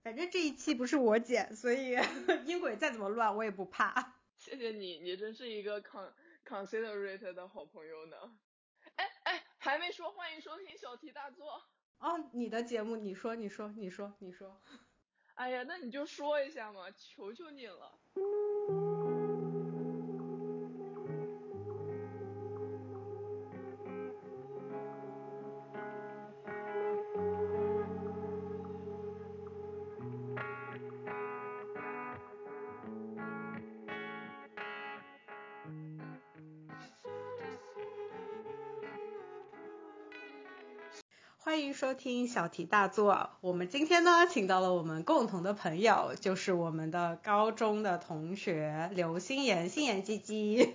反正这一期不是我剪，所以 音轨再怎么乱我也不怕。谢谢你，你真是一个 con considerate 的好朋友呢。哎哎，还没说，欢迎收听小题大做。哦，你的节目，你说，你说，你说，你说。哎呀，那你就说一下嘛，求求你了。欢迎收听小题大做。我们今天呢，请到了我们共同的朋友，就是我们的高中的同学刘心妍，心妍鸡鸡。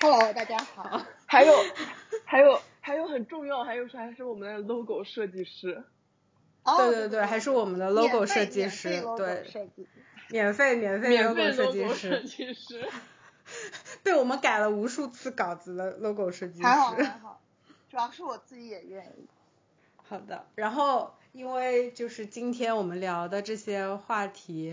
Hello，大家好。 还有还有还有很重要，还有还是我们的 logo 设计师。哦对对对，还是我们的 logo 免费设计免费师， logo 对，设计。免费免费免 logo 费设计 logo 设师，计师，被我们改了无数次稿子的 logo 设计师。还好还好，主要是我自己也愿意。好的，然后因为就是今天我们聊的这些话题，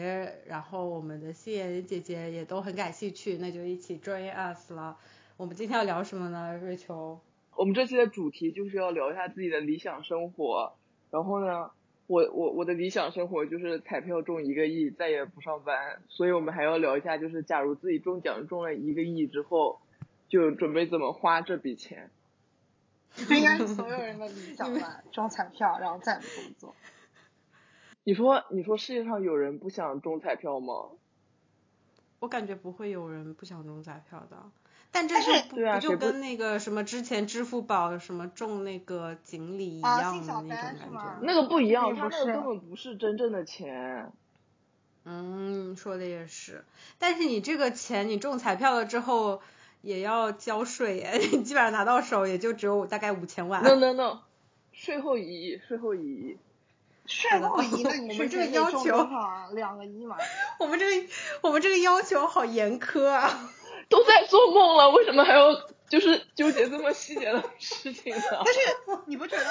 然后我们的心妍姐姐也都很感兴趣，那就一起 join us 了。我们今天要聊什么呢？瑞秋，我们这期的主题就是要聊一下自己的理想生活。然后呢，我我我的理想生活就是彩票中一个亿，再也不上班。所以我们还要聊一下，就是假如自己中奖中了一个亿之后，就准备怎么花这笔钱。这应该是所有人 的理想吧，中彩票然后再也不工作。你说，你说世界上有人不想中彩票吗？我感觉不会有人不想中彩票的，但这但就是不对啊不就谁不跟那个什么之前支付宝什么中那个锦鲤一啊样信的小那白种是感吗觉？那个不一样，并他不那个是根本不是真正的钱。嗯，说的也是，但是你这个钱你中彩票了之后也要交税耶， 你基本上拿到手也就只有大概五千万。 No no no，税后一亿，税后一亿。税后一个，我你们税这个前要得中求多少啊？两个亿嘛。我们这个我们这个要求好严苛啊！都在做梦了，为什么还要就是纠结这么细节的事情呢？但是 你不觉得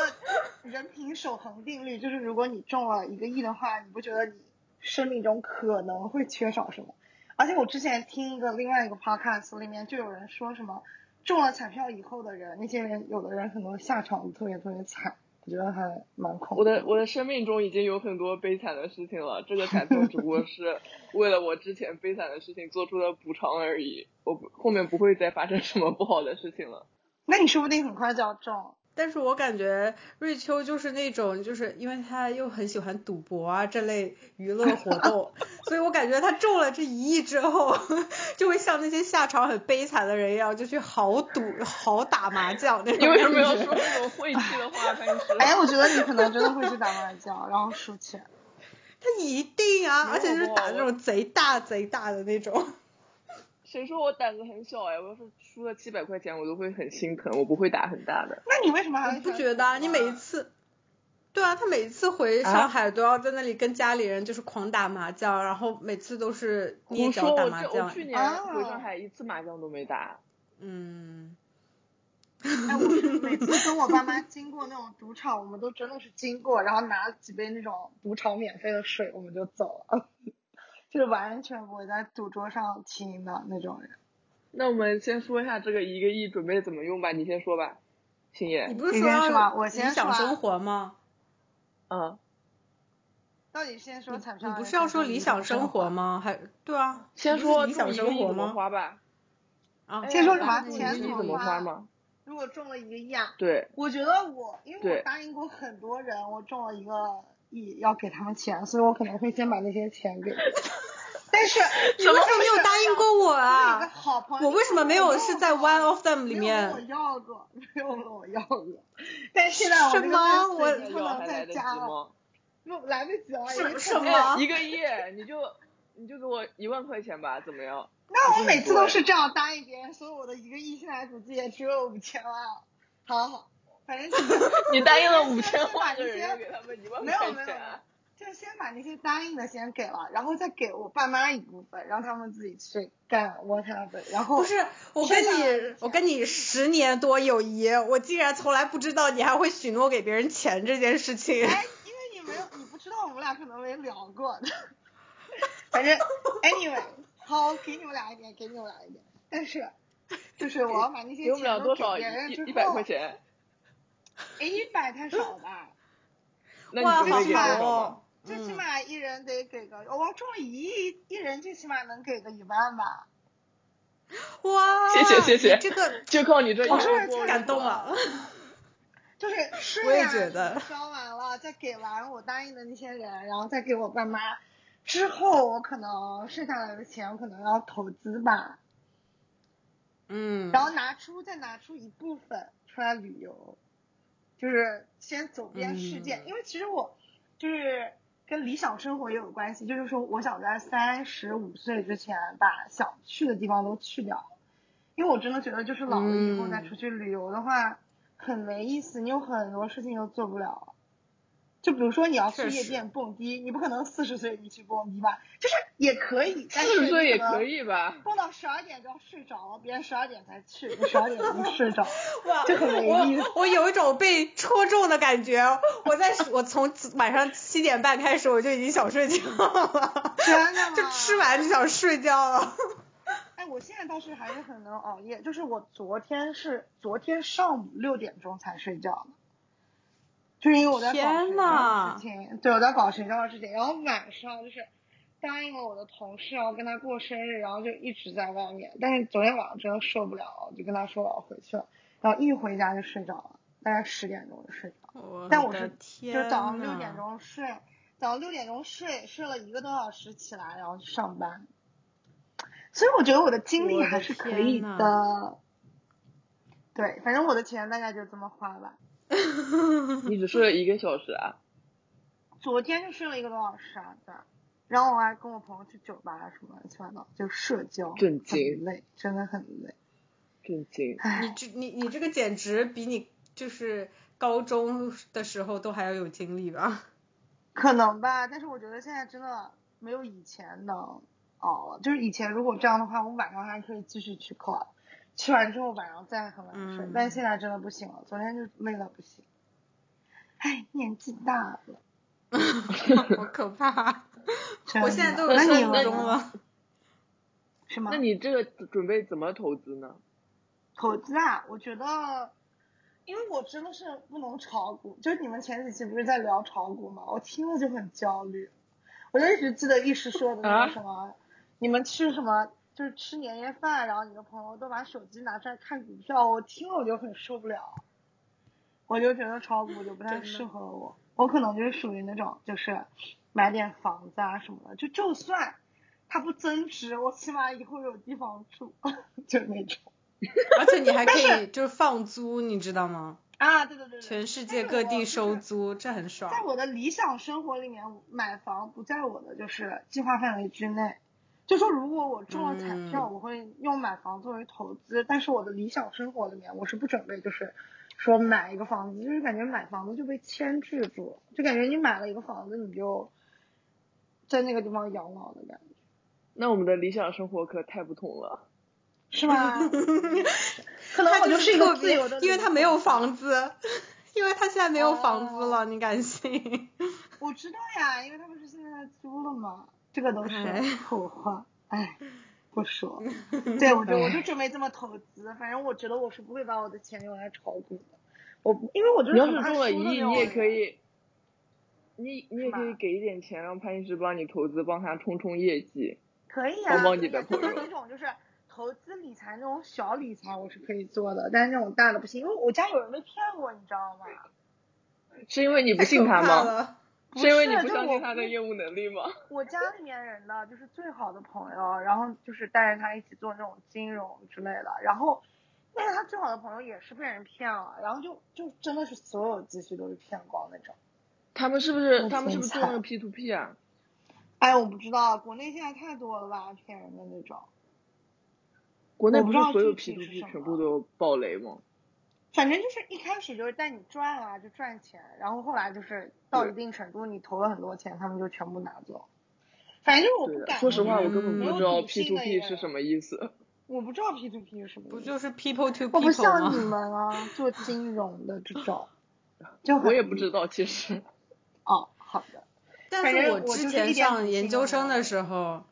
人品守恒定律就是，如果你中了一个亿的话，你不觉得你生命中可能会缺少什么？而且我之前听一个另外一个 podcast 里面就有人说什么中了彩票以后的人，那些人有的人可能下场特别特别惨，我觉得还蛮恐怖。我的我的生命中已经有很多悲惨的事情了，这个彩票只不过是为了我之前悲惨的事情做出的补偿而已。我不后面不会再发生什么不好的事情了。那你说不定很快就要中。但是我感觉瑞秋就是那种，就是因为她又很喜欢赌博啊这类娱乐活 动，所以我感觉她中了这一亿之后， 就会像那些下场很悲惨的人一样，就去豪赌、豪打麻将那种你为什么要感觉说这种晦气 的话，潘石？哎，我觉得你可能真的会去打麻将，然后输钱。他一定啊，没有而且就是好不好打那种贼大贼大的那种。谁说我胆子很小哎？我要是输了七百块钱，我都会很心疼，我不会打很大的。那你为什么还我会不喜欢觉得啊，赌你啊每一次，对啊，他每一次回上海都要在那里跟家里人就是狂打麻将，然后每次都是捏胡脚说，打我麻这我将。啊去年回上海一次麻将都没打。嗯，哎，我每次跟我爸妈经过那种赌场，我们都真的是经过，然后拿几杯那种赌场免费的水，我们就走了， 就是完全不会在赌桌上起赢的那种人。那我们先说一下这个一个亿准备怎么用吧，你先说吧，星你爷。不是你说啊先要说吧我理先说想吧生活吗？嗯，到底先说彩你票，不是要说理想生活吗？吗？还对啊，先你不是说理想中一个生亿活怎么吗？花吧。啊，哎先说什那么你钱你怎么怎么花花吗？如果中了一个亿啊，对，我觉得我因为对我答应过很多人，我中了一个亿要给他们钱，所以我可能会先把那些钱给他们。但是你为什么没有答应过我我有一啊个？好朋友我为什么没有是在哦 One of Them 里面没有问我要过， 没有问我要过。但是现在我这什个么日子我已那经不个能还来再得及加了，吗？不来不及了。什因为可能什么哎，一 个亿，你就你就给我一万块钱吧，怎么样？那我每次都是这样答应别人，所以我的一个亿现在估计也只有五千万了。好好，反正就是 你答应了五千万个人，先要给他们一万没有块没有没有钱。啊就先把那些答应的先给了，然后再给我爸妈一部分，让他们自己去干 whatever。然后不是，我跟天哪你，我跟你十年多友谊，我竟然从来不知道你还会许诺给别人钱这件事情。哎哎，因为你没有，你不知道我们俩可能没聊过的。反正 anyway，好，给你们俩一点，给你们俩一点。但是，就是我要把那些给我们俩钱多都给少？别人一之后，一百块，钱？哎，一百太少吧？那哇，你准好备给多好少吗？最嗯起码一人得给个，我中了一亿，一人最起码能给个一万嗯吧。哇， 谢谢谢谢你这个就靠你这一我个是多太感动了。就是税啊，我也觉得你交完了，再给完我答应的那些人，然后再给我爸妈，之后我可能剩下来的钱，我可能要投资吧，嗯，然后拿出再拿出一部分出来旅游，就是先走遍世界，嗯因为其实我就是跟理想生活也有关系，就是说我想在三十五岁之前把想去的地方都去掉，因为我真的觉得就是老了以后再嗯出去旅游的话、很没意思，你有很多事情都做不了。就比如说你要去确夜实店蹦迪，你不可能四十岁你去蹦迪吧？就是也可以，但四是十岁你也可能可以吧？蹦到十二点就要睡着了，别人十二点才去，你十二点就睡着了， 哇，就很没意思。我我有一种被戳中的感觉。我在我从晚上七点半开始我就已经想睡觉了，真的吗？就吃。完就想睡觉了。哎，我现在倒是还是很能熬夜，就是我昨天是昨天上午六点钟才睡觉的，就是因为我在搞天学校呐的事情，对，我在搞学校的事情，然后晚上就是答应了我的同事，然后跟他过生日，然后就一直在外面，但是昨天晚上真的受不了了，我就跟他说我要回去了，然后一回家就睡着了，大概十点钟就睡着了。但我嗯的是天就是早上六呐点钟睡，早上六点钟睡，睡了一个多小时起来，然后去上班。所以我觉得我的精力我的还是可天以呐的。对，反正我的钱大概就这么花吧。你只睡了一个小时啊？昨天就睡了一个多小时啊，对。然后我还跟我朋友去酒吧什么乱七八糟，就社交，震很惊累，真的很累。震惊！你唉，这你你这个简直比你就是高中的时候都还要有精力 吧？可能吧，但是我觉得现在真的没有以前能熬了。就是以前如果这样的话，我晚上还可以继续去 club，去完之后晚上再很晚睡，嗯但是现在真的不行了，昨天就累到不行。唉，年纪大了，好可怕！真的我现在都有那你生们物钟呢了。什么那？你这个准备怎么投资呢？投资啊，我觉得，因为我真的是不能炒股，就是你们前几期不是在聊炒股嘛，我听了就很焦虑，我就一直记得一时说的那啊个什么，你们吃什么就是吃年夜饭，然后你的朋友都把手机拿出来看股票，我听了我就很受不了，我就觉得炒股就不真太的适合我，我可能就是属于那种就是买点房子啊什么的，就就算它不增值，我起码以后有地方住， 就那种。而且你还可以就是放租，你知道吗？啊，对对对对，全世但界是各我地就收是租，这很爽。在我的理想生活里面，买房不在我的就是计划范围之内。就说如果我中了彩票，嗯我会用买房作为投资，但是我的理想生活里面，我是不准备就是说买一个房子，就是感觉买房子就被牵制住了，就感觉你买了一个房子，你就在那个地方养老的感觉，那我们的理想生活可太不同了。是吧？ 可能他我就就是一特个自别由的，，因为他没有房。子，因为他现在没有房子哦了，你敢信？我知道呀，因为他不是现在租了吗？这个都哎是后话，哎，不说。对，我就我就准备这么投资，反正我觉得我是不会把我的钱用来炒股的。我不因为我就是你要是很怕中了一输的亿，那你也种可人。以，你你也可以吧给一点钱让潘医师帮你投资，帮他冲冲业绩。可以啊，帮帮你对的呀就朋是友那种就是投资理财那种小理财我是可以做的，但是那种大的不行，因为我家有人被骗过，你知道吗？是因为你不太可信他怕吗？了！是因为不你是不就相我信他不的业务能力吗？我家里面人的就是最好的朋友，然后就是带着他一起做那种金融之类的，然后那个他最好的朋友也是被人骗了，然后就就真的是所有积蓄都是骗光那种。 他们是不是我他们是不天是做才那个 P to P 啊？哎，我不知道，国内现在太多了吧，骗人的那种。国内我不不知道所有具 P to 体是 P 什全么部都爆雷吗？反正就是一开始就是带你赚啊，就赚钱，然后后来就是到对一定程度，你投了很多钱，他们就全部拿走。反正就是我对不的，敢。说实话，我根本嗯不知道 P to 性的一 P 个是什人么意思。 我不知道 P to P 是什么意思。不就是 people to 我不 people 像你吗？们啊，做 金融的这种，就很我也不知道，其实。哦，好的。但反是正我我之就是前一点上赌研性究都生没有的时候，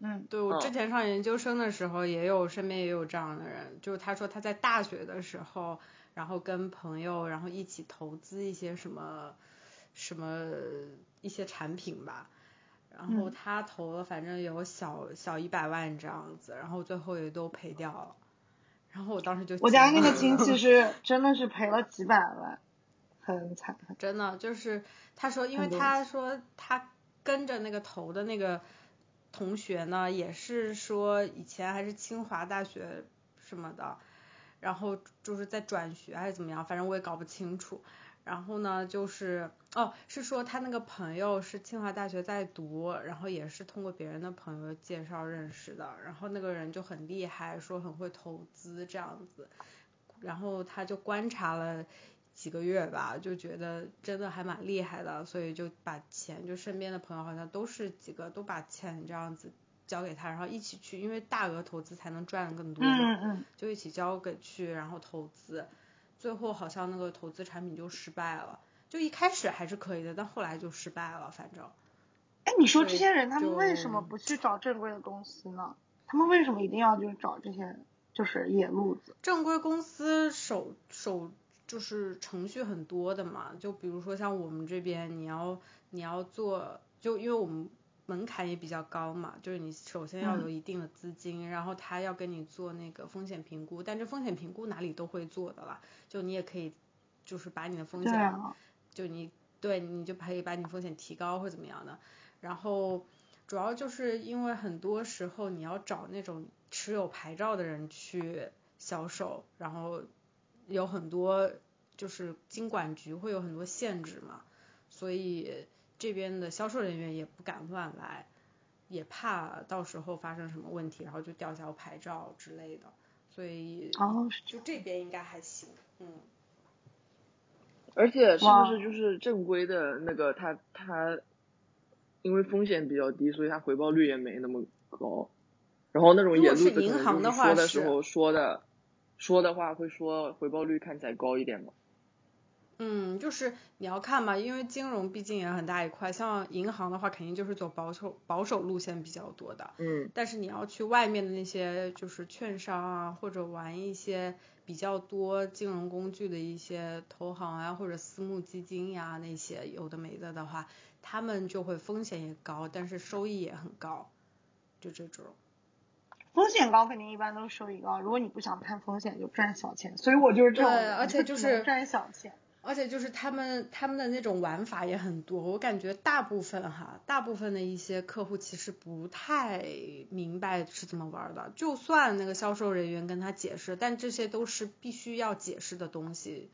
嗯，对我嗯之前上研究生的时候，也有身边也有这样的人，就是他说他在大学的时候，然后跟朋友，然后一起投资一些什么什么一些产品吧，然后嗯他投了反正有小小一百万这样子，然后最后也都赔掉了，然后我当时就我家惊那个了亲戚是真的是赔了几百万，很惨。真的就是他说，因为很多他说他跟着那个投的那个同学呢，也是说以前还是清华大学什么的，然后就是在转学还是怎么样，反正我也搞不清楚。然后呢，就是哦，是说他那个朋友是清华大学在读，然后也是通过别人的朋友介绍认识的，然后那个人就很厉害，说很会投资这样子，然后他就观察了几个月吧，就觉得真的还蛮厉害的，所以就把钱，就身边的朋友好像都是几个都把钱这样子交给他，然后一起去，因为大额投资才能赚更多嘛。嗯嗯，就一起交给去，然后投资，最后好像那个投资产品就失败了。就一开始还是可以的，但后来就失败了，反正哎，你说对这些人他们为就什么不去找正规的公司呢？他们为什么一定要就是找这些就是野路子？正规公司手手就是程序很多的嘛，就比如说像我们这边，你要你要做，就因为我们门槛也比较高嘛，就是你首先要嗯有一定的资金，然后他要跟你做那个风险评估，但这风险评估哪里都会做的啦，就你也可以就是把你的风对险啊，就你对你就可以把你风险提高或怎么样的。然后主要就是因为很多时候你要找那种持有牌照的人去销售，然后有很多就是经管局会有很多限制嘛，所以这边的销售人员也不敢乱来。也怕到时候发生什么问题，然后就吊销牌照之类的，所以哦，是就这边应该还行，嗯。而且是哇不是就是正规的那个它它，因为风险比较低，所以它回报率也没那么高。然后那种如野果路是子可银能行就是的话说的是时候说的说的话会说回报率看起来高一点嘛。嗯，就是你要看嘛，因为金融毕竟也很大一块，像银行的话，肯定就是走保守保守路线比较多的。嗯但是你要去外面的那些，就是券商啊，或者玩一些比较多金融工具的一些投行啊，或者私募基金呀、那些有的没的的话，他们就会风险也高，但是收益也很高，就这种。风险高，肯定一般都是收益高。如果你不想看风险，就赚小钱。所以我就是这种对人，而且就就只能是赚小钱。而且就是他们他们的那种玩法也很多，我感觉大部分哈，大部分的一些客户其实不太明白是怎么玩的。就算那个销售人员跟他解释，但这些都是必须要解释的东西。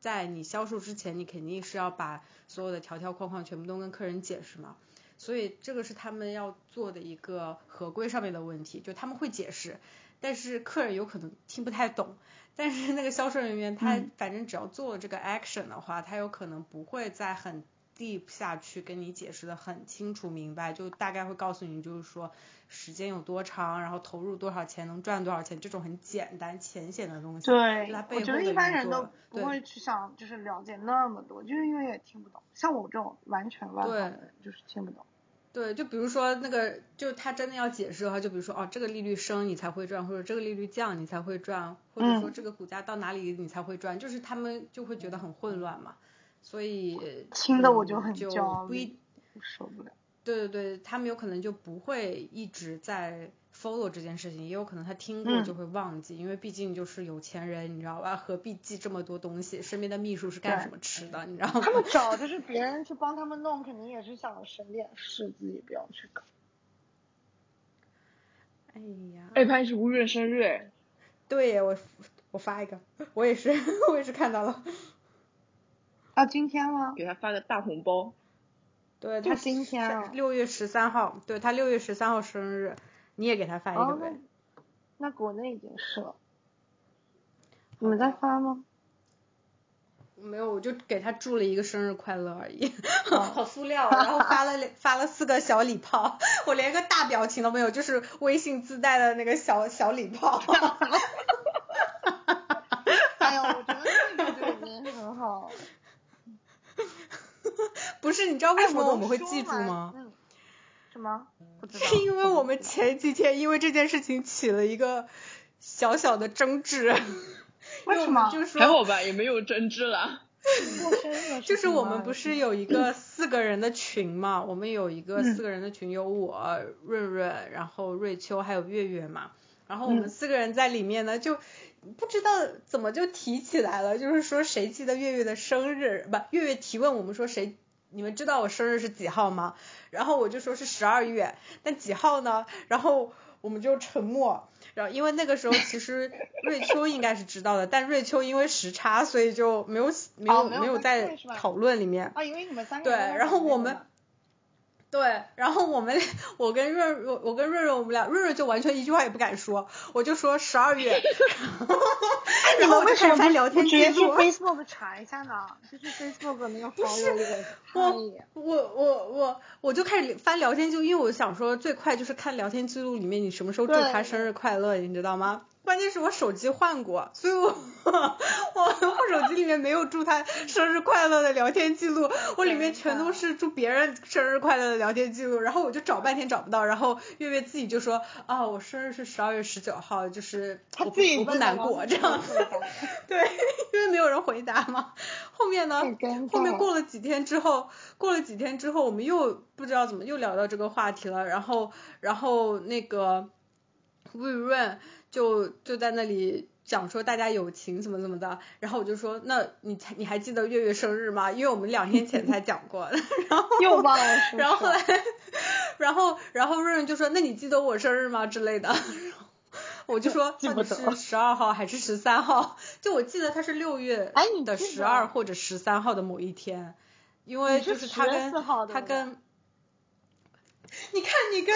在你销售之前，你肯定是要把所有的条条框框全部都跟客人解释嘛。所以这个是他们要做的一个合规上面的问题，就他们会解释，但是客人有可能听不太懂。但是那个销售人员他嗯反正只要做了这个 action 的话，他有可能不会再很 deep 下去跟你解释的很清楚明白，就大概会告诉你就是说时间有多长，然后投入多少钱能赚多少钱这种很简单浅显的东西。对就它，我背觉后得的一般运人都作不会去想，就是了解那么多，就是因为也听不懂。像我这种完全外行的人，就是听不懂。对，就比如说那个，就他真的要解释的话，就比如说哦，这个利率升你才会赚，或者这个利率降你才会赚，或者说嗯这个股价到哪里你才会赚，就是他们就会觉得很混乱嘛，所以嗯听得我就就很焦不一虑，受不了。对对对，他们有可能就不会一直在 follow 这件事情，也有可能他听过嗯就会忘记，因为毕竟就是有钱人，你知道吧？何必记这么多东西？身边的秘书是干对什么吃的？你知道吗 他？们找就是别人去帮他们弄，肯定也是想省点事，自己不要去搞。哎呀，哎，潘是吴越生日哎，对耶，我我发一个，我也是 我也是看到了，啊，今天吗？给他发个大红包。对就他今天啊六月十三号，对他六月十三号生日，你也给他发一个哦，呗那。那国内已经是了。你们在发 吗？没有，我就给他祝了一个生日快乐而已， 哦好塑料啊。然后发了两发了四个小礼炮，我连个大表情都没有，就是微信自带的那个小小礼炮。 哎呦，我觉得这个就已经很好了。不是是，你知道为什么哎我我都们会说记住完吗？嗯，什么？不知道。是因为我们前几天因为这件事情起了一个小小的争执。为 因我什么哎们就说还好吧，也没有争执啦。过生日的事就是情我吗们不是有一个四个人的群嘛？我们有一个嗯四个人的群，有我、润润，然后瑞秋还有月月嘛。然后我们嗯四个人在里面呢，就不知道怎么就提起来了，就是说谁记得月月的生日？不，月月提问我们说谁。你们知道我生日是几号吗？然后我就说是十二月，但几号呢？然后我们就沉默。然后因为那个时候其实瑞秋应该是知道的，但瑞秋因为时差，所以就没有没有、哦没有在在看是吧讨论里面。啊，因为你们三个对人都在然后旁边我的们嘛对，然后我们我跟润润，我跟润润我们俩，润润就完全一句话也不敢说，我就说十二月， 哎你然后我们就为开始什么翻不聊不天直记接去录。 Facebook 查一下呢？就是 Facebook 的那个好友里 面我看一眼。我我我我就开始翻聊天记录，因为我想说最快就是看聊天记录里面你什么时候祝对他生日快乐，你知道吗？关键是我手机换过，所以我 我我手机里面没有祝他生日快乐的聊天记录，我里面全都是祝别人生日快乐的聊天记录，然后我就找半天找不到，然后月月自己就说啊，我生日是十二月十九号，就是他我不自己我不在难聊过这 天样记录里面对， 因为没有人回答嘛。后面呢太尴尬，后面过了几天之后，过了几天之后，我们又不知道怎么又聊到这个话题了，然后然后那个魏润就就在那里。讲说大家友情怎么怎么的，然后我就说，那你你还记得月月生日吗？因为我们两天前才讲过， 然后又忘了是不是。然后 后来， 然后然后润润就说：“那你记得我生日吗？”之类的。 然后我就说：“记到不底得是十二号还是十三号？” 就我记得他是六月哎你的记十得二或者十三号的某一天，因为你是就是他10月跟4号对他不对跟。 你看，你跟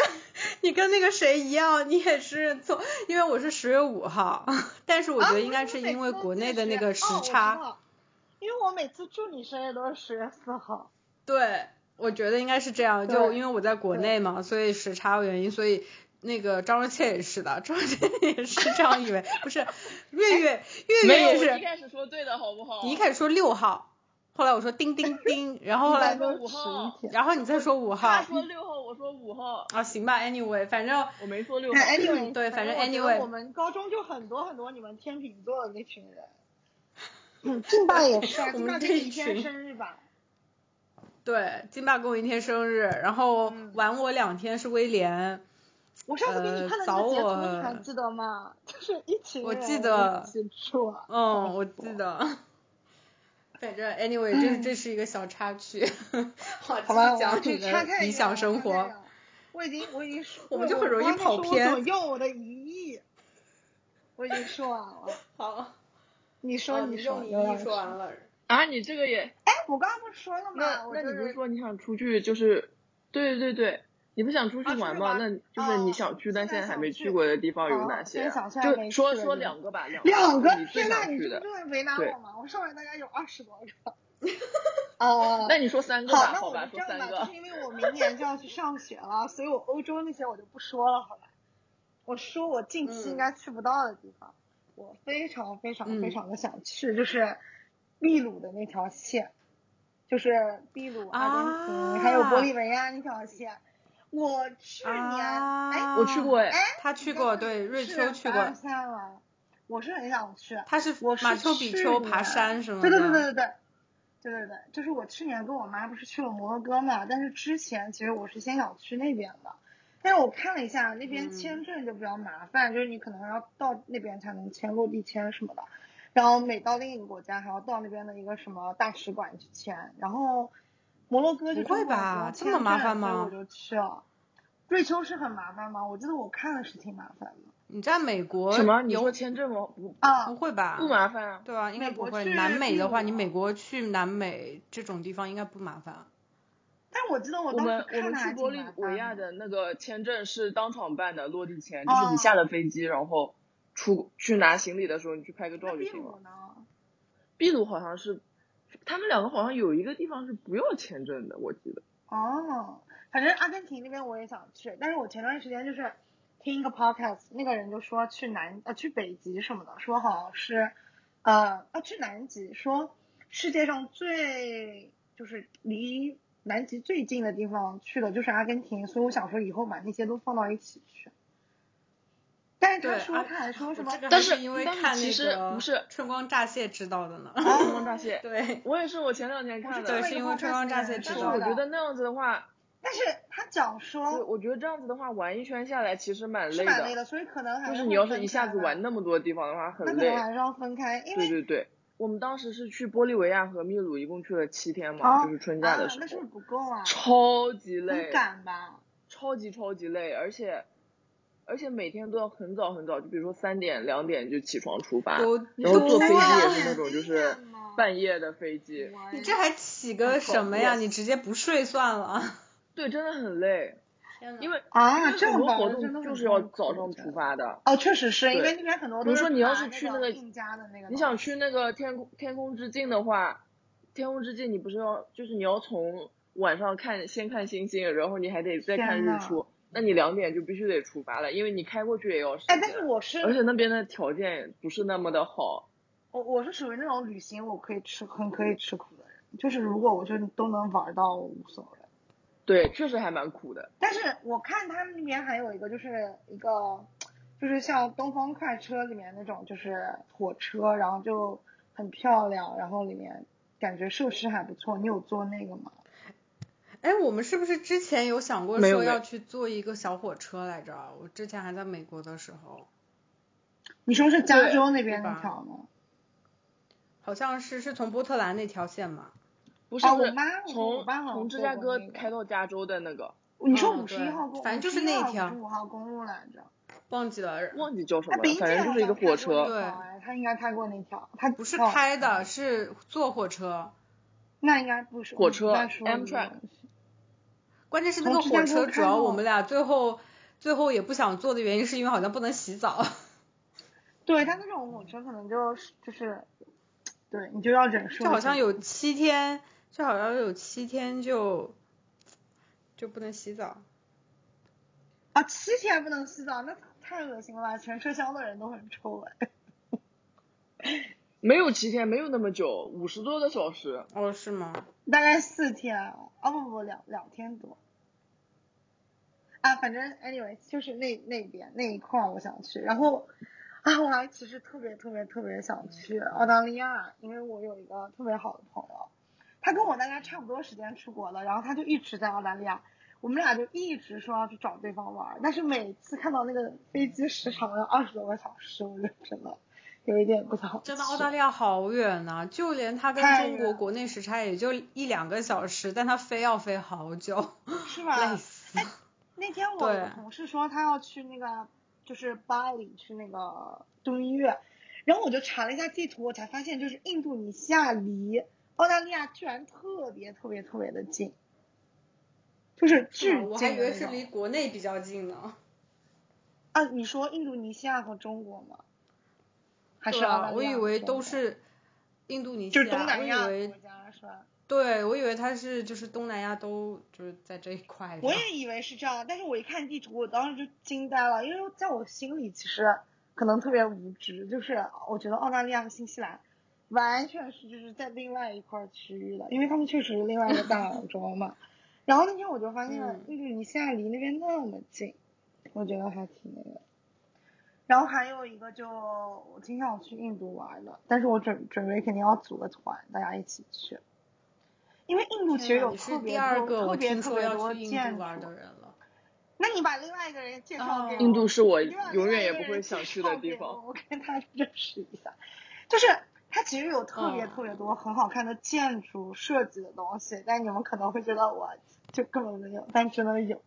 你跟那个谁一样，你也是从，因为我是十月五号，但是我啊觉得不应该你是每因为次国都内是的那个时哦我知差，道因为我每次祝你生日都是十月四号。对，我觉得应该是这样，对就因为我在国对内嘛，所以时差原因，所以那个张若切也是的，张若切 也是这样以为，不是月月月没月也有，我一是，开始说对的好不好？你一开始说六号，后来我说叮叮叮，然后后般来都五11 天然后你再说五他号，说六号，我说五号，啊行吧，anyway，反正我没说六号。哎，anyway，对反正我觉得 anyway 我们高中就很多很多你们天秤座的那群人。 嗯，劲霸也是啊，我劲们霸就这是一一天群生日吧。对，金爸跟我一天生日，然后嗯晚我两天是威廉，我上次给呃你看的早那个截图，我你还记得吗？就是一群人我记得一起住 啊。嗯，我记得。 反正 anyway，这这是一个小插曲， 好，继好续吧，我 要讲去你岔的开一理下想生。我岔活开。了我已经，我已经说，我们就我很容易光是跑说偏我左右我的一亿，我已经说完了。好，你说，哦你用说，你刘老一师说完。了。 啊，你这个也，哎，我刚刚不是说了那吗？我那就你不是是说你想出去就是，对对对，你不想出去啊出去玩吗？玩那你就是哦你想去但现在现在还想没去去过的地方有哦哪些现在啊？想去还就没说去的说地两个吧，两两个个是你，最天呐，想你去这不的。就是为难对我吗？我上来大概有二十 多个。哦呃，那你说三个好，吧，那好我吧，们说这样三吧，个就是。因为我明年就要去上学了，所以我欧洲那些我就不说了，好吧？我说我近期嗯应该去不到的地方，我非常非常非常的想去，就是秘鲁的那条线，就是秘鲁、阿根廷、还有玻利维亚那条线。我去年、哎啊，我去过哎，哎，他去过，对，瑞秋去过，山了，我是很想去。他是啊我是马丘比丘去爬年山什么的。对对对对对对，对对对，就是我去年跟我妈不是去了摩洛哥嘛，但是之前其实我是先想去那边的，但是我看了一下那边嗯签证就比较麻烦，就是你可能要到那边才能签落地签什么的，然后每到另一个国家还要到那边的一个什么大使馆去签，然后摩洛哥就不会中国有吧很多这么签麻烦证所以吗我就去了。瑞秋是很麻烦吗？我记得我看了是挺麻烦的你在美国什么？你有说签证吗？不啊不，会吧？不麻烦啊。对啊，应该美不国会。去南美的话，秘鲁你美国去南美这种地方应该不麻烦。但我记得我我当时们我看们了去还玻挺利麻维烦亚的。的那个签证是当场办的落地签，就是哦你下了飞机，然后出去拿行李的时候，你去拍个那照就秘行鲁了。呢？秘鲁好像是，他们两个好像有一个地方是不要签证的，我记得。哦，反正阿根廷那边我也想去，但是我前段时间就是听一个 podcast，那个人就说去南呃去北极什么的，说好像是哦呃要去南极，说世界上最就是离南极最近的地方去的就是阿根廷，所以我想说以后把那些都放到一起去。但是他对说啊他还说什么我这个还啊但是因为但是看其那实个不是春光乍泄知道的 呢。春哦光乍泄， 对，我也是我前两天看对的是，因为春光乍泄但知是道我的觉得那样子的话，但是他讲我说我觉得这样子的话玩一圈下来其实蛮哦是累蛮累的，的，所以可能还就是会你要是分一下开子吧玩那么多地方的话那很可能累。还是要分开，对因为啊对对，我们当时是去玻利维亚和秘鲁，一共去了七天嘛，啊就是春假啊的时那是候不是，不够啊？超级累很，赶吧？超级超级累，而且而且每天都要很早很早，就比如说三点两点就起床出发，有啊然后坐飞机也多是那种就是半夜的飞机，你这还起个什么啊呀？你直接不睡算 了。对，真的很累，因为因啊，为这很多样搞活得真的动就很是要痛苦早上我觉出得发的。哦，确实是因对为那边很多比都如是说你要爬是那去那个个印加的那个，你想去那个天空天空之镜的话，天空之镜你不是要就是你要从晚上看先看星星，然后你还得再看天日呐出，那你两点就必须得出发了，因为你开过去也要时哎间。，但是我是而且那边的条件不是那么的好，我我是属于那种旅行我可以吃很可以吃苦的人，就是如果我就都能玩到我无所谓。对，确实还蛮苦的。但是我看他们那边还有一个就是一个就是像《东方快车》里面那种就是火车，然后就很漂亮，然后里面感觉设施还不错。你有坐那个吗？哎，我们是不是之前有想过没有说没有要去坐一个小火车来着？啊我之前还在美国的时候，你说是加对州那边对那吧条吗？好像是是从波特兰那条线嘛。不是啊不我是，妈我从我爸好像从芝坐加过哥那个开到加州的那个，你说嗯五十一对号公，反正就是那一条五十五号公路来着。忘记了，忘记叫什哎，么了，北反正就是一个火车。对他哎应该开过那条，他不是哦开的，是坐火车。那应该不是火我车在说 Amtrak 这个东西关键是那从个芝火车，加哥开主要到我们俩最后最后也不想坐的原因，是因为好像不能洗澡。对他那种火车可能就是就是，对你就要 忍受。就好像有七天，就好像有七天就就不能洗澡。啊，七天不能洗澡，那太恶心了吧！全车厢的人都很臭哎。没有七天，没有那么久，五十多个小时。哦，是吗？大概四天啊，啊不不不，两两天多。啊，反正 anyway 就是那那边那一块儿我想去，然后啊我还其实特别特别特别想去澳大利亚，因为我有一个特别好的朋友，他跟我大概差不多时间出国的，然后他就一直在澳大利亚，我们俩就一直说要去找对方玩儿，但是每次看到那个飞机时长要二十多个小时，我就真的有一点不想真的，去澳大利亚好远呐、就连它跟太中国远国内时差也就一两个小时，但它飞要飞好久，是吧？ 累死。那天我有对同事说他要去那个，就是巴黎去那个度蜜月，然后我就查了一下地图，我才发现就是印度尼西亚离澳大利亚居然特别特别特别的近，就是是巨吗近我还以为的那是种离国内比较近呢。啊，你说印度尼西亚和中国吗？还是对澳大啊，利我亚以和为中都国是印度尼西就亚，是东南亚我以的为国家是吧？对，我以为它是就是东南亚都就是在这一块。我也以为是这样，但是我一看地图，我当时就惊呆了，因为在我心里其实可能特别无知，就是我觉得澳大利亚和新西兰完全是就是在另外一块区域的，因为他们确实是另外一个大 洋洲嘛。然后那天我就发现嗯印度尼西亚离那边那么近，我觉得还挺那个。然后还有一个就我挺想去印度玩的，但是我准准备肯定要组个团，大家一起去。因为印度其实天哪有啊你特是别第二多个我特别听特说别要多去印建度筑玩的人了。那你把另外一个人介绍给哦我，印度是我另外永远另外一也个不人会想介去绍的地给方我。我跟他认识一下，就是它其实有特别嗯特别多很好看的建筑设计的东西，但你们可能会觉得我就根本没有，但真的有，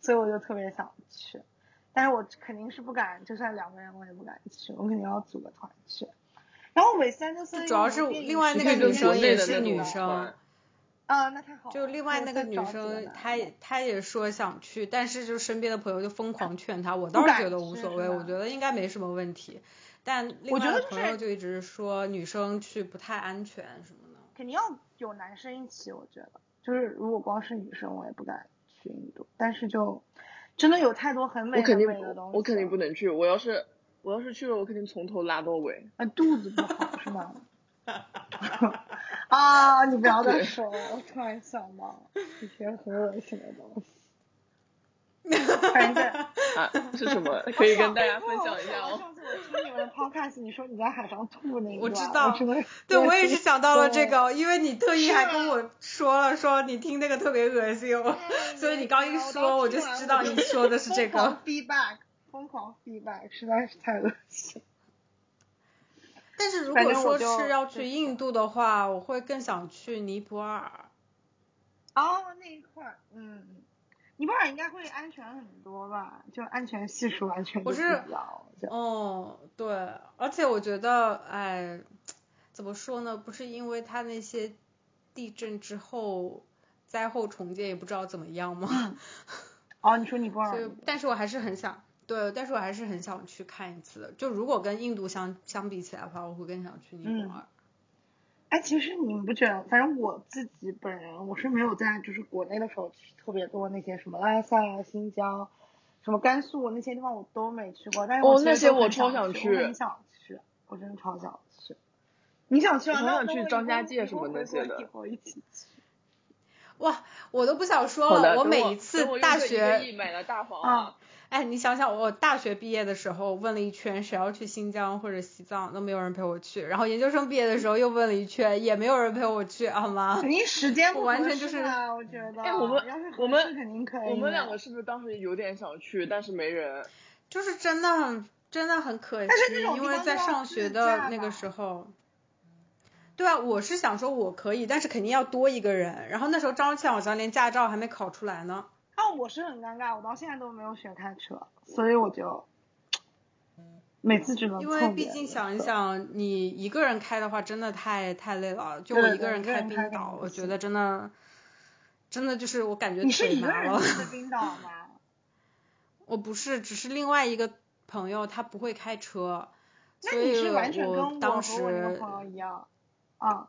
所以我就特别想去，但是我肯定是不敢，就算两个人我也不敢去，我肯定要组个团去。然后韦斯安德森主要有是电影另外是那可个以跟女生国内也的是那女种生团啊，那太好了。就另外那个女生，她她也她也说想去，但是就身边的朋友就疯狂劝她，我倒是敢觉得无去所是谓，吧我觉得应该没什么问题。但另我外觉得的就朋友是就一直说女生去不太安全什么的。肯定要有男生一起，我觉得，就是如果光是女生，我也不敢去印度，但是就真的有太多很美我肯很定美的东西了，我肯定不能去。我要是我呃要是去了，我肯定从头拉到尾。 啊，肚子不好是吗？啊，你不要再说了，我突然想到一些很恶心的东 西。反正 啊，是什么？可以跟大家分享一下我哦。 上次我听你们的 podcast，你说你在海上吐那一段，我我知道真的对，我也是想到了这对个，因为你特意是啊还吗跟我说了，说你听那个特别恶心，我所以你刚一说，我就知道你说的是这疯个狂。feedback，疯狂 feedback，实在是太恶心。但是如反果正说我就是要去对印度的话，我会更想去尼泊尔。哦，那一块儿，嗯，尼泊尔应该会安全很多吧？就安全系数完全我就是不知道就哦，对，而且我觉得，哎，怎么说呢？不是因为它那些地震之后灾后重建也不知道怎么样吗？哦，你说尼嗯泊所以尔，，但是我还是很想，对，但是我还是很想去看一次的。就如果跟印度相相比起来的话，我会更想去尼泊嗯尔。哎，其实你们不觉得？反正我自己本人，我是没有在就是国内的时候去特别多那些什么拉萨呀、新疆、什么甘肃那些地方我都没去过，但是哦我其实那些都我很超想想去，我去很想去，我真的超想去。你想去我啊？很那想那去我以张后家以界什后么回那些国的以后一起去。哇，我都不想说好的，了。等每一次等我用大这一学个亿买了大黄啊，哎，你想想，我大学毕业的时候问了一圈谁要去新疆或者西藏，都没有人陪我去。然后研究生毕业的时候又问了一圈，也没有人陪我去，好吗 肯？定时间我不完合全就适是啊，我觉得。哎我们要是我合们适肯定可以。我们两个。是不是当时有点想去，但是没人？就是真的很真的很可惜但是那，种因地为方在都要上自学驾的那吧个时候。对啊，我是想说我可以，但是肯定要多一个人。然后那时候张倩好像连驾照还没考出来呢。啊，我是很尴尬，我到现在都没有学开车，所以我就每次只能因蹭为哦毕别人竟的想一车想，你一个人开的话，真的太太累了。就对我对一个对人一个开人冰开肯岛定，不我觉行得真的，真的就是我感觉你是腿一个麻人了。去的冰岛 吗？我不是，只是另外一个朋友他不会开车，那所你以是完全跟我我当和我那个时朋友一样啊？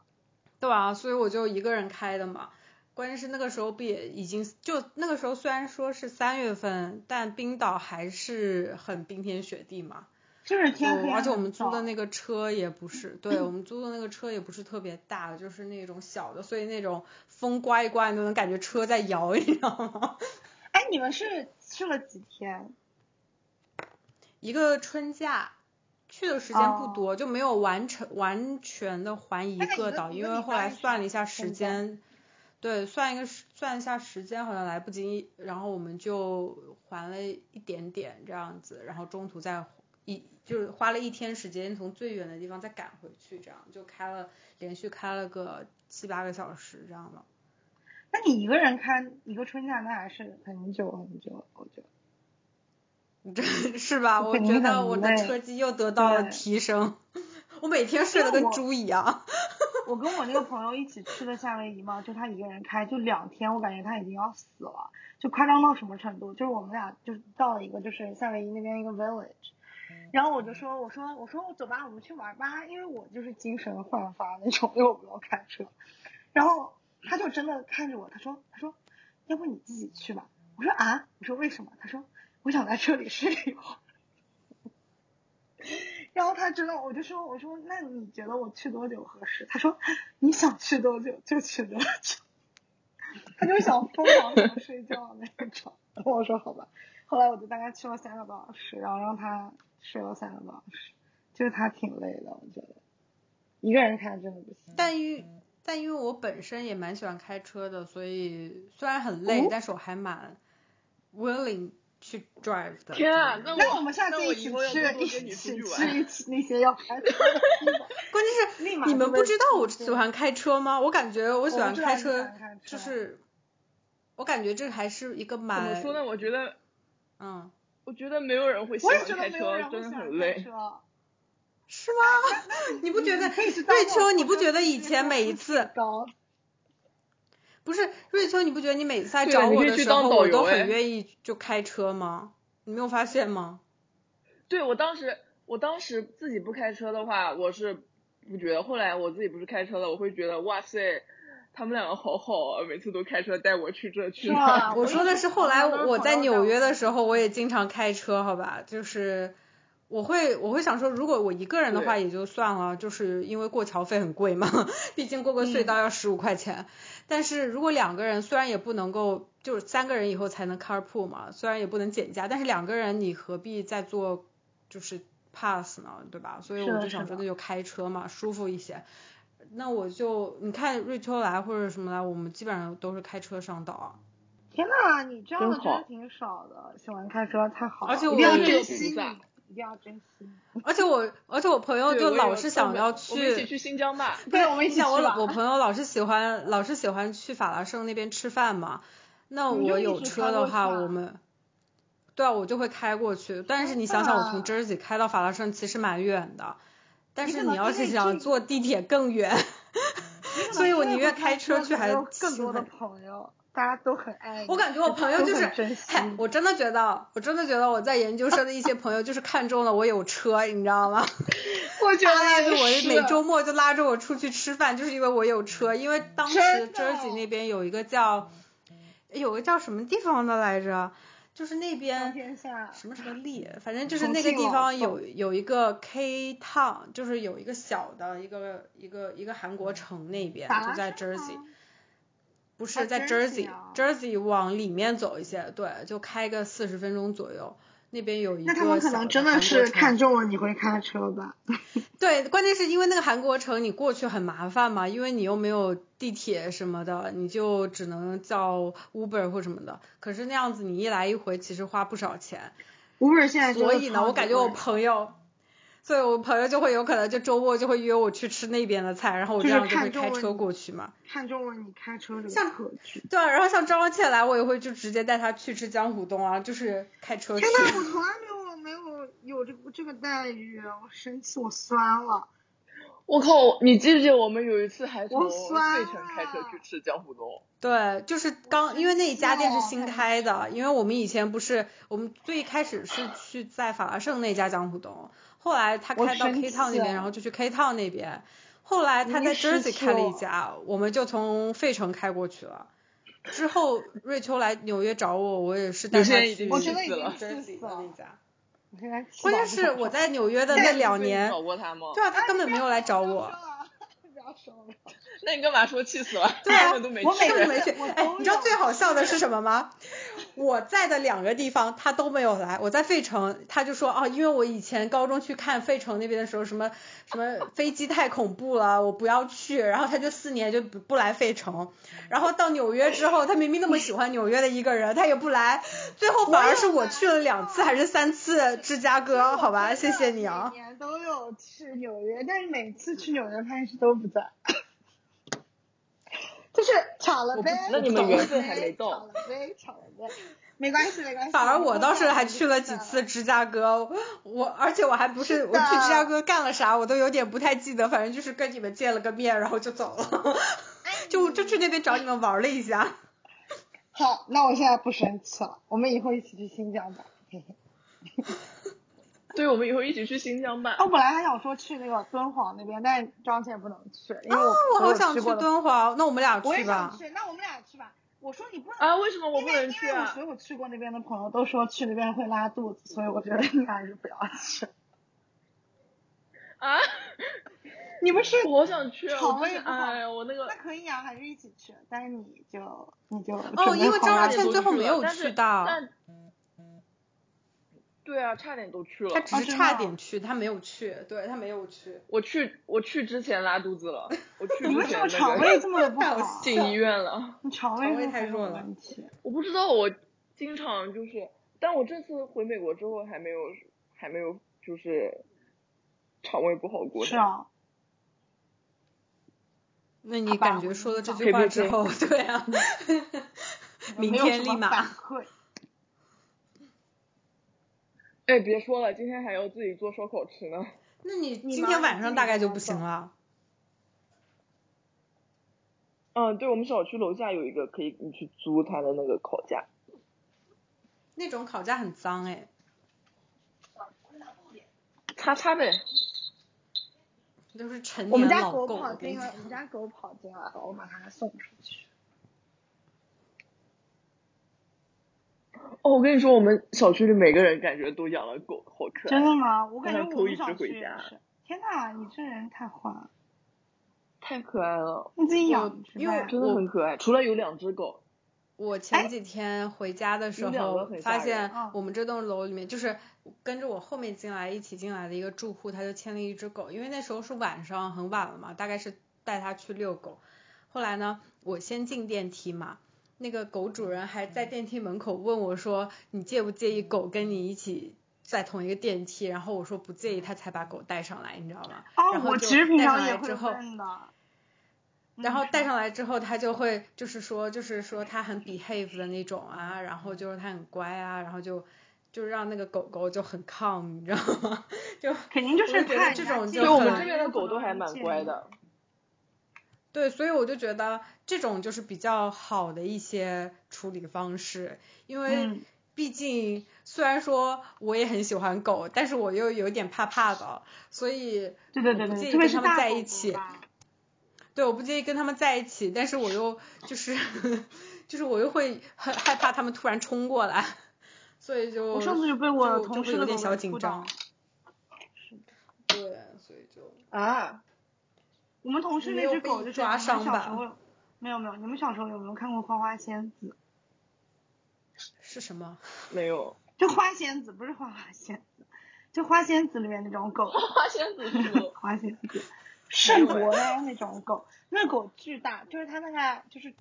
对啊，所以我就一个人开的嘛。关键是那个时候不也已经就那个时候虽然说是三月份，但冰岛还是很冰天雪地嘛。就是天黑嗯嗯，而且我们租的个那个车也不是，对我们租的那个车也不是特别大，就是那种小的，所以那种风刮一刮，你都能感觉车在摇，你知道吗？哎，你们是去了几天？一个春假去的时间不多，就没有完成完全的环一哦大概一个岛，一因个为礼后来拜算是了一下吧时春假间，对，算一个时算一下时间好像来不及，然后我们就还了一点点这样子，然后中途再一就是花了一天时间从最远的地方再赶回去，这样就开了连续开了个七八个小时这样的。那你一个人开一个春假，那还是很久很久了，我觉得。真是吧？我肯定觉得很我的累车技又得到了对提升，我每天睡因得为跟我猪一样。我跟我那个朋友一起去的夏威夷嘛，就他一个人开，就两天，我感觉他已经要死了，就夸张到什么程度？就是我们俩就是到了一个就是夏威夷那边一个 village，然后我就说我说我说走吧，我们去玩吧，因为我就是精神焕发那种，因为我不要开车，然后他就真的看着我，他说他说要不你自己去吧，我说啊，我说为什么？他说我想在车里睡一会儿。 然后他知道，我就说，我说那你觉得我去多久合适？他说你想去多久就去多久，他就想疯狂想睡觉那种。然后我说好吧，后来我就大概去了三个多小时，然后让他睡了三个多小时，就是他挺累的，我觉得一个人开真的不行。但因但因为我本身也蛮喜欢开车的，所以虽然很累，哦但是我还蛮 willing 去 drive 的。天啊真的那那我我们下那次我以一起后要多去，多一跟你起出去去玩去一起那些要开车的地方，关键是立马你就们被不知道我出喜欢开车吗？我感觉哦我喜欢我知道开你喜车欢开车就是，我感觉这还是一个怎么蛮说呢？我觉得，嗯，我觉得没有人会喜我欢也觉得开没有人车，会真喜的欢很开累。车。是吗？ 你不觉嗯得瑞秋？你不觉得以前 每一次高？不是瑞秋？你不觉得你每次来对找你我可以的去时当候，导我都游哎很愿意就开车吗？你没有发现吗？对我当时，我当时自己不开车的话，我是不觉得。后来我自己不是开车了，我会觉得哇塞，他们两个好好啊，每次都开车带我去这去是那。吗啊我说的是后来我们都是我在朋友纽约带我的时候，我也经常开车，好吧，就是我会我会想说，如果我一个人的话对也就算了，就是因为过桥费很贵嘛， 毕竟过个隧嗯道要十五块钱。但是如果两个人，虽然也不能够，就是三个人以后才能 carpool 嘛，虽然也不能减价，但是两个人你何必再做就是 pass 呢，对吧？所以是我的就想是说，的那就开车嘛，舒服一些。那我就你看瑞秋来或者什么来，我们基本上都是开车上岛啊。天呐，你这样的真真好的挺少的，喜欢开车太好了，而且一我定要也珍有惜菩萨你，一定要珍惜。而且我，而且我朋友对就我老有是想我们要我们一起去新疆吧。对，我们一你起去想我吧老我朋友老是喜欢老是喜欢去法拉盛那边吃饭嘛，那你我就一有直车开的过话，去啊我们对啊，我就会开过去。但是你想想，我从 Jersey 开到法拉盛其实蛮远的，但啊你是可你能要因是为想这坐地铁更 远，你可能所以我真的宁愿会开车车去还有更多的心朋友，大家都很爱你。我感觉我朋友就是都很珍惜，嗨，我真的觉得，我真的觉得我在研究生的一些朋友就是看中了我有车，你知道吗？我觉他拉得着我啊也是每周末就拉着我出去吃饭，就是因为我有车。因为当时真的哦 Jersey 那边有一个叫，有个叫什么地方的来着，就是那上边天下什么什么利，反正就是重那个庆哦地老方宋有有一个 K town，就是有一个小的一个一个一个韩国城那边，法就拉在盛 Jersey。啊吗不哦是在 Jersey Jersey，Jersey、啊往里面走一些，对，就开个四十分钟左右。那边有一个那他们可小能的真韩的国是城看中了你会开车吧？对，关键是因为那个韩国城你过去很麻烦嘛，因为你又没有地铁什么的，你就只能叫 Uber 或什么的。可是那样子你一来一回其实花不少钱，五本现在真的所以呢，超我级感觉我贵朋友，所以我朋友就会有可能就周末就会约我去吃那边的菜，然后我这就是样就会看中开了车你过去嘛。看中了你开车这个像特质。对啊，然后像张倩来，我也会就直接带她去吃江湖东啊，就是开车去天。呐，我从来没有没有有这个这个待遇，我生气，我酸了。我靠！你记不记得我们有一次还从我酸费城开车去吃江湖东？对，就是刚，因为那一家店是新太开的，因为我们以前不是，我们最开始是去在法拉盛那家江湖东，后来他我开到生 K Town 那气边，了然后就去 K Town 那边，后来他你在生 Jersey 气开了一了家，我们就从费城开过去了。之后瑞秋来纽约找我，我也是带有些她人已去经我觉得已 Jersey 死的了。经气死了那，家。我现在气关到键不是想我说在纽约的那那你两不是已经年找，过他吗？对啊，他根本没有来找不要我 说。了，不要说了。那你干嘛说气死了？ 对啊根本都没我每去根本 没去我。哎都，你知道有最好笑的是什么吗？我在的两个地方他都没有来。我在费城，他就说哦，因为我以前高中去看费城那边的时候，什么什么飞机太恐怖了，我不要去。然后他就四年就不不来费城。然后到纽约之后，他明明那么喜欢纽约的一个人，他也不来。最后反而是我去了两次还是三次芝加哥，好吧，谢谢你啊每。年都有去纽约，但是每次去纽约潘石都不在，就是吵了我呗不。那你们吵了缘分呗还没到吵了呗，吵了呗，没关系，没关系。反而我倒是还去了以后几再次来。芝加哥，我而且我还不是是的我去芝加哥干了啥，我都有点不太记得，反正就是跟你们见了个面，然后就走了，哎就就去那边找你们玩了一下。好，那我现在不生气了，我们以后一起去新疆吧。嘿嘿对，我们以后一起去新疆吧。我本来还想说去那个敦煌那边，但是张倩不能去，因为哦我、哦我好想去去过的敦煌，那我们俩我也去想吧。去，那我们俩去吧。我说你不能啊，为什么我因不为能去因为我啊所？有去过那边的朋友都说去那边会拉肚子，所以我觉得你还是不要去。啊， 你不是我好想去啊！好我真的也不好哎呀，我那个那可以啊，还是一起去，但是你就你就哦因为张大大差千点最都后去没了有但是去到但对啊，差点都去他了。只啊是真的差啊点去，他没有去，对他没有去。我去，我去之前拉肚子了。我去你为之什么前肠那个胃这么不 好？进医院了。你肠胃肠是胃不是太有弱了问题。我不知道，我经常就是，但我这次回美国之后还没有，还没有就是肠胃不好过。是啊，那好你吧感觉我说了这明句白话之后，对 啊，明没有天什立么反马。馈。哎，别说了，今天还要自己做烧烤吃呢。那你你今妈天妈晚自上己大概跟就我不行走了。嗯，对，我们小区楼下有一个可以你去租它的那个烤架。那种烤架很脏哎，擦擦呗。都是陈我们年家老狗狗，跑我跟你进讲来，我。们家狗跑进来了，我把它送出去。哦，我跟你说，我们小区里每个人感觉都养了狗，好可真爱。的吗？我感觉让它我偷们一小只区回也家是。天呐，你这人太坏了！太可爱了，你自己我养一只因为吧。真的很可爱。除了有两只狗，我哎前几天回家的时有两个候很，吓发人啊现嗯我们这栋楼里面就是跟着我后面进来一起进来的一个住户，他就牵了一只狗，因为那时候是晚上很晚了嘛，大概是带他去遛狗。后来呢，我先进电梯嘛，那个狗主人还在电梯门口问我说：“你介不介意狗跟你一起在同一个电梯？”然后我说不介意，他才把狗带上来，你知道吗？哦然，后我就其实平带常上也来会之后问的。然嗯后是带上来之后，他就会就是说，就是说他很 behave 的那种啊，然后就是他很乖啊，然后就就让那个狗狗就很 calm，你知道吗？ 肯定就我是就觉得看这人家种介就对意很我嘛们这边有的可狗能都还不蛮介乖意的。对，所以我就觉得这种就是比较好的一些处理方式，因为嗯毕竟虽然说我也很喜欢狗，但是我又有点怕怕的，所以对对我对不介意对，特别跟是他们大在狗一狗起吧对，我不介意跟他们在一起，但是我又就是 就是我又会很害怕他们突然冲过来，所以就我上次就被我就同就事会有的点狗小给紧扑张倒。对，所以就啊，我们同事你那有只被狗就是抓你们伤小吧时候有没有没有，你们小时候有没有看过《花花仙子是什么？没有。》？就花仙子不是花花仙子，就花仙子里面那种狗， 花仙子 是吗花仙子，圣伯纳那种狗，那狗巨大，就是它大概就是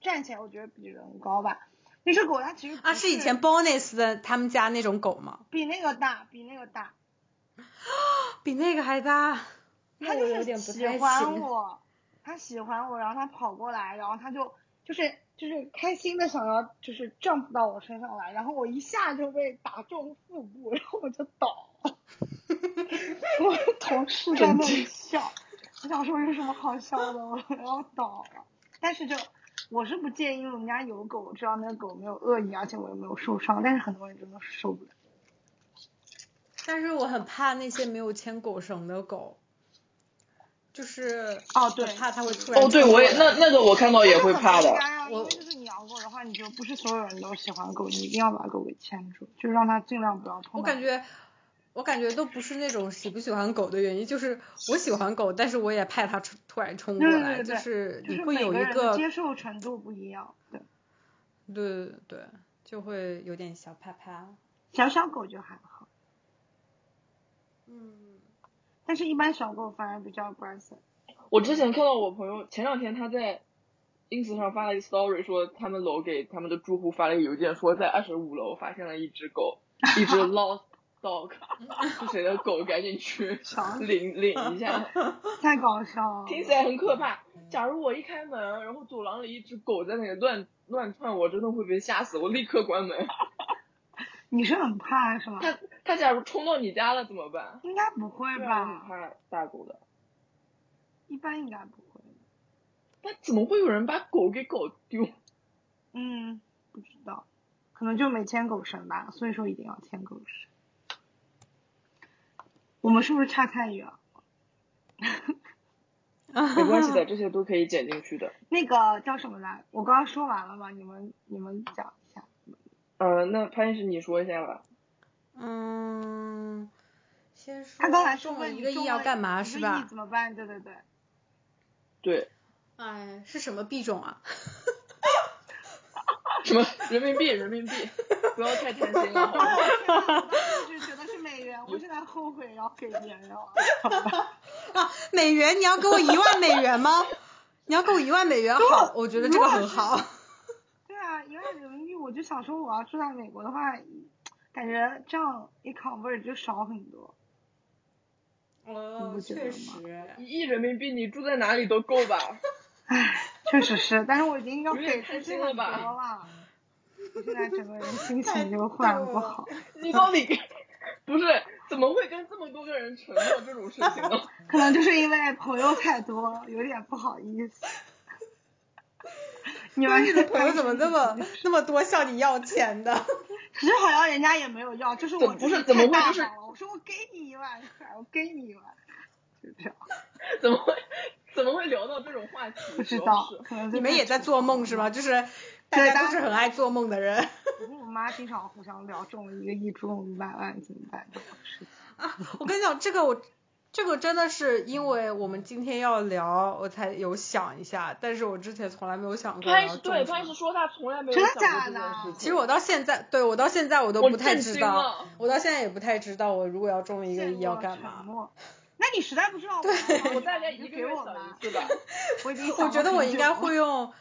站起来，我觉得比人高吧。那只狗它其实啊，不是以前 Bonus 的他们家那种狗吗？比那个大，比那个大。比那个还大。那他就我嗯是有点不喜太欢行。我，他喜欢我，然后他跑过来，然后他就就是就是开心的想要就是 jump 到我身上来，然后我一下就被打中腹部，然后我就倒了。 我同事在那里笑，我想说有什么好笑的， 我要倒了。但是就我是不介意，因为我们家有狗，我知道那个狗没有恶意，而且我也没有受伤，但是很多人真的受不了。但是我很怕那些没有牵狗绳的狗，就是哦对很怕它会突然哦，对，冲过我也来 那那个我看到也这会很怕应的。该啊，因为我就是你养狗的话，你就不是所有人都喜欢狗，你一定要把狗给牵住，就让它尽量不要碰到。我感觉，我感觉都不是那种喜不喜欢狗的原因，就是我喜欢狗，但是我也怕它冲突然冲过对对来，对对就是就你是会每有个一人的个接受程度不一样，对，对对对，就会有点小怕怕。小小狗就还好，嗯，但是一般小狗反而比较 aggressive。我之前看到我朋友前两天他在 ins 上发了一个 story，说他们楼给他们的住户发了一个邮件，说在二十五楼发现了一只狗，一 只 lost dog，是谁的狗？赶紧 去啥领领一下，太搞笑了，听起来很可怕。假如我一开门，然后走廊里一只狗在那里乱乱窜，我真的会被吓死，我立刻关门。你是很怕是吗？它它假如冲到你家了怎么办？应该不会对啊，我很吧？怕大狗的。一般应该不会。但怎么会有人把狗给搞丢？嗯，不知道，可能就没牵狗绳吧，所以说一定要牵狗绳。我们是不是差太远了？没关 系的，这些都可以剪进去的。那个叫什么来？我刚刚说完了吗？你们你们讲一下。呃，那潘医师你说一下吧。 嗯，先说他刚才说中了问一你个中亿要了干嘛一是个亿吧？怎么办？对 对对，对，哎，是什么币种啊？ 什么人民币？人民币，不要太贪心了，好 哎吗？呦天呐，我当时只觉得是美元，我现在后悔要给别人了。啊，美元，你要给我一万美元吗？ 你要给我一万美 元，好，我觉得这个很好。对啊，一万人民币，我就想说我要住在美国的话，感觉这样一 convert 就少很多。哦不觉得确吗实。一亿人民币，你住在哪里都够吧？唉，确实是，但是我已经要有点给出贪去心很了多吧了。我现在整个人心情就忽太然逗不了好。 你到底不是怎么会跟这么多个人承诺这种事情呢？可能就是因为朋友太多了，有点不好意思。你关们你的朋友怎么那 么那么多向你要钱的？ 只是好像人家也没有要，就是怎我不是自己怎么太会大就是方了我说我给你一万块，我给你一万，就这样。 怎么会怎么会聊到这种话题？不知主要道是，可能你们也在做梦是吗？就是大对家大都家是很爱做梦的人。 我跟我妈经常互相聊中了一个亿中了五百万怎么办这种事情。我跟你讲，这个我这个真的是因为我们今天要聊，我才有想一下，但是我之前从来没有想过潘我一要石种对什么潘一石说他从来没有真想的过假这件的事情。其实我到现在，对我到现在我都我不太震知惊道了，我到现在也不太知道我如果要中一个亿要干陷入了嘛。沉默那你实在不知道我要 我干大嘛，概你就一个给月我想吧。一次吧。我已经想我觉了得我很应久该了会用，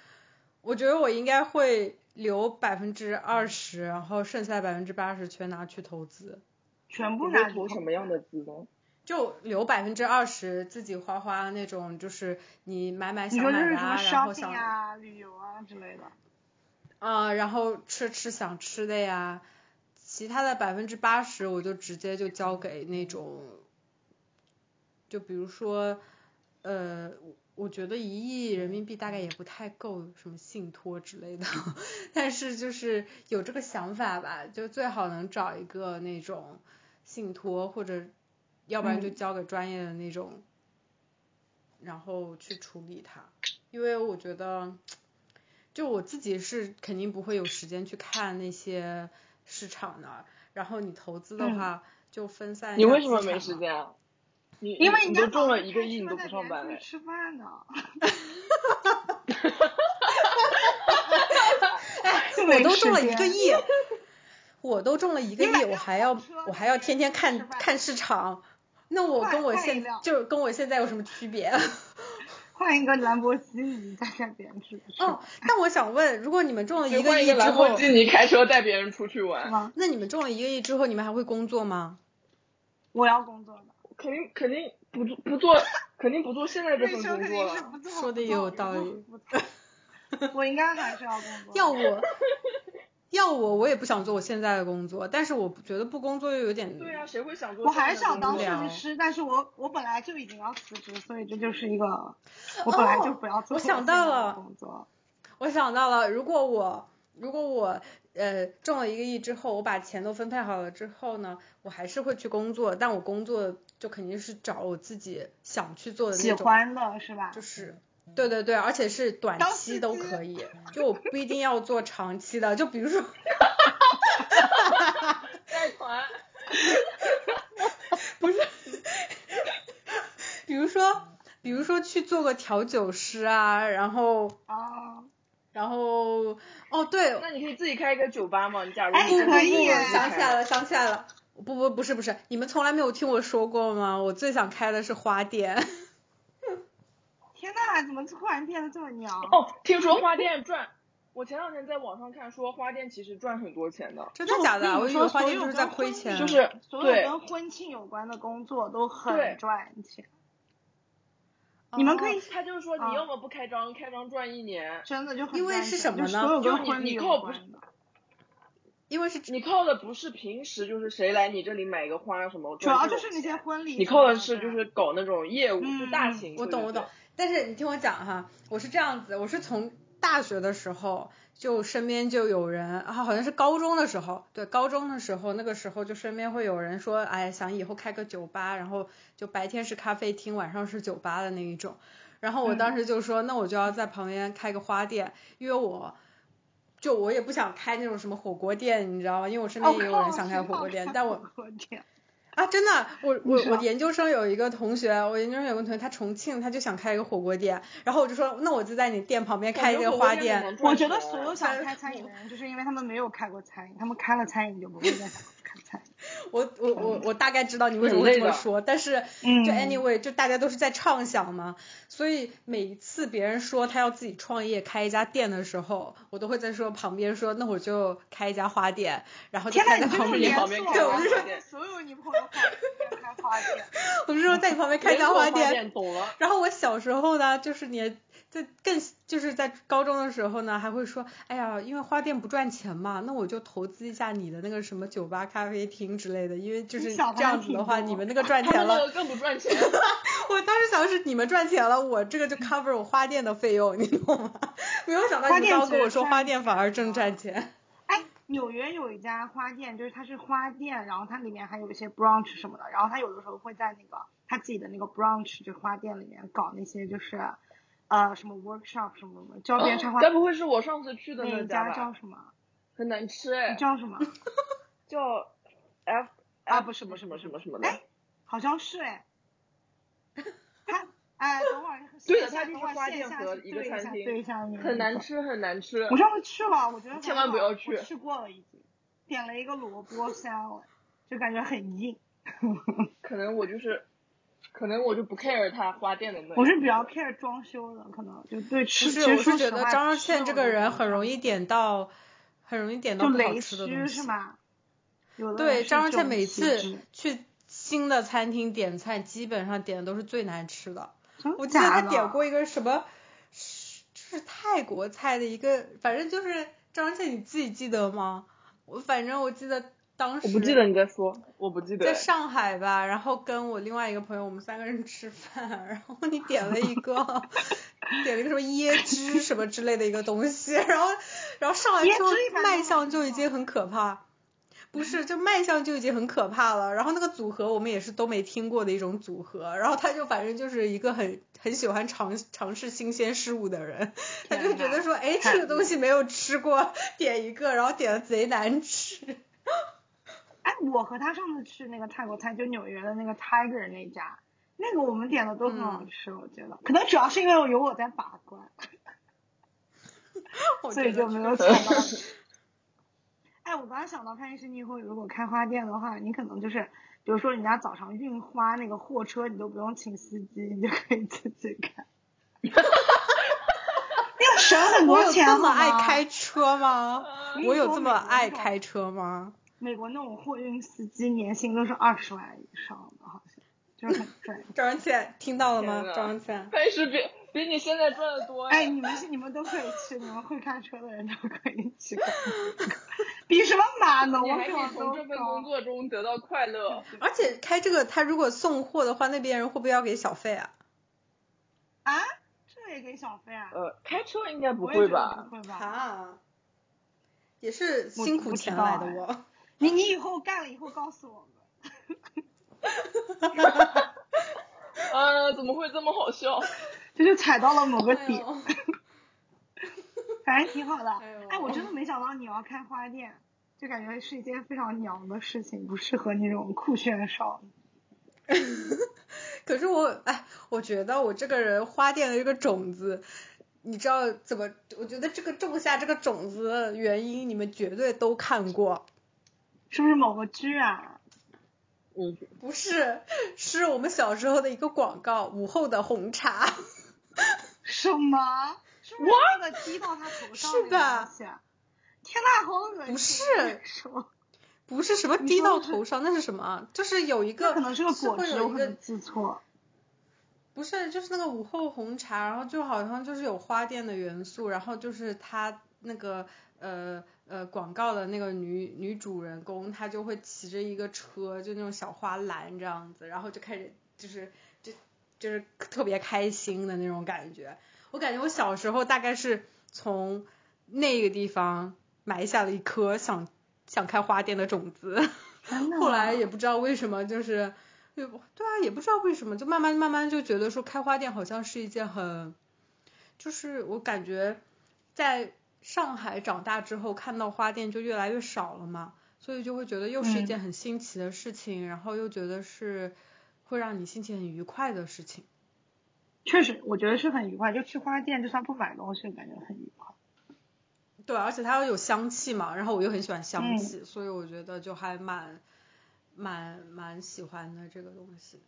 我觉得我应该会留百分之二十，然后剩下百分之八十全拿去投资，全部你会拿投什么？么样的资呢？就留百分之二十自己花花那种，就是你买买你想说这买是的什么啊，然后 shopping 想啊、旅游啊之类的？啊、然后吃吃想吃的呀，其他的百分之八十我就直接就交给那种，就比如说，呃，我我觉得一亿人民币大概也不太够什么信托之类的， 但是就是有这个想法吧，就最好能找一个那种信托，或者要不然就嗯交给专业的那种，然后去处理它，因为我觉得。就我自己是肯定不会有时间去看那些市场的，然后你投资的话、就分散。嗯你为什么没时？间啊？你因为你家都中早了上一个开亿，你车都不带别上人班出嘞去？吃饭 呢。 我没都时中了一个间亿， 我都中了一个你买亿，我辆还要跑车我还要带天天别人出看去吃饭看市场，那我换跟我换一现辆就是跟我现在有什么区别？啊换一个兰博基尼带带别人出去吃 哦饭，但我想问，如果你们中了你一换个一亿个之兰博后，基尼开车带别人出去是玩，吗？那你们中了一个亿之后，你们还会工作吗？我要工作的，肯定肯定不做不做，肯定不做现在这份生工肯作定是了。不做，说得不也做有道理。不做不做我应该还是要工作的。要我，要我，我也不想做我现在的工作，但是我觉得不工作又有点对啊，谁会想做？我还想当这设样计的师，但是我我本来就已经要辞职，所以这就是一个我本来就不要哦做我现想在到的了工作。我想到了，如果我如果我呃中了一个亿之后，我把钱都分配好了之后呢，我还是会去工作，但我工作就肯定是找我自己想去做的喜那种，欢的是吧？就是。对对对，而且是短当司期都机可以，就我不一定要做长期的，就比如 说带 团，比如说比如说去做个调酒师啊，然后啊，然后哦对，那你可以自己开一个酒吧嘛？你假如哎你真的 可以不能耶自己 想开起来 了，想起来了。不不不是不是，你们从来没有听我说过吗？我最想开的是花店， 天呐，怎么突然变得这么娘？哦，听说花店赚，我前两天在网上看说花店其实赚很多钱的，真的就我假的啊？跟我你以说为花所店有就是跟在婚亏礼钱，就是所有对跟婚庆有关的工作都对哦很赚钱。你们可哦以他就是说啊你要么不开张，开张赚一年，真的就很因为赚是钱什么就是呢所有就跟你婚礼你有扣不关是的。因为是你扣的不是平时就是谁来你这里买个花什么，主要赚这就种是那些钱婚礼什么的。你扣的是就对是搞那种业务，嗯就大型。我懂我懂，但是你听我讲哈，我是这样子，我是从大学的时候就身边就有人，啊，好像是高中的时候，对，高中的时候那个时候就身边会有人说，哎，想以后开个酒吧，然后就白天是咖啡厅，晚上是酒吧的那一种。然后我当时就说，那我就要在旁边开个花店，因为我。就我也不想开那种什么火锅店，你知道吗？因为我身边哦也有人靠想谁开火要锅店 开，但我火锅店啊，真的，我我你说我研究生有一个同学，我研究生有个同学，他重庆，他就想开一个火锅店，然后我就说，那我就在你店旁边开一个花店，我觉得所有想但开餐饮的人，就是因为他们没有开过餐饮，他们开了餐饮就不会 再想开餐饮。我我我我大概知道你为什么会这么说，但是嗯就 anyway，就大家都是在畅想嘛，所以每一次别人说他要自己创业开一家店的时候，我都会在说旁边说，那我就开一家花店，然后就天开在呐，你这旁种边连，连旁锁边啊，开花店所有你朋友开店开花店，我是说在你旁边开一家花花店，懂了。然后我小时候呢，就是你在更就是在高中的时候呢，还会说，哎呀，因为花店不赚钱嘛，那我就投资一下你的那个什么酒吧、咖啡厅之类的，因为就是你想得这样子的话，还挺多你们那个 赚他钱们那了。个更不赚钱，我当时想的是你们赚钱了，我这个就 cover 我花店的费用，你懂吗？没有想到 花你店刚其跟实我说赚花店反而正赚钱。 哎，纽约有一家花店，就是它是花店，然后它里面还有一些 brunch 什么的，然后它有的时候会在那个它自己的那个 brunch 就是花店里面搞那些就是，呃，什么 workshop 什么什么，教别人插花。该不会是我上次去的那那一家吧叫？什么？很难吃你哎，叫什么？叫 F 啊 F 不是不是什么什么什么的。哎，好像是 哎。它哎，等会儿对的线下它就是等会儿花线店下和去一个对餐下厅对一下那个很难那个吃，很难吃。嗯我上次去了，我觉得千还万不好要去我吃过了已经，点了一个萝卜沙拉，就感觉很硬。可能我就是，可能我就不 care 他花店的那。我是比较 care 装修的，可能就对吃。不其是，实我说是觉实得话张若吃倩这我个觉得人很容易点到，很容易点到就不好雷吃的东区是西。吧？有的人对，是张若这倩种每体次质去新的餐厅点菜，基本上点的都是最难吃的。真我记得假她的点过一个什么，是就是泰国菜的一个，反正就是张若倩你自己记得吗？我反正我记得当时我不记得你在说，我不记 得在哎。上海吧，然后跟我另外一个朋友，我们三个人吃饭，然后你点了一个，点了一个什么椰汁什么之类的一个东西，然后然后上来椰之后汁一般都卖是相就这已样经很可怕，不是就卖相就已经很可怕了，然后那个组合我们也是都没听过的一种组合，然后他就反正就是一个很很喜欢尝尝试新鲜事物的人，他就天觉得呐说哎太这个东西没有吃过，点一个，然后点的贼难吃， 哎，我和他上次去那个泰国菜，就纽约的那个 Tiger 那家，那个我们点的都很好嗯吃，我觉得。可能主要是因为我有我在把关，我所觉以得就没是有想到。 哎，我刚刚想到看是你以后如果开花店的话，你可能就是，比如说人家早上运花那个货车，你都不用请司机，你就可以自己 开。要省很我多有钱，这么好吗爱开车吗？嗯我有说这美么国爱那种开车吗？美国那种货运司机年薪都是二十万以上的，好像就是很 赚。张文倩听到了吗天？呐张文倩，但是比比你现在赚的多哎，你们是你们都可以去，你们会开车的人都可以去， 比什么码农你还可什么以从都这份工高。作中得到快乐。而且开这个他如果送货的话，那边人会不会要给小费啊？啊，这也给小 费啊？呃，开车应该不我也会觉得吧不？会吧？啊，也是我辛苦不知钱道来的哎我。你你以后干了以后告诉我们。呃，怎么会这么好笑？这就踩到了某个哎点，呦反正挺好的。哎呦哎，我真的没想到你要开花店，就感觉是一件非常娘的事情，不适合你这种酷炫少女。哎 可是我哎，我觉得我这个人花店的这个种子，你知道怎么？我觉得这个种下这个种子的原因，你们绝对都看过。是不是某个剧啊？嗯，不是，是我们小时候的一个广告，午后的红茶。什么？是不是那个滴到他头上是那个吧东西？啊天呐，好恶心！不是什么？不是什么你滴说到的是头上，那是什么啊？就是有一那个，可能是个果会汁，有我一可个能，记错。不是，就是那个午后红茶，然后就好像就是有花店的元素，然后就是它那个呃呃广告的那个女女主人公，她就会骑着一个车，就那种小花篮这样子，然后就开始就是就就是特别开心的那种感觉。我感觉我小时候大概是从那个地方埋下了一颗想想开花店的种子。天呐后来也不知道为什么，就是，对对啊，也不知道为什么，就慢慢慢慢就觉得说开花店好像是一件很，就是我感觉在上海长大之后看到花店就越来越少了嘛，所以就会觉得又是一件很新奇的事情，然后又觉得是会让你心情很愉快的事情。确实，我觉得是很愉快。就去花店，就算不买东西，感觉很愉快。对，啊而且它要有香气嘛，然后我又很喜欢香嗯气，所以我觉得就还蛮蛮蛮喜欢的这个东西。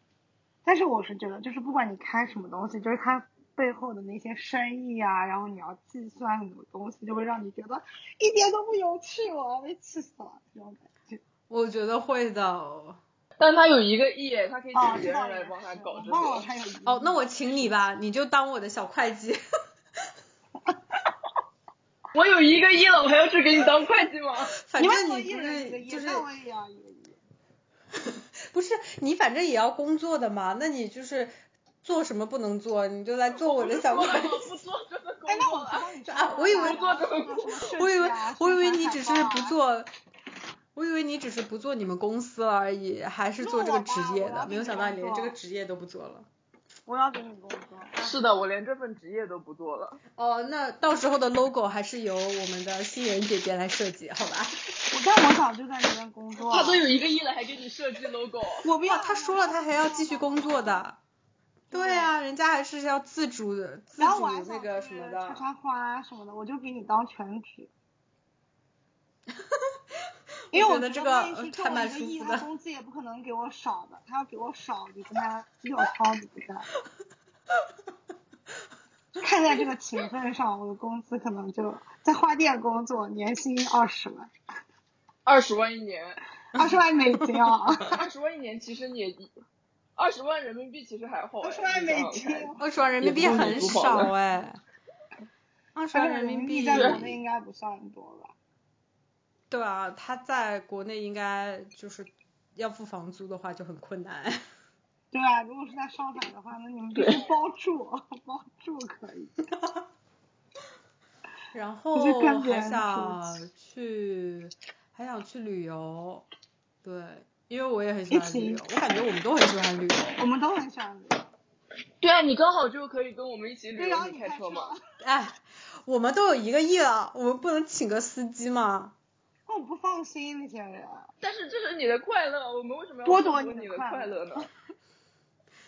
但是我是觉得，就是不管你开什么东西，就是它背后的那些生意啊，然后你要计算很多东西，就会让你觉得一点都不有趣，我要被气死了这种感觉。我觉得会的，但他有一个亿，哎他可以哦，请这别倒人来也是，帮他搞我这忘了个。还有一哦，那个我请你吧，你就当我的小会计。我有一个亿了，我还要去给你当会计吗？反你正们你一不人一个是亿，就是那我也要一个亿。不是你反正也要工作的嘛，那你就是做什么不能做，你就来做我的小我会计。不做这份工哎， 那我不知道你知道啊我以为什么什么设计啊我以为我以为宣传你海只是报啊不做，我以为你只是不做你们公司了而已，还是做这个职业那我吧的，没有想到你连我要这个给你工作职业都不做了。我要给你工作。是的，我连这份职业都不做了。哦，那到时候的 logo 还是由我们的新人姐姐来设计，好吧？我但我早就在那边工作哦了。他都有一个亿了，还给你设计 logo。我不要，他说了，他还要继续工作的。对呀、人家还是要自主的，自然后主我还那想个去什么插的。插花啊什么的，我就给你当 全职。因为我我觉得这觉得个万一呃是还中了蛮一个舒亿，服他的工资也不可能给我少的，他要给我少，就跟他六超比一下。就看在这个情分上，我的工资可能就在花店工作，年薪二十万，二十万一年，二十万美金啊，二十万一年其实你也，二十万人民币其实还好哎。二十万美你金想啊想看。二十万人民币很少 哎，二十二万十万民民币币在国内应该不算多吧？对啊，他在国内应该就是要付房租的话就很困难。对啊，如果是在上海的话，那你们必须包住， 包住可以。然后就跟别还人出想去，还想去旅游，对，因为我也很喜欢旅游，我感觉我们都很喜欢旅游。我们都很喜欢旅游。对啊，你刚好就可以跟我们一起旅对，然后游，你开车啊车 吗？？哎，我们都有一个亿了，我们不能请个司机吗？我不放心那些人，啊但是这是你的快乐，我们为什么要剥夺你你的的快快乐乐 呢？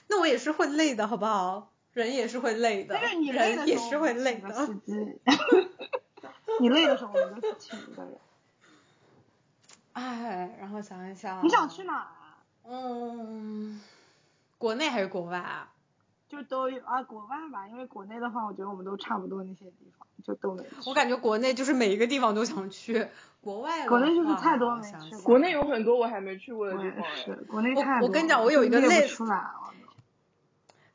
那我也是会累的，好不好？人也是会累的，但是你累的人时也候是会累我们的。请个司机。你累的时候我们就请一个人。哎，然后想一想，你想去？哪儿啊？嗯，国内还是国外啊？就都有啊，国外吧，因为国内的话，我觉得我们都差不多那些地方就都没去。我感觉国内就是每一个地方都想去，国外的国内就是话太多我没想去想过国内有很多我还没去过的我地也方是哎。，国内我太多了。我跟你讲我有一个列不 list 出来啊了。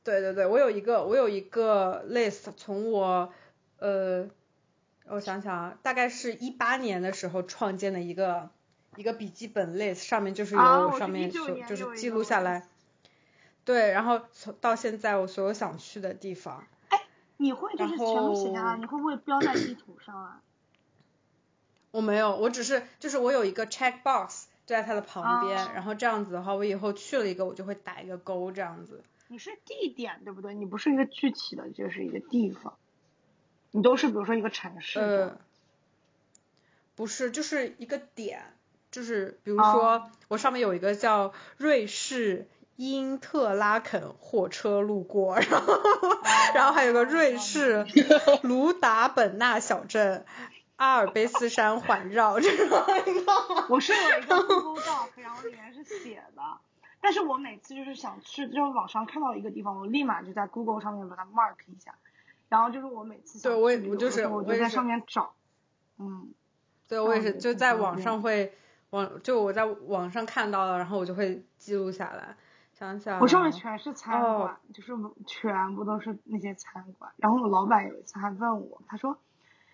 对对对，我有一个我有一个 list，从我呃，我想想啊，大概是一八年的时候创建的一个一个笔记本 list，上面就是有啊我我是上面19所年就有是一记个录下 list 来，对，然后从到现在我所有想去的地方，你会就是全部写下然后来，你会不会标在地图上啊？我没有，我只是就是我有一个 check box 就在它的旁边，啊然后这样子的话，我以后去了一个我就会打一个勾这样子。你是地点对不对？你不是一个具体的，就是一个地方，你都是比如说一个城市这呃样。，不是，就是一个点，就是比如哦说、我上面有一个叫瑞士因特拉肯火车路过，然后、 然后还有个瑞 士卢达本纳小镇。阿尔卑斯山环绕，这种我是有一个 Google Doc，然后里面是写的，但是我每次就是想去，就是网上看到一个地方，我立马就在 Google 上面把它 mark 一下，然后就是我每次想对我也去旅我游就的时是候我我就也在是上面找，嗯，对我也这是，样也就挺在方网便上会网，就我在网上看到了，然后我就会记录下来，想想我上面全是餐哦馆，就是全部都是那些餐馆。然后我老板有一次还问我，他说：“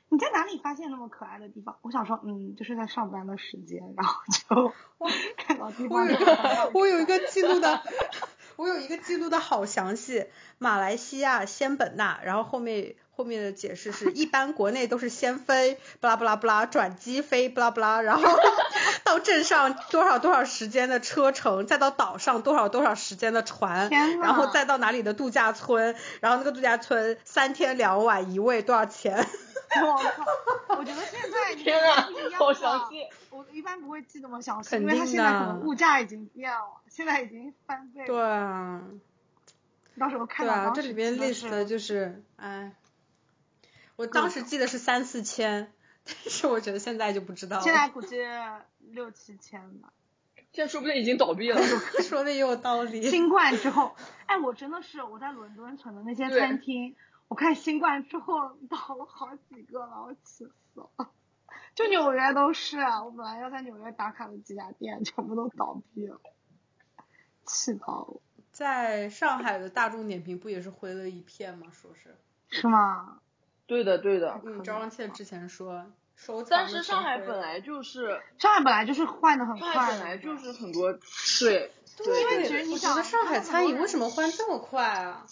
你在哪里发现那么可爱的地方？”我想说，嗯，就是在上班的时间，然后就 看到地 我方有就一看到个，我有一个记录的， 我有一个记录的好详细。马来西亚仙本那，然后后面后面的解释是，一般国内都是先飞，不拉不拉不拉，转机飞，不拉不拉，然后 到镇上多少多少时间的车程，再到岛上多少多少时间的船，天呐然后再到哪里的度假村，然后那个度假村三天两晚一位多少钱？ 我靠！我觉得现在你天啊啊，好了详细。我一般不会记那么详细，肯因为它定现在可的能物价已经变了，现在已经翻倍对了。啊，到时候看对到啊，当这时里边真的 list 的是就是，哎，我当时记得是三四千， 但是我觉得现在就不知道了。现在估计六七千吧。现在说不定已经倒 闭了。说的也有道理。新冠之后，哎，我真的是我在伦敦城的那些对餐厅，我看新冠之后倒了好几个了，我气死了。就纽约都是啊，我本来要在纽约打卡的几家店全部都倒闭了，气到我，在上海的大众点评不也是灰了一片吗？说是，是吗？对的，对 的。嗯，张望倩之前说收藏但的是全上海灰本了来就是，上海本来就是换的很上快，海本来就是很多对，对，因为觉得你我觉得想上海他们很多餐饮人为什么换这么快啊？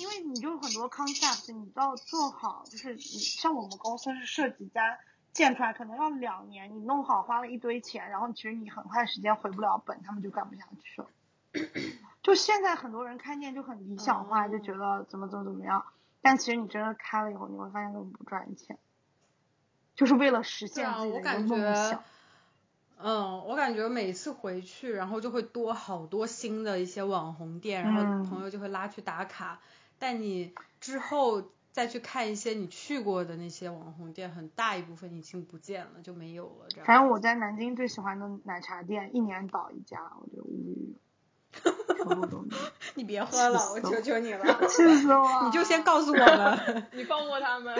因为你就很多 concept，你要做好，就是你像我们公司是设计加建出来，可能要两年，你弄好花了一堆钱，然后其实你很快时间回不了本，他们就干不下去了。就现在很多人开店就很理想化，就觉得怎么怎么怎么样，但其实你真的开了以后，你会发现根本不赚钱，就是为了实对现啊，自己的我一个感梦想觉。，嗯，我感觉每次回去，然后就会多好多新的一些网红店，然嗯后朋友就会拉去打卡。但你之后再去看一些你去过的那些网红店，很大一部分已经不见了，就没有了。这样，反正我在南京最喜欢的奶茶店，一年倒一家，我就无语 了，什么都没有你别喝了，我气死我求求你了， 气死我了！你就先告诉我们。 你放过他 们，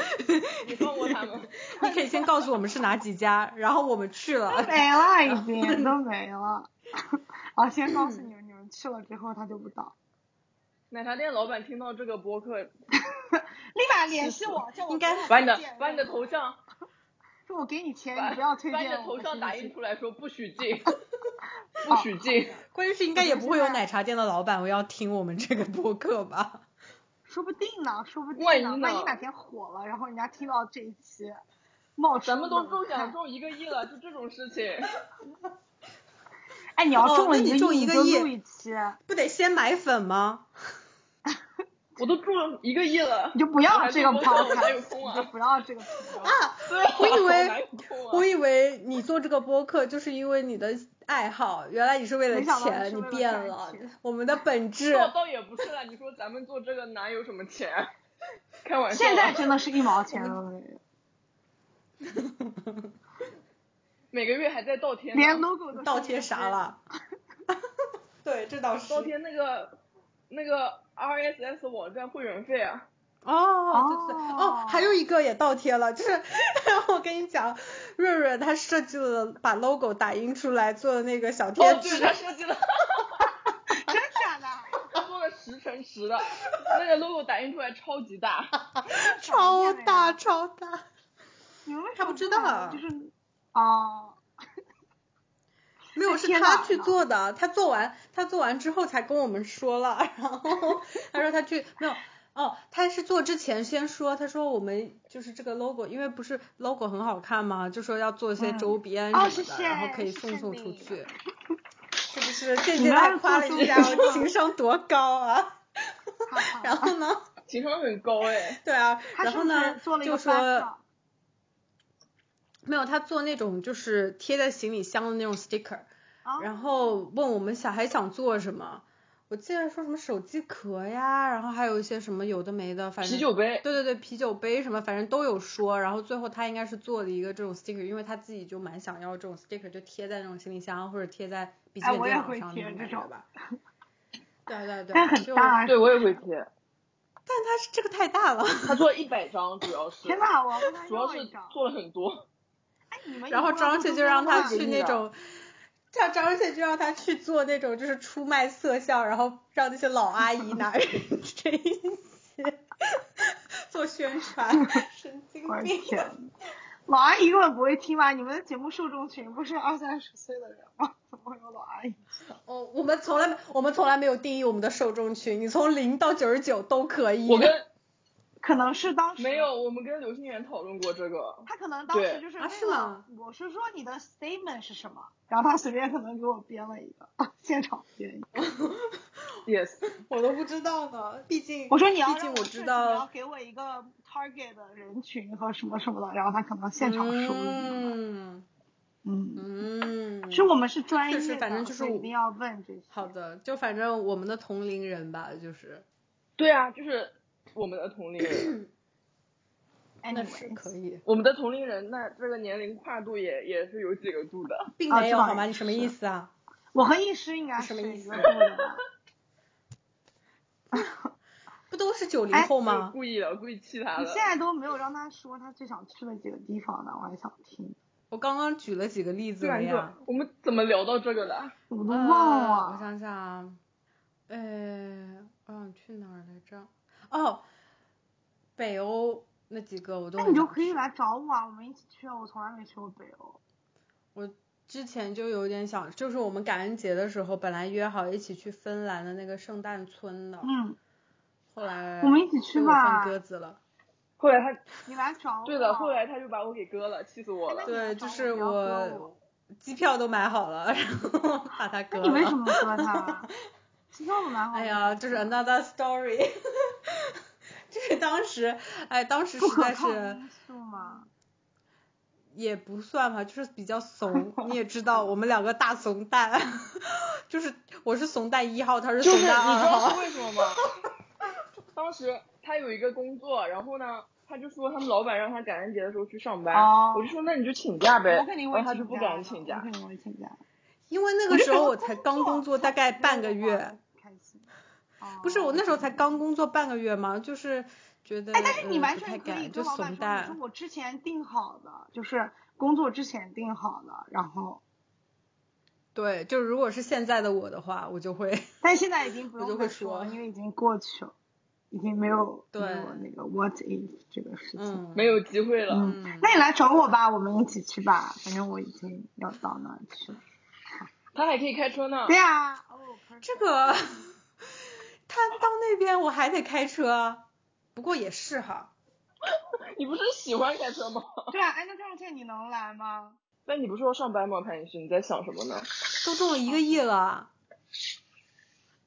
你放过他们。你可以先告诉我们是哪几家，然后我们去 了。没了，已经都没 了。啊，先告诉你们，你们去了之后它就不倒，奶茶店老板听到这个播客，立马联系我，叫我应该不 要把你的推荐把你的我头像，说我给你钱，把你不要推把你荐的我。头像是不打是印出来说不许 进，不许进。关键是应该也不会有奶茶店的老板我要听我们这个播客吧？说不定呢，说不定万一呢，呢万一哪天火了，然后人家听到这一期，冒出咱们都冷中奖汗中一个亿了，就这种事情，哎，你要哦中那了你一中个亿，一个就亿录一期，不得先买粉吗？我都中了一个亿了你，就不要还啊这录个播客我哪 podcast，有空你啊就不要这个频道。我以为哪有空啊我以为你做这个播客就是因为你的爱好，原来你是为了没想到钱，你是为了变赚了钱。我们的本质倒，倒也不是啦，你说咱们做这个哪有什么钱？开玩笑啊。现在真的是一毛钱都没有，每个月还在倒贴呢，连 logo 都倒是贴免啥费的？了？ 对，这倒是。倒贴那个那个 RSS 网站会员费啊。哦，对对对哦哦，还有一个也倒贴了，就是 我跟你讲，瑞瑞他设计了把 logo 打印出来做的那个小贴哦，对，纸，他设 计了，真假的？他做了十乘十的，那个 logo 打印出来超级大。超大超大。你们为他啥不知敢道啊就是哦，没有，是天哎他哪去做的，他做完他做完之后才跟我们说了，然后他说他去没有。哦，他是做之前先说，他说我们就是这个 logo，因为不是 logo 很好看嘛，就说要做一些嗯周边哦什么的，谢谢然后可以谢送谢送你出去，是不是？渐你渐们还要夸了做一周下，边我吗情商多高啊！哈哈然后呢，情商很高哎，对啊，他然是后不是呢做了，一就个说 backup？没有，他做那种就是贴在行李箱的那种 sticker，啊然后问我们想还想做什么。我记得说什么手机壳呀，然后还有一些什么有的没的，反正啤酒杯。对对对，啤酒杯什么，反正都有说。然后最后他应该是做了一个这种 sticker，因为他自己就蛮想要这种 sticker，就贴在那种行李箱或者贴在笔记哎本我电也脑会上贴那种这感觉种吧。 对对对，但很就大，啊对，我也会贴。但它是这个太大了。他做一百张，主要是， 天呐，我要跟他主要要是一张。做了很多。哎，你们然后张雪雪就让啊他去给那你的种，叫张雪就让他去做那种就是出卖色相，然后让那些老阿姨拿 这一些做宣 传，神经我的病。天呐， 老阿姨根本不会听吧？你们的节目受众群不是二三十岁的人吗？ 怎么会有老阿姨？哦，我们从来没我们从来没有定义我们的受众群，你从零到九十九都可以。我跟可能是当时没，有，我们跟刘心妍讨论过这个。他可能当时对就是啊为是了吗我是说你的 statement 是什么，然后他随便可能给我编了一个， 现场编一哎个。 Yes， 我都不知道呢，毕竟我说你要毕让竟我我设知计你要道，给我一个 target 的人群和什么什么的，然后他可能现场收益。嗯嗯，嗯，是我们是专业确的，实反正就是所以我一定要问这些。好的，就反正我们的同龄人吧，就是。对啊，就是我们的同龄人，那是可 Anyways，以，我们的同龄人，那这个年龄跨度也也是有几个度的。并啊没这有倒好吗？也你什么是意思啊？我和医师应该什么是意一思个度的 吧。不都是九零哎后我吗？故意的，故意气他你的现。在都没有让他说他最想去的几个地方呢，我还想听，我刚刚举了几个例子对了啊，你怎呀么。我们怎么聊到这个的？我都忘了。呃我想想啊，呃，我想去哪儿来着？哦，北欧那几个我都那很你就想可以去来找我啊，我们一起去啊。我从来没去过北欧。之前就有点想，就是我们感恩节的时候本来约好一起去芬兰的那个圣诞村的，嗯，后来我们一起去被我吧放鸽子了。后来他你来找我。对的，后来他就把我给割了，气死我哎了。那你来对，找就我是不要割我机票都买好了，然后把它割那了。你为什么割 他？其实我蛮好。哎呀，就是 another story，就是当时，哎，当时不实可在抗是因素嘛。也不算吧，就是比较 怂，你也知道，我们两个大怂蛋， 就是我是怂蛋一号，他是就怂是你知蛋二啊道号，是为什么吗？当时他有一个工作，然后呢，他就说他们老板让他感恩节的时候去上班，哦我就说那你就请假呗，我肯定然会后他请假就的，不敢请我假肯。定会请假。因为那我个就时觉候得我才刚工作大概半个月，，开心。哦不是我那时候才刚工作半个月嘛，就是觉得哎，但是你呃完不太全可以敢，跟就老怂板说，你说蛋，我之前定好的，就是工作之前定好的，然后，对，就如果是现在的我的话，我就会。但现在已经不我用就会再说了，说因为已经过去了，已经没有对没有那个 what if 这个事情。 嗯， 没有机会了。嗯那你来找我吧，我们一起去吧，反正我已经要到那儿去了。他还可以开车呢。对啊，哦，这个 他到那边我还得开车，啊不过也是哈，你不是喜欢开车吗？ 对啊，哎，那张倩你能来吗？那你不是要上班吗，潘女士？你在想什么呢？都中了一个亿了。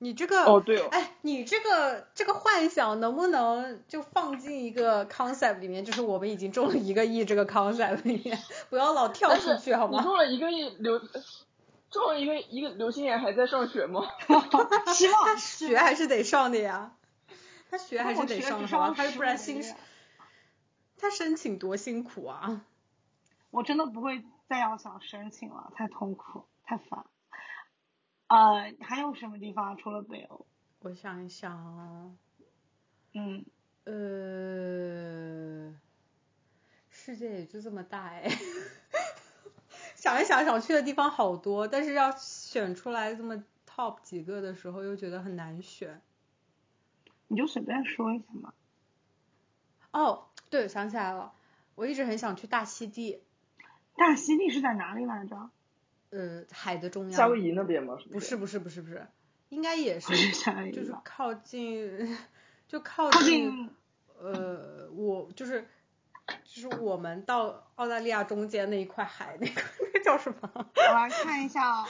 你这个哦对哦哎，你这个这个幻想能不能就放进一个 concept 里面？就是我们已经中了一个亿这个 concept 里面，不要老跳但是出去好你吗？中了一个亿流，中了一个一个流星眼还在上学吗？嗯希望他学还是得上的呀，他学还我是学得上只的好吧？上他15不然个薪月水他申请多辛苦啊！我真的不会再要想申请了，太痛苦，太烦。呃，还有什么地方除了北欧？我想一想啊。嗯，呃，世界也就这么大哎。 想一想，想去的地方好多，但是要选出来这么 top 几个的时候，又觉得很难选。你就随便说一下嘛。哦，对，想起来了，我一直很想去大溪地，大溪地是在哪里来着？ 呃，海的中央。夏威夷那边吗？不是不是不是不是，应该也不是，是夏威 就夷是吧？靠近，就靠靠近呃，我就是就是我们到澳大利亚中间那一块海，那个那叫什么？我来看一 下，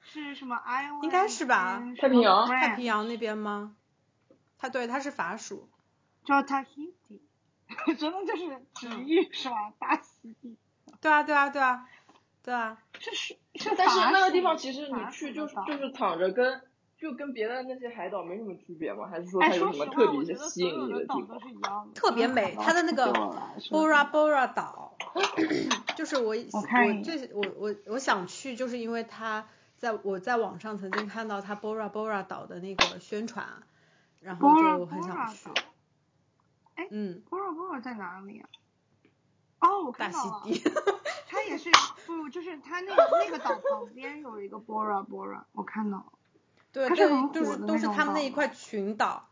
是什么 i o 应该是吧太平洋哎太平洋那边吗？它对，它是法属。叫 Tahiti，真的就是嗯直译是吧？大溪地对啊，对啊，对啊，对啊，这是 是但是法那个地属方其实你法去属就的是岛就是躺着跟就跟别的那些海岛没什么区别吗？还是说哎，它有说什实么话，特我别觉得吸所有引你的的岛地都方？是一样的，特别美它的那个 Bora Bora 岛，就是我 我看一眼最我我我想去，就是因为它在我在网上曾经看到它 Bora Bora 岛的那个宣传，然后 Bora 就很想 Bora 去岛。哎嗯， Bora Bora 在哪里啊？哦，我大看到了，溪地。 它也是不就是它那个那个岛旁边有一个 Bora Bora，我看到了， 对它是很对，火就是的都那是种他们岛那一吗块群岛，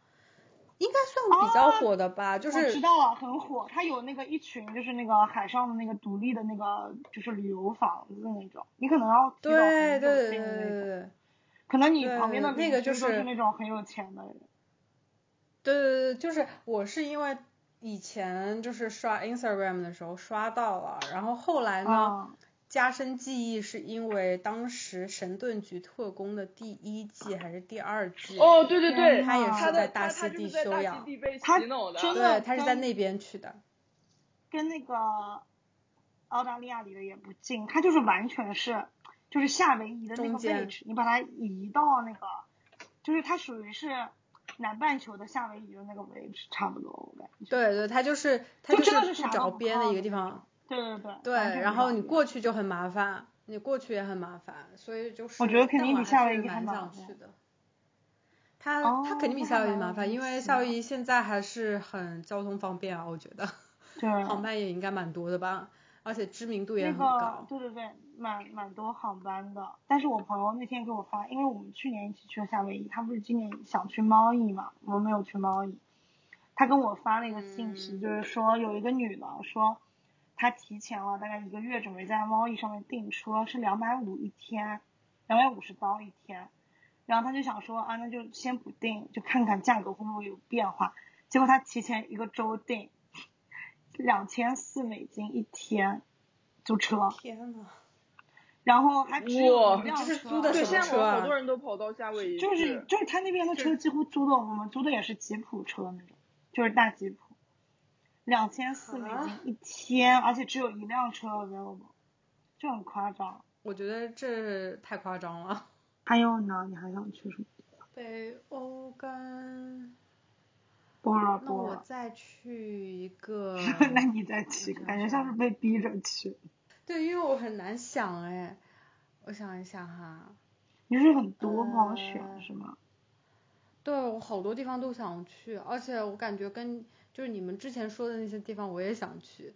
应该算比较哦火的吧，就我是知道了，很火。它有那个一群就是那个海上的那个独立的那个就是旅游房子的那种，你可能要提早对对很对对久订的对那种，对。可能你对旁边的那邻个居就都是是那种很有钱的人。对对对，就是我是因为以前就是刷 Instagram 的时候刷到了，然后后来呢、啊加深记忆是因为当时《神盾局特工》的第一季还是第二季，哦，对对对，天哪它也是它的在它大它溪就地是在休大溪养地哦被它洗脑的，真的对，他是在跟那边去的，跟那个澳大利亚离得也不近，它就是完全是就是夏威夷的那个中位间置，你把它移到那个，就是它属于是南半球的夏威夷的那个位置，差不多我感觉。对对，他就是他就真的是是啥不都着不边的靠啊一个地的方，对对对。对，完全然不后一你样过去就很麻烦，你过去也很麻烦，所以就是觉得肯但定我还比夏是威夷还蛮麻想烦去的。它它哦肯定比那夏还威夷麻蛮有烦，意因为思夏的威夷现在还是很交通方便啊，我觉 得对航班也应该蛮多的吧，而且知名度也那很个高。对对对，蛮蛮多航班的。但是我朋友那天给我发，因为我们去年一起去了夏威夷，他不是今年想去猫屿嘛，我们没有去猫屿。他跟我发了一个信息，嗯就是说有一个女的说，她提前了大概一个月，准备在猫屿上面订车，是两百五一天，两百五十刀一天。然后他就想说啊，那就先不定，就看看价格会不会有变化。结果他提前一个周定，两千四美金一天租车，天呐，然后还只有哇一辆车，这是租的对，什么现在车我啊好多人都跑到夏威夷去，就是就是他那边的车几乎租的，我们租的也是吉普车那种，就是大吉普，两千四美啊金一天，而且只有一辆车 available，就很夸张。我觉得这太夸张了。还有呢，你还想去什么？北欧跟，波罗那波我罗，，再去一 个 那你再去，感觉像是被逼着去。对，因为我很难想哎，我想一想哈，你是很多不好选呃是吗？对我好多地方都想去，而且我感觉跟就是你们之前说的那些地方我也想去，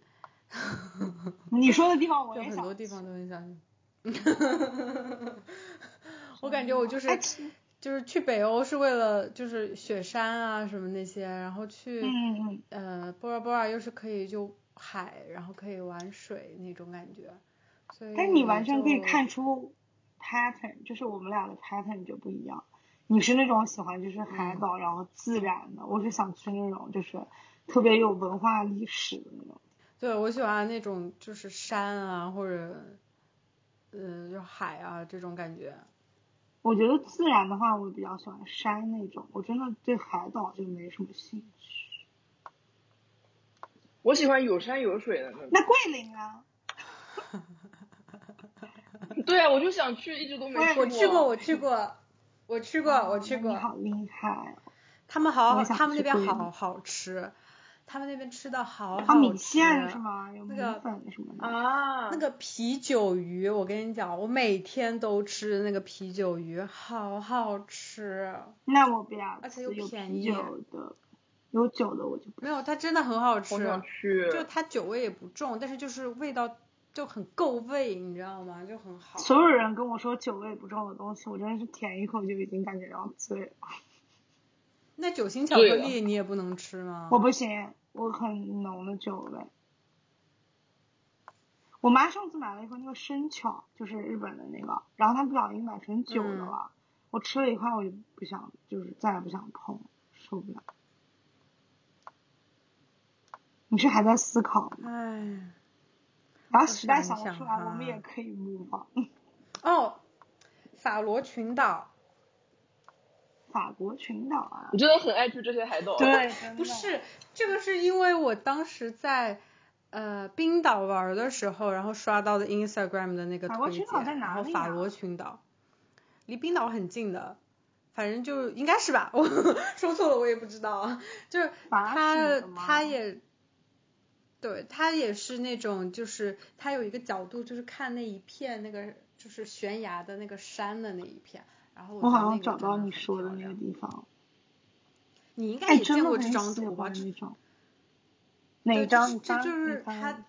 你说的地方嗯我就也很想多地去方都很想去。 我感觉我就是哎其就是去北欧是为了就是雪山啊什么那些，然后去嗯嗯嗯，呃，波尔波尔又是可以就海，然后可以玩水那种感觉，所以但你完全可以嗯就看出 pattern，就是我们俩的 pattern 就不一样。你是那种喜欢就是海岛，然后自然的，我是想去那种就是特别有文化历史的那种。对我喜欢那种就是山啊或者，嗯、就海啊这种感觉。我觉得自然的话，我比较喜欢山那种，我真的对海岛就没什么兴趣。我喜欢有山有水的那种。那桂林啊，对啊，我就想去，一直都没我也去哎我去过，过。我去过，我去过，我去过哦你。好厉害哦！他们好我好，也想他们那去边桂林好好吃，他们那边吃的好啊，好米吃。线是吗？有米那个粉什么的。啊，那个啤酒鱼，我跟你讲，我每天都吃那个啤酒鱼，好好吃。那我不要而吃且又有便啤宜酒的，有酒的我就不没有，它真的很好吃。好想去。就它酒味也不重，但是就是味道就很够味，你知道吗？就很好。所有人跟我说酒味不重的东西，我真的是舔一口就已经感觉到醉了。那酒心巧克力你也不能吃吗？我不行，我很浓的酒味。我妈上次买了一盒那个生巧，就是日本的那个，然后她不小心买成酒嗯的了，啊我吃了一块我就不想，就是再也不想碰，受不了。你是还在思考吗？唉，把时代我想想一想不出来，我哈们也可以模仿。哦，法罗群岛法国群岛啊我，真的很爱去这些海岛。，对，真的不是这个，是因为我当时在呃冰岛玩的时候，然后刷到的 Instagram 的那个法国推群荐，岛在哪然后里法啊罗群岛离冰岛很近的。反正就应该是吧，我 说错了我也不知道，就是法属它啊的吗它也，对，它也是那种，就是它有一个角度，就是看那一片那个就是悬崖的那个山的那一片，然后我我觉得好那像个找真到的你很说的漂那个亮地方，你应该哎，也真见的过这很张喜图吧？欢这那种。哪对一就张？是你这翻就是你翻它一下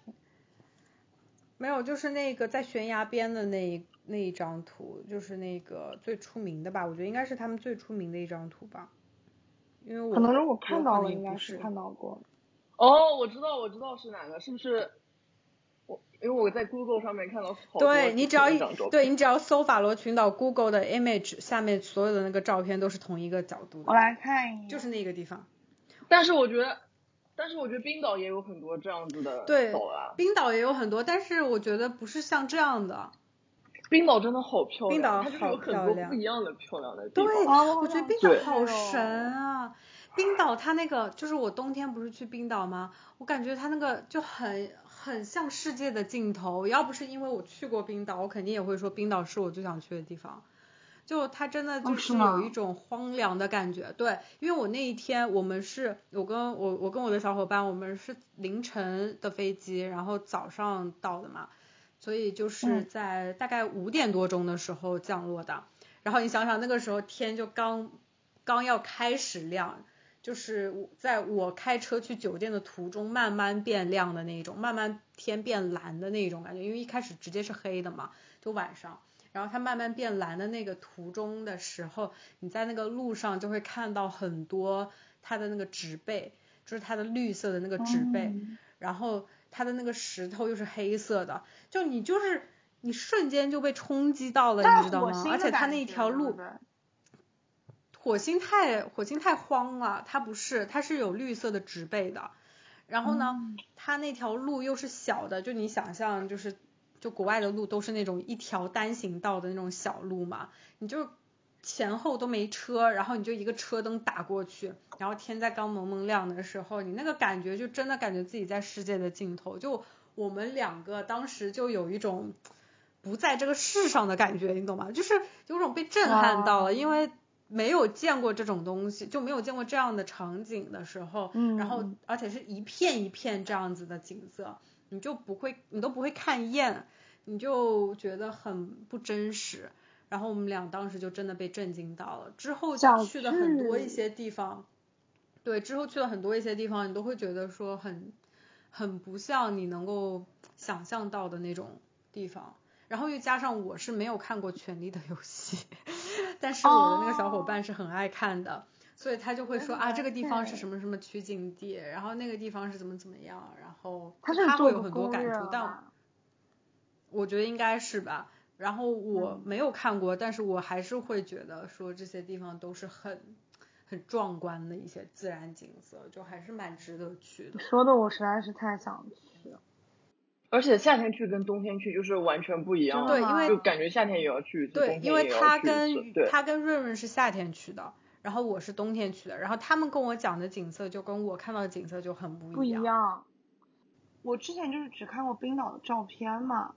没有，就是那个在悬崖边的那一那一张图，就是那个最出名的吧？我觉得应该是他们最出名的一张图吧，因为我可能是我有看可到能了，也应不该是是看到过。哦，我知道，我知道是哪个，是不是？我因为我在 Google 上面看到好多对你只要一这张照片对你只要搜法罗群岛 Google 的 image 下面所有的那个照片都是同一个角度我的，来看一眼，就是那个地方。但是我觉得，但是我觉得冰岛也有很多这样子的对岛啊。冰岛也有很多，但是我觉得不是像这样的。冰岛真的好漂亮，冰岛它就是好漂有很多亮不一样的漂亮的地对，方。哦我觉得冰对岛好神啊！冰岛它那个就是我冬天不是去冰岛吗？我感觉它那个就很很像世界的尽头。要不是因为我去过冰岛，我肯定也会说冰岛是我最想去的地方。就它真的就是是哦吗有一种荒凉的感觉，对，因为我那一天我们是，我跟我我跟我的小伙伴，我们是凌晨的飞机，然后早上到的嘛，所以就是嗯在大概五点多钟的时候降落的，然后你想想那个时候天就刚刚要开始亮，就是我在我开车去酒店的途中慢慢变亮的那一种，慢慢天变蓝的那一种感觉，因为一开始直接是黑的嘛，就晚上。然后它慢慢变蓝的那个途中的时候，你在那个路上就会看到很多它的那个植被，就是它的绿色的那个植被，嗯然后它的那个石头又是黑色的，就你就是你瞬间就被冲击到了，但你知道火吗？星而的且它感那一觉条对不路，对火星太火星太荒了，它不是，它是有绿色的植被的。然后呢，它那条路又是小的，就你想象就是就国外的路都是那种一条单行道的那种小路嘛，你就前后都没车，然后你就一个车灯打过去，然后天在刚蒙蒙亮的时候，你那个感觉就真的感觉自己在世界的尽头。就我们两个当时就有一种不在这个世上的感觉，你懂吗？就是有种被震撼到了，因为没有见过这种东西，就没有见过这样的场景的时候，嗯然后而且是一片一片这样子的景色，你就不会，你都不会看厌，你就觉得很不真实。然后我们俩当时就真的被震惊到了，之后想去了很多去一些地方，对，之后去了很多一些地方，你都会觉得说很很不像你能够想象到的那种地方。然后又加上我是没有看过《权力的游戏》， 但是我的那个小伙伴是很爱看的，所以他就会说嗯啊，这个地方是对什么什么取景地，然后那个地方是怎么怎么样，然后他就是会做有过很多攻感略触了，但吧我觉得应该是吧。然后嗯我没有看过，但是我还是会觉得说这些地方都是很很壮观的一些自然景色，就还是蛮值得去的你。说的我实在是太想去了。而且夏天去跟冬天去就是完全不一样真了，对，的因吗为就感觉夏天也要去一次，对，冬因天为也要他去一跟次，对，他跟润润是夏天去的，然后我是冬天去的，然后他们跟我讲的景色就跟我看到的景色就很不不一一样。样。我之前就是只看过冰岛的照片嘛，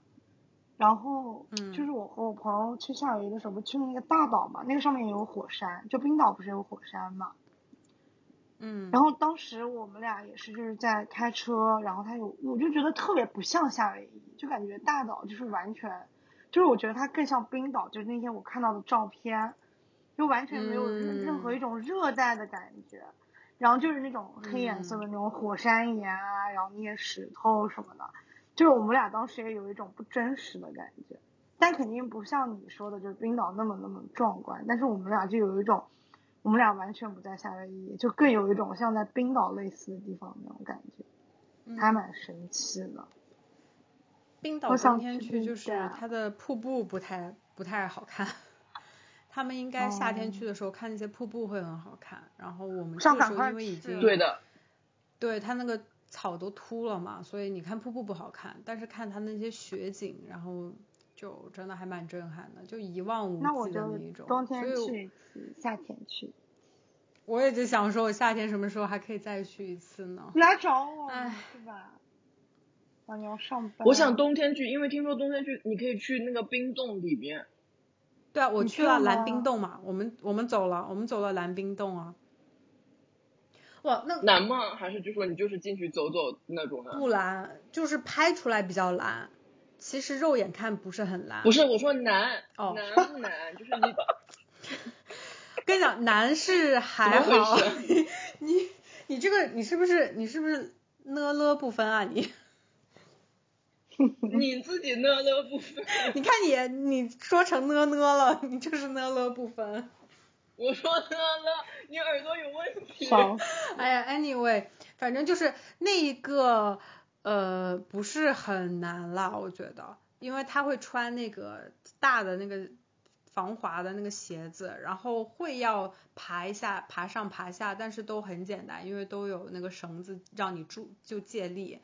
然后嗯就是我和我朋友去夏威夷的时候，不去那个大岛嘛，那个上面也有火山，就冰岛不是有火山嘛。嗯，然后当时我们俩也是就是在开车，然后他有，我就觉得特别不像夏威夷，就感觉大岛就是完全，就是我觉得它更像冰岛，就是那天我看到的照片，就完全没有任任何嗯一种热带的感觉，然后就是那种黑颜嗯色的那种火山岩啊，然后那些石头什么的，就是我们俩当时也有一种不真实的感觉，但肯定不像你说的，就是冰岛那么那么壮观，但是我们俩就有一种。我们俩完全不在夏威夷，就更有一种像在冰岛类似的地方那种感觉，嗯还蛮神奇的。冰岛我冬想天去去度就是假它的瀑布不太不太好看， 他们应哦该夏天去的时候看那些瀑布会很好看。然后我们去上的赶时候快因为已去经对的，对它那个草都秃了嘛，所以你看瀑布不好看，但是看它那些雪景，然后就真的还蛮震撼的，就一望无那我际的就那一种。冬所天以去一次，夏天去一次。我也就想说，我夏天什么时候还可以再去一次呢？你来找我唉是吧？啊，你要上嗯班。我想冬天去，因为听说冬天去你可以去那个冰洞里面，对啊，我你去去了了蓝吗冰洞嘛，我们我们走了，我们走了蓝冰洞啊。哇，那难吗？还是就说你就是进去走走那种啊的？不蓝，就是拍出来比较蓝，其实肉眼看不是很蓝。不是，我说难，哦难不难？就是你 跟你讲，蓝是还怎么好回，你 你你这个你是不是你是不是呢了不分啊你？ 你自己乐乐不分。你看你你说成呢呢了，你就是呢了不分。我说乐乐，你耳朵有问 题。少 哎呀，anyway，反正就是那一个呃不是很难啦，我觉得，因为他会穿那个大的那个防滑的那个鞋子，然后会要爬一下、爬上、爬下，但是都很简单，因为都有那个绳子让你助就借力。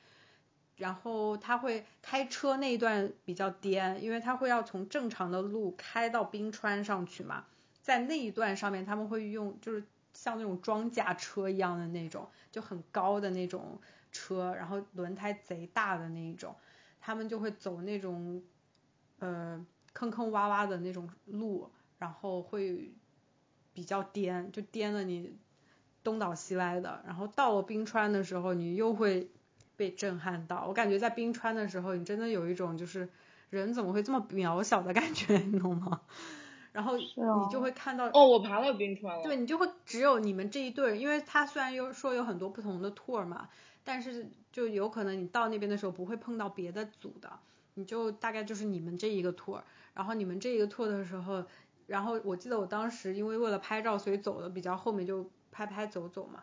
然后他会开车那一段比较颠，因为他会要从正常的路开到冰川上去嘛，在那一段上面他们会用就是像那种装甲车一样的那种，就很高的那种车，然后轮胎贼大的那一种，他们就会走那种呃坑坑洼洼的那种路，然后会比较颠，就颠的你东倒西歪的。然后到了冰川的时候，你又会被震撼到。我感觉在冰川的时候，你真的有一种就是人怎么会这么渺小的感觉，你懂吗？ 然后你是哦就会看到哦，我爬到冰川了。对你就会只有你们这一队人，因为他虽然有说有很多不同的 tour 嘛，但是就有可能你到那边的时候不会碰到别的组的，你就大概就是你们这一个 tour，然后你们这一个 tour 的时候，然后我记得我当时因为为了拍照，所以走的比较后面，就拍拍走走嘛，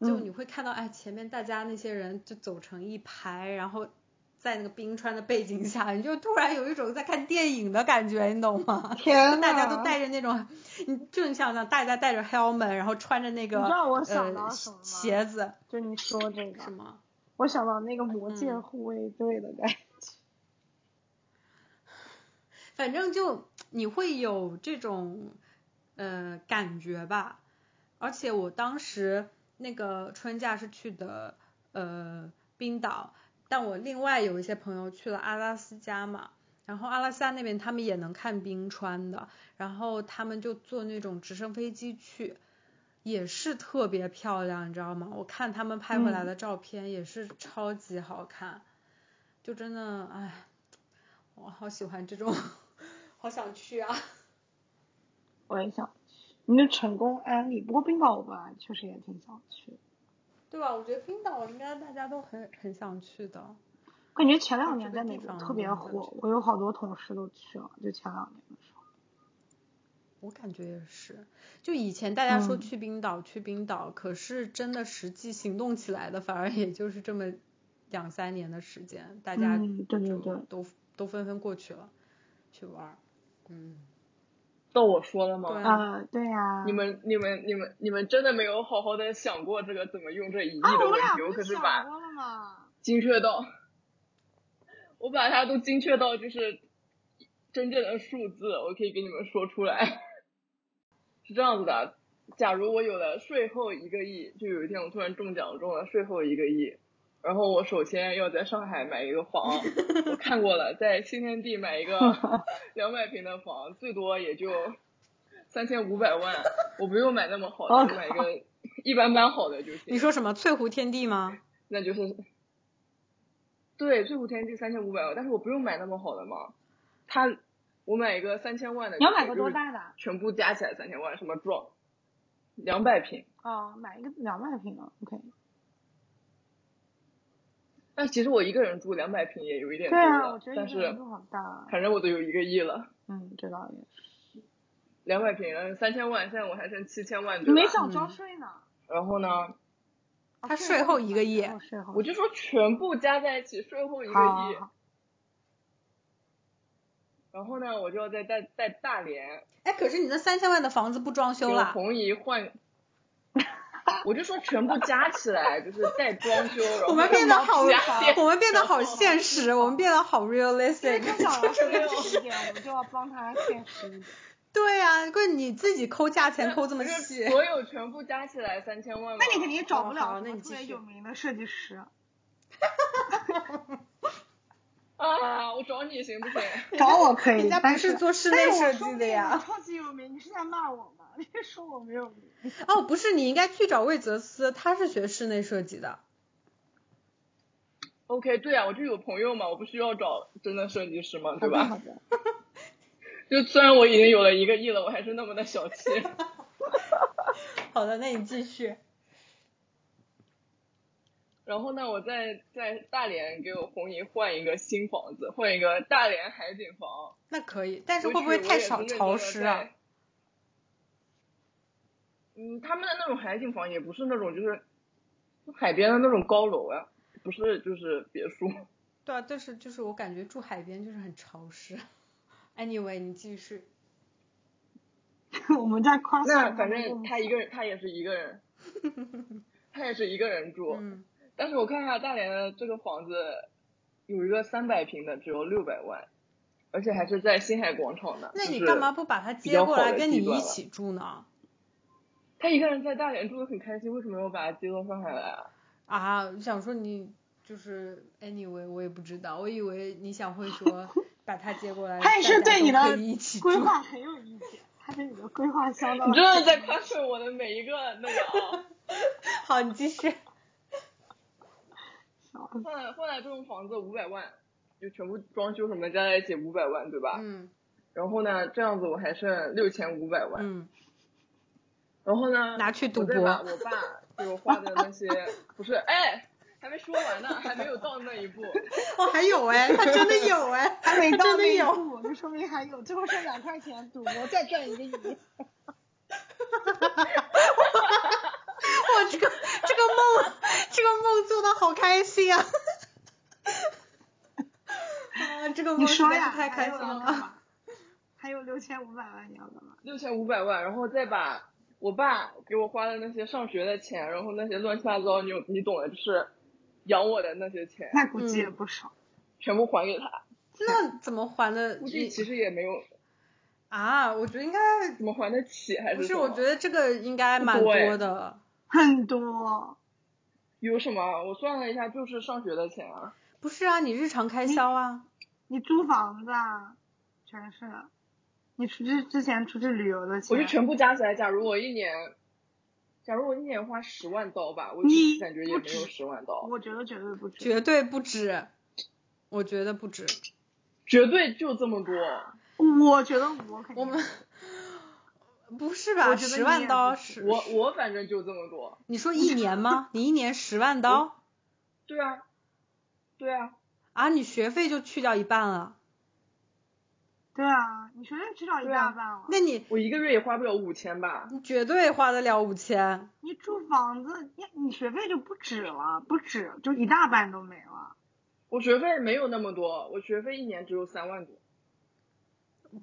就嗯你会看到哎前面大家那些人就走成一排，然后在那个冰川的背景下，你就突然有一种在看电影的感觉，你懂吗？ 天大家呐都戴着那种，你就你想想，大家戴着 helmet，然后穿着那个你知道我想到呃什么吗鞋子就你说这个什，么？我想到那个魔界嗯护卫队的感觉。反正就你会有这种呃感觉吧。而且我当时那个春假是去的呃冰岛，但我另外有一些朋友去了阿拉斯加嘛。然后阿拉斯加那边他们也能看冰川的，然后他们就坐那种直升飞机去，也是特别漂亮，你知道吗？我看他们拍回来嗯的照片也是超级好看，就真的哎，我好喜欢这种， 好想去啊！我也想去，你就成功安利。不过冰岛我本来确实也挺想去，对吧？我觉得冰岛应该大家都很很想去的。感觉前啊两这年个在地美国方特别我感火觉，我有好多同事都去了，就前两年的时候。我感觉也是，就以前大家说嗯去冰岛、去冰岛，可是真的实际行动起来的，反而也就是这么两三年的时间，大家嗯对对就对都都纷纷过去了，去玩儿。嗯，到我说了吗？对啊呃，对呀、你们、你们、你们、你们真的没有好好的想过这个怎么用这一亿啊，的我问俩题？不我可是是想把过了吗？精确到， 我把它都精确到就是真正的数字，我可以给你们说出来。 是这样子的，假如我有了税后一个亿，就有一天我突然中奖中了税后一个亿，然后我首先要在上海买一个房，我看过了，在新天地买一个两百平的房，最多也就三千五百万，我不用买那么好的，我买一个一般般好的就行。你说什么？翠湖天地吗？那就是，对，最后天就三千五百万，但是我不用买那么好的嘛。他，我买一个三千万的你就要可以，买个就多是大的啊？全部加起来三千万，什么壮，两百平。哦，买一个两百平的，OK。但其实我一个人住两百平也有一点对多了，啊，我觉得但一个人是都好大。啊反正我都有一个亿了，嗯，这倒也是。两百平三千万，现在我还剩七千万你对吧没？想交嗯税呢？然后呢，啊他税税后一个亿税后税哦后我就说全部加在一起，税后一个亿。好好好然后呢，我就要在在在大连哎，可是你那三千万的房子不装修跟啦？红姨换，我就说全部加起来就是带装修，然后我们变得好加电，我们变得好现实，我们变得 好对， realistic 他。想要这个现就实 一点，我们就要帮他现实一点。对呀、啊，关键你自己抠价钱抠这么就细是。所有全部加起来三千万嘛那。你肯定找不哦好了好什那么你特继别续有名的设计师，啊，我找你行不行？找我可以，人家不但是是做室但内是设我说计不的定呀我。超级有名，你是在骂我吗？你是说我没有名？哦，不是，你应该去找魏泽斯，他是学室内设计的。 OK，对啊，我就有朋友嘛，我不需要找真的设计师嘛，对好吧？的， 就虽然我已经有了一个亿了，我还是那么的小气。 好的，那你继续。然后呢，我在在大连给我红姨换一个新房子，换一个大连海景房。那可以，但是回会不去会我太也少真正潮地湿在啊？？嗯，他们的那种海景房也不是那种就是海边的那种高楼啊，不是就是别墅。 对啊，但是就是我感觉住海边就是很潮湿。Anyway，你继续。 我们在夸那赞他反们正嗯共他一个人，他也是一 个人，他也是一个人住。嗯，但是我看一下大连的这个房子，有一个三百平的，只有六百万，而且还是在新海广场的。那就你是干嘛不把他接较过好来的跟你地一段了起住呢？他一个人在大连住的很开心，为什么要把他接到上海来啊？啊，想说你就是 anyway，我也不知道，我以为你想会说把他接过来，他也是大家对都你的可以一起住规。划很有意见，他对你的规划相当。你真的在 夸炫我的每一个那个啊！好，你继续。后来后来这种房子五百万，就全部装修什么的加在一起五百万，对吧？嗯然后呢，这样子我还剩六千五百万。嗯，然后呢，拿去赌博我再把我爸给我花的那些，不是，哎，还没说完呢，还没有到那一步。 哦，还有哎，他真的有哎，还没到真的那一有。步，那说明还有，最后剩两块钱，赌博再赚一个 亿。哇，这个这个梦，这个梦做的好开心啊！啊说在是呀，太开还有心了要嗯干 嘛。还有六千五百万你要干嘛？六千五百万，然后再把我爸给我花的那些上学的钱，然后那些乱七八糟，你有你懂的，就是养我的那些钱，那估计也嗯不少。全部还给他。那怎么还的？估计其实也没有啊，我觉得应该怎么还得起，还不什是，么我觉得这个应该蛮不多哎多的。很多，有什么？我算了一下，就是上学的钱啊。不是啊，你日常开销啊，你租房子啊，全是，你出去之前出去旅游的我就钱，全部加起来，假如我一年，假如我一年花十万刀吧，我你感觉也不没有止十万刀，我觉得绝对不止。绝对不止，我觉得不止。绝对就这么多。我觉得我肯定我们不是我吧？觉得十你也万不刀止十，我我反正就这么多。你说一年吗？你一年十万刀对啊，对啊，啊？你学费就去掉一半了，对啊，你学费至少一对啊大半了。那你我一个月也花不了五千吧。你绝对花得了五千。你住房子，你你学费就不止了，不止就一大半都没了。我学费没有那么多，我学费一年只有三万多。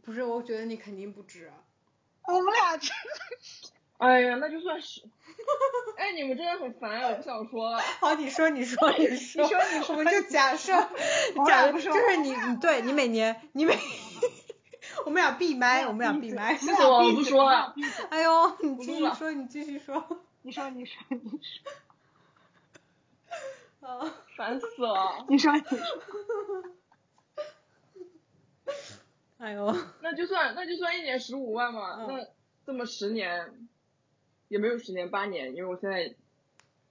不是，我觉得你肯定不止。我们俩真哎呀，那就算 是。哎，你们真的很烦，我不想说了。好，你说，你 说，你说，你说你说我们就假设，我们假俩如不说就是我们你，俩你对你每年，你每， 我们俩闭麦，我哎我们俩闭 麦。死我了我不说了闭嘴哎呦，你不继录续了说，你继续说。你说，你说，你说，啊，烦死了。你说，你说，哎呦，那就算那就算一年十五万嘛，嗯那这么十年，也没有十年八年，因为我现在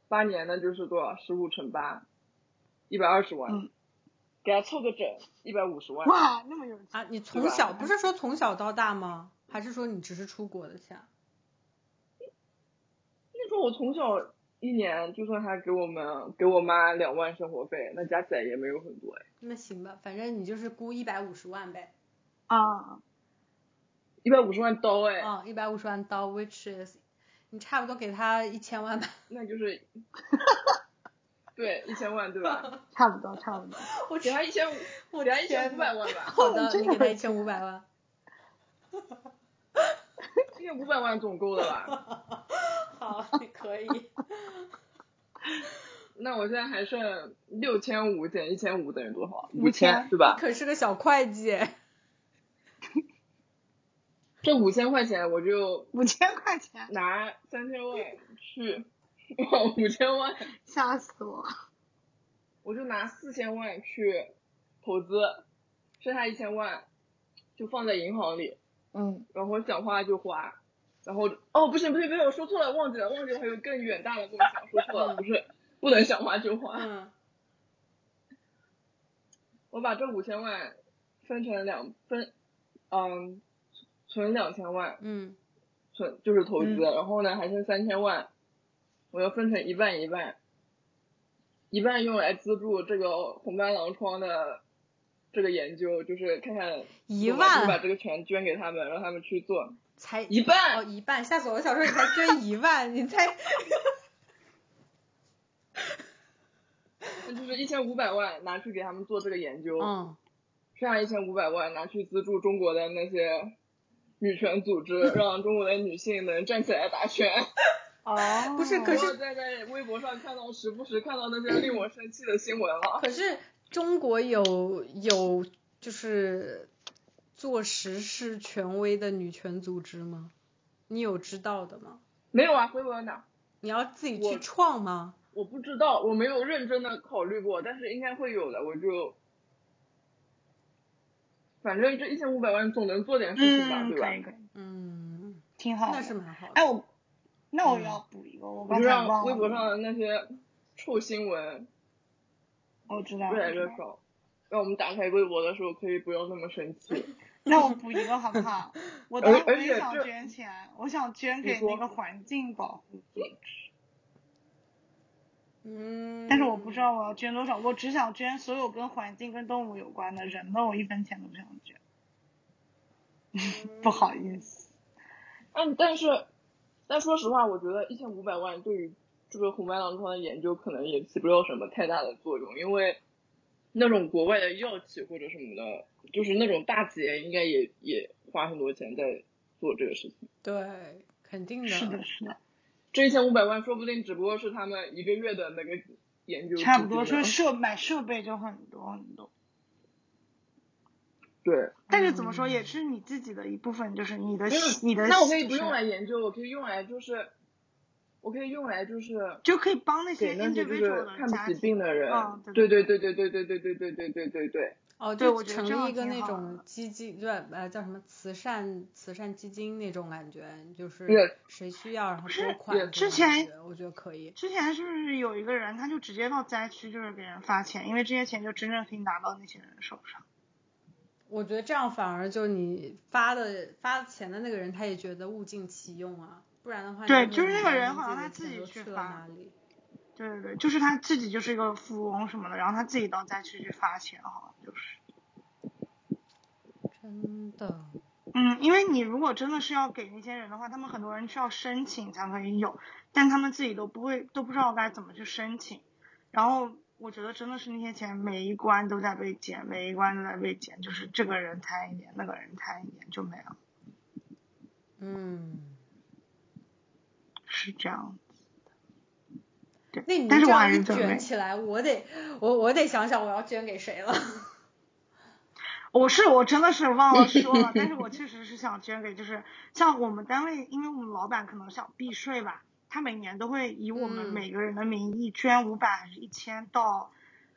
八年那就是多少？十五乘八，一百二十万，嗯给他凑个整，一百五十万。哇，那么有钱，啊，你从小不是说从小到大吗？还是说你只是出国的钱？那时候我从小一年，就算他给我们给我妈两万生活费，那加起来也没有很多哎，那行吧，反正你就是估一百五十万呗，啊，一百五十万刀嗯哎，啊，一百五十万刀，which is，你差不多给他一千万吧。那 就是，对，一千万对吧？ 差不多，差不多。我给他一千五，我给他一千天呐五百万 吧，好哦的，真你的给他很一千五百万。一千五百万总够了吧？ 好，你可以。那我现在还剩六千五减一千五等于多少？五千对吧？ 可是个小会计，这五千块钱我就五千块钱，拿三千万去，哇，五千万，吓死我！我就拿四千万去投资，剩下一千万就放在银行里，嗯，然后想花就花。然后哦，不行不行不行，我说错了，忘记了忘记了，还有更远大的梦想，说错了，不是不能想花就花。 嗯，我把这五千万分成两分，嗯，存两千万，嗯，存就是投资，嗯然后呢还剩三千万，我要分成一半一半，一半用来资助这个红斑狼疮的这个研究，就是看看一我还是把万这个钱捐给他们，让他们去做才一半，哦一半，吓死我！我想说你才捐一万，你 才那就是一千五百万拿去给他们做这个研究，嗯，剩下一千五百万拿去资助中国的那些女权组织，让中国的女性能站起来打拳。哦，不是可是我在在微博上看到时不时看到那些令我生气的新闻了。 可是中国有有就是做实事权威的女权组织吗？你有知道的吗？没有啊，回国哪？你要自己去我创吗？我不知道，我没有认真的考虑过，但是应该会有的。我就，反正这一千五百万总能做点事情吧，嗯，对吧可？以可以，嗯，挺好的。那是蛮好的。哎，我那我要补一个，我我刚就才让忘微博上了。的那些臭新闻我知道。越来我知越道少，让我们打开微博的时候可以不用那么生气。那我补一个好不 好？我而当时而也且想这捐钱，我想捐你给说那个环境保护组织，嗯，但是我不知道我要捐多少，我只想捐所有跟环境、跟动物有关的，人的我一分钱都不想捐，不好意思。嗯，但是，但说实话，我觉得一千五百万对于这个红斑狼疮的研究可能也起不了什么太大的作用，因为那种国外的药企或者什么的，就是那种大企业应该也也花很多钱在做这个事情。对，肯定是的，是的，这一千五百万说不定只不过是他们一个月的那个研究资金啊，差不多说设买设备就很多很多，对，但是怎么说也是你自己的一部分，就是你的没有你的那我可以就不是用来研究，我可以用来就是，我可以用来就是就可以帮那给些那些就是 individual 看的不家起病庭。的人嗯，对对对对对对对对对对对对对对，哦，对就我觉得成这样立一个挺那好种的基金，对，呃，叫什么慈善慈善基金那种感觉，就是对谁需要然后是拨款这种对之感前觉，我觉得可以。之前是不是有一个人，他就直接到灾区，就是给人发钱，因为这些钱就真正可以拿到那些人手上。我觉得这样反而就你发的发钱的那个人，他也觉得物尽其用啊，不然的话你对会就是那不个知人道好像你他自自己的己钱都去去了发哪里。对对对，就是他自己就是一个富翁什么的，然后他自己到灾区去发钱，好像就是。真的，嗯，因为你如果真的是要给那些人的话，他们很多人需要申请才可以有，但他们自己都不会，都不知道该怎么去申请。然后我觉得真的是那些钱每一关都在被减，每一关都在被减，就是这个人贪一点，那个人贪一点就没了，嗯，是这样。对，那你但是这我还样是一准备卷，起来，我得我我得想想我要捐给 谁了。我是我真的是忘了说了，但是 我确实是想捐给，就是像我们单位，因为我们老板可能想避税吧，他每年都会以我们嗯每个人的名义捐五百还是一千到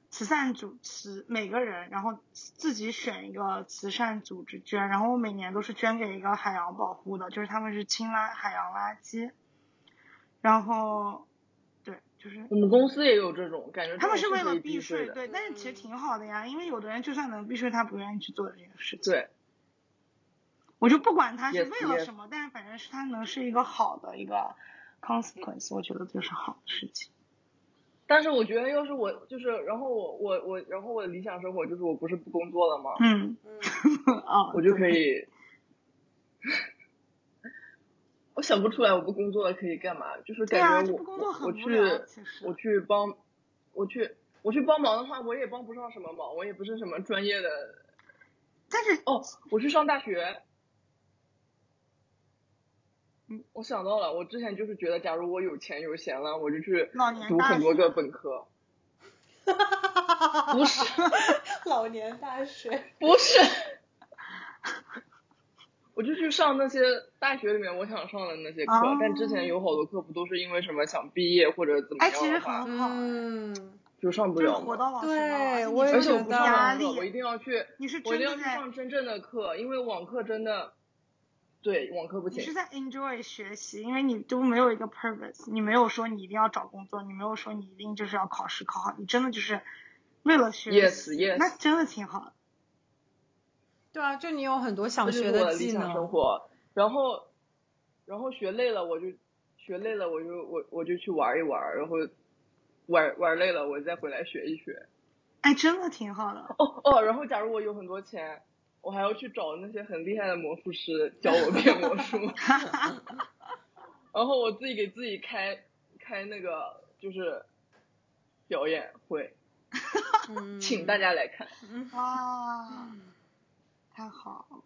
慈善组慈每个人，然后自己选一个慈善组织捐，然后我每年都是捐给一个海洋保护的，就是他们是清垃海洋垃圾，然后对，就是我们公司也有这种感觉，他们这是种为可了以避税，的，嗯对，但是其实挺好的呀，因为有的人就算能避税，他不愿意去做这件事情。对，我就不管他是 Yes, 为了 yes. 什么，但是反正是他能是一个好的一个 consequence，我觉得就是好的事情。但是我觉得要是我就是，然后我我我，然后我的理想生活就是我不是不工作了吗？嗯， 嗯，啊，我就可对。以，我想不出来我不工作了可以干嘛，就是对啊，感觉这我、不工作我我很去无聊，其实我去帮我去我去帮忙的话，我也帮不上什么忙，我也不是什么专业的但是哦，我去上大学。嗯，我想到了，我之前就是觉得，假如我有钱有闲了，我就去老年读大很多学个本 科。不是， 老年大学。不是，我就去上那些大学里面我想上的那些课，哦但之前有好多课不都是因为什么想毕业或者怎么哎，其样实的话、很好，嗯，就上不就是了活嘛。到老学到对老，我也而而且且你觉得我不是上就不用压网课，我一力，定要去，你是我一真定要的去在，上真正的课，因为网课真的，对网课不你是行。在 enjoy 学习，因为你都没有一个 purpose，你没有说你一定要找工作，你没有说你一定就是要考试考好，你真的就是为了学 Yes, 习 yes 那真的挺好的。对啊，就你有很多想这就是学我的技理想生能。活。然后，然后学累了我就学累了我就我我就去玩一玩，然后玩玩累了我再回来学一学。哎，真的挺好的。哦哦，然后假如我有很多钱，我还要去找那些很厉害的魔术师教我变魔术， 然后我自己给自己开开那个就是表演会，嗯， 请大家来看。哇，太好了！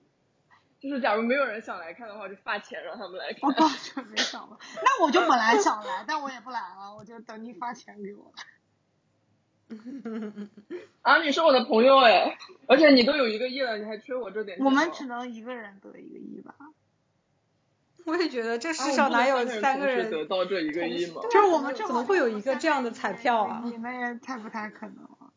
就是假如没有人想来看的话，就发钱让他们 来我看。倒是哦没想到，那我就本来想来，但我也不来了，我就等你发钱给我。啊，你是我的朋友哎，而且你都有一个亿了，你还缺我这点钱啊吗？我们只能一个人得一个亿吧，我也觉得这啊世上哪有三个我们不能同时得人？到这 一个亿吗？对啊就是我们这怎么会有一个这样的彩票啊你那也太不太可能了。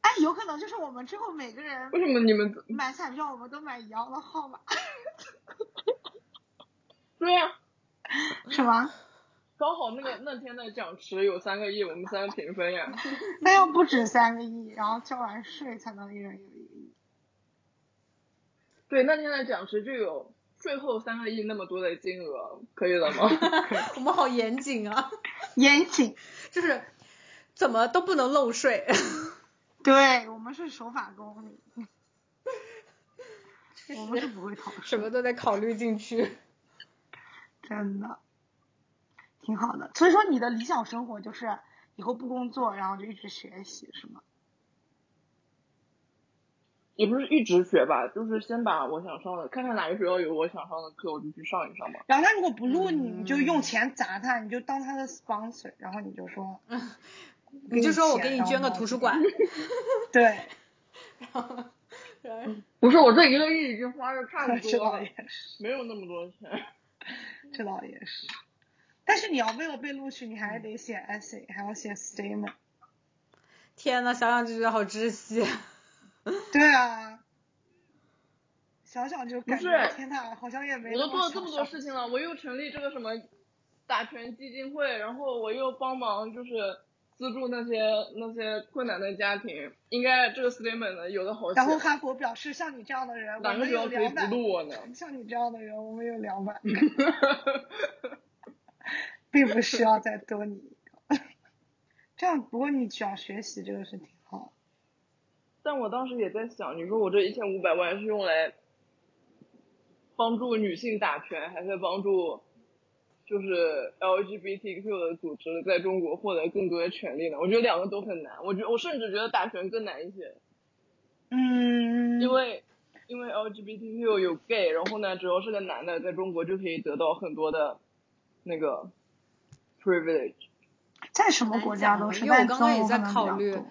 哎，有可能就是我们之后每个人为什么你们买彩票，我们都买一样的号码，对呀、是吗？刚好那个那天的奖池有三个亿，我们三个平分呀。那要不止三个亿，然后交完税才能一人有一个亿。对，那天的奖池就有税后三个亿那么多的金额，可以了吗？ 我们好严谨啊，严谨，就是怎么都不能漏税， 对我们是守法公民，我们是不会逃税。什么都得考虑进去。真的，挺好的。所以说你的理想生活就是以后不工作，然后就一直学习，是吗？也不是一直学吧，就是先把我想上的，看看哪个学校有我想上的课，我就去上一上吧。然后他如果不录你，你就用嗯钱砸他，你就当他的 sponsor，然后你就说，嗯你就说我钱给你然后捐个呢图就书馆， 对， 然后不是，我这一个月已经花的差不这多倒了也，是，没有那么多钱。这倒也是。但是你要没有被录取，你还是得写 essay，还要写 statement。天呐，想想就觉得好窒息。对啊，想想就感觉不是天呐，好像也没我都做了这这么多事情了，我又成立这个什么打拳基金会，然后我又帮忙就是资助那些那些困难的家庭，应该这个 statement 呢有的好写然。后哈佛表示，像你这样的人，我哪个们学有校可以两不百，录我呢？像你这样的人，我们有两 百，并不需要再多你一个。这样，不过你想学习这个是挺好但我当时也在想，你说我这一千五百万是用来帮助女性打拳，还是帮助就是 LGBTQ 的组织在中国获得更多的权利呢？我觉得两个都很难。我觉我甚至觉得打拳更难一些，的。嗯，因为因为 LGBTQ 有 gay，然后呢，只要是个男的，在中国就可以得到很多的那个 privilege。在什么国家都是，因为我但刚刚也中国在可能比考较虑多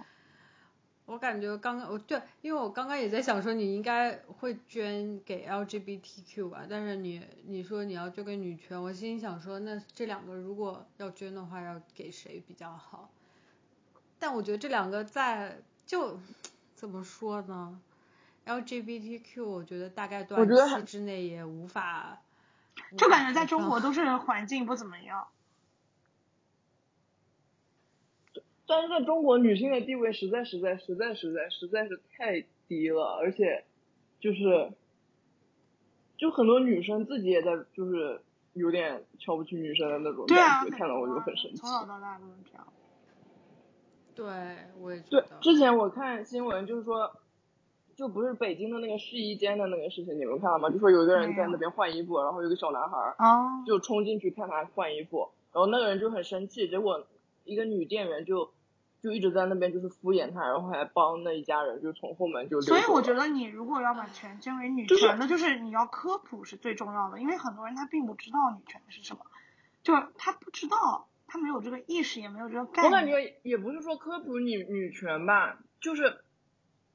我感觉刚刚我对，因为我刚刚也在想说你应该会捐给 LGBTQ 吧，但是你你说你要捐给女权，我心里想说那这两个如果要捐的话，要给谁比较好？但我觉得这两个在就怎么说呢？LGBTQ 我觉得大概短我觉得还期之内也无法，就无法感觉在开中放国都是环境不怎么样。但是在中国，女性的地位实在实在实在实在实在是太低了，而且就是就很多女生自己也在就是有点瞧不起女生的那种对啊，感觉，看到我就很生气从。小到大都是这样。对，我也觉对得，之前我看新闻就是说，就不是北京的那个试衣间的那个事情，你们看了吗？就说有一个人在那边换衣服，然后有一个小男孩儿哦，就冲进去看他换衣服，然后那个人就很生气，结果一个女店员就就一直在那边就是敷衍他，然后还帮那一家人就从后门就溜走所了。以我觉得你如果要把权捐给女就是权的，就是你要科普是最重要的，因为很多人他并不知道女权是什么，就是他不知道，他没有这个意识，也没有这个概念。我感觉也不是说科普女女权吧，就是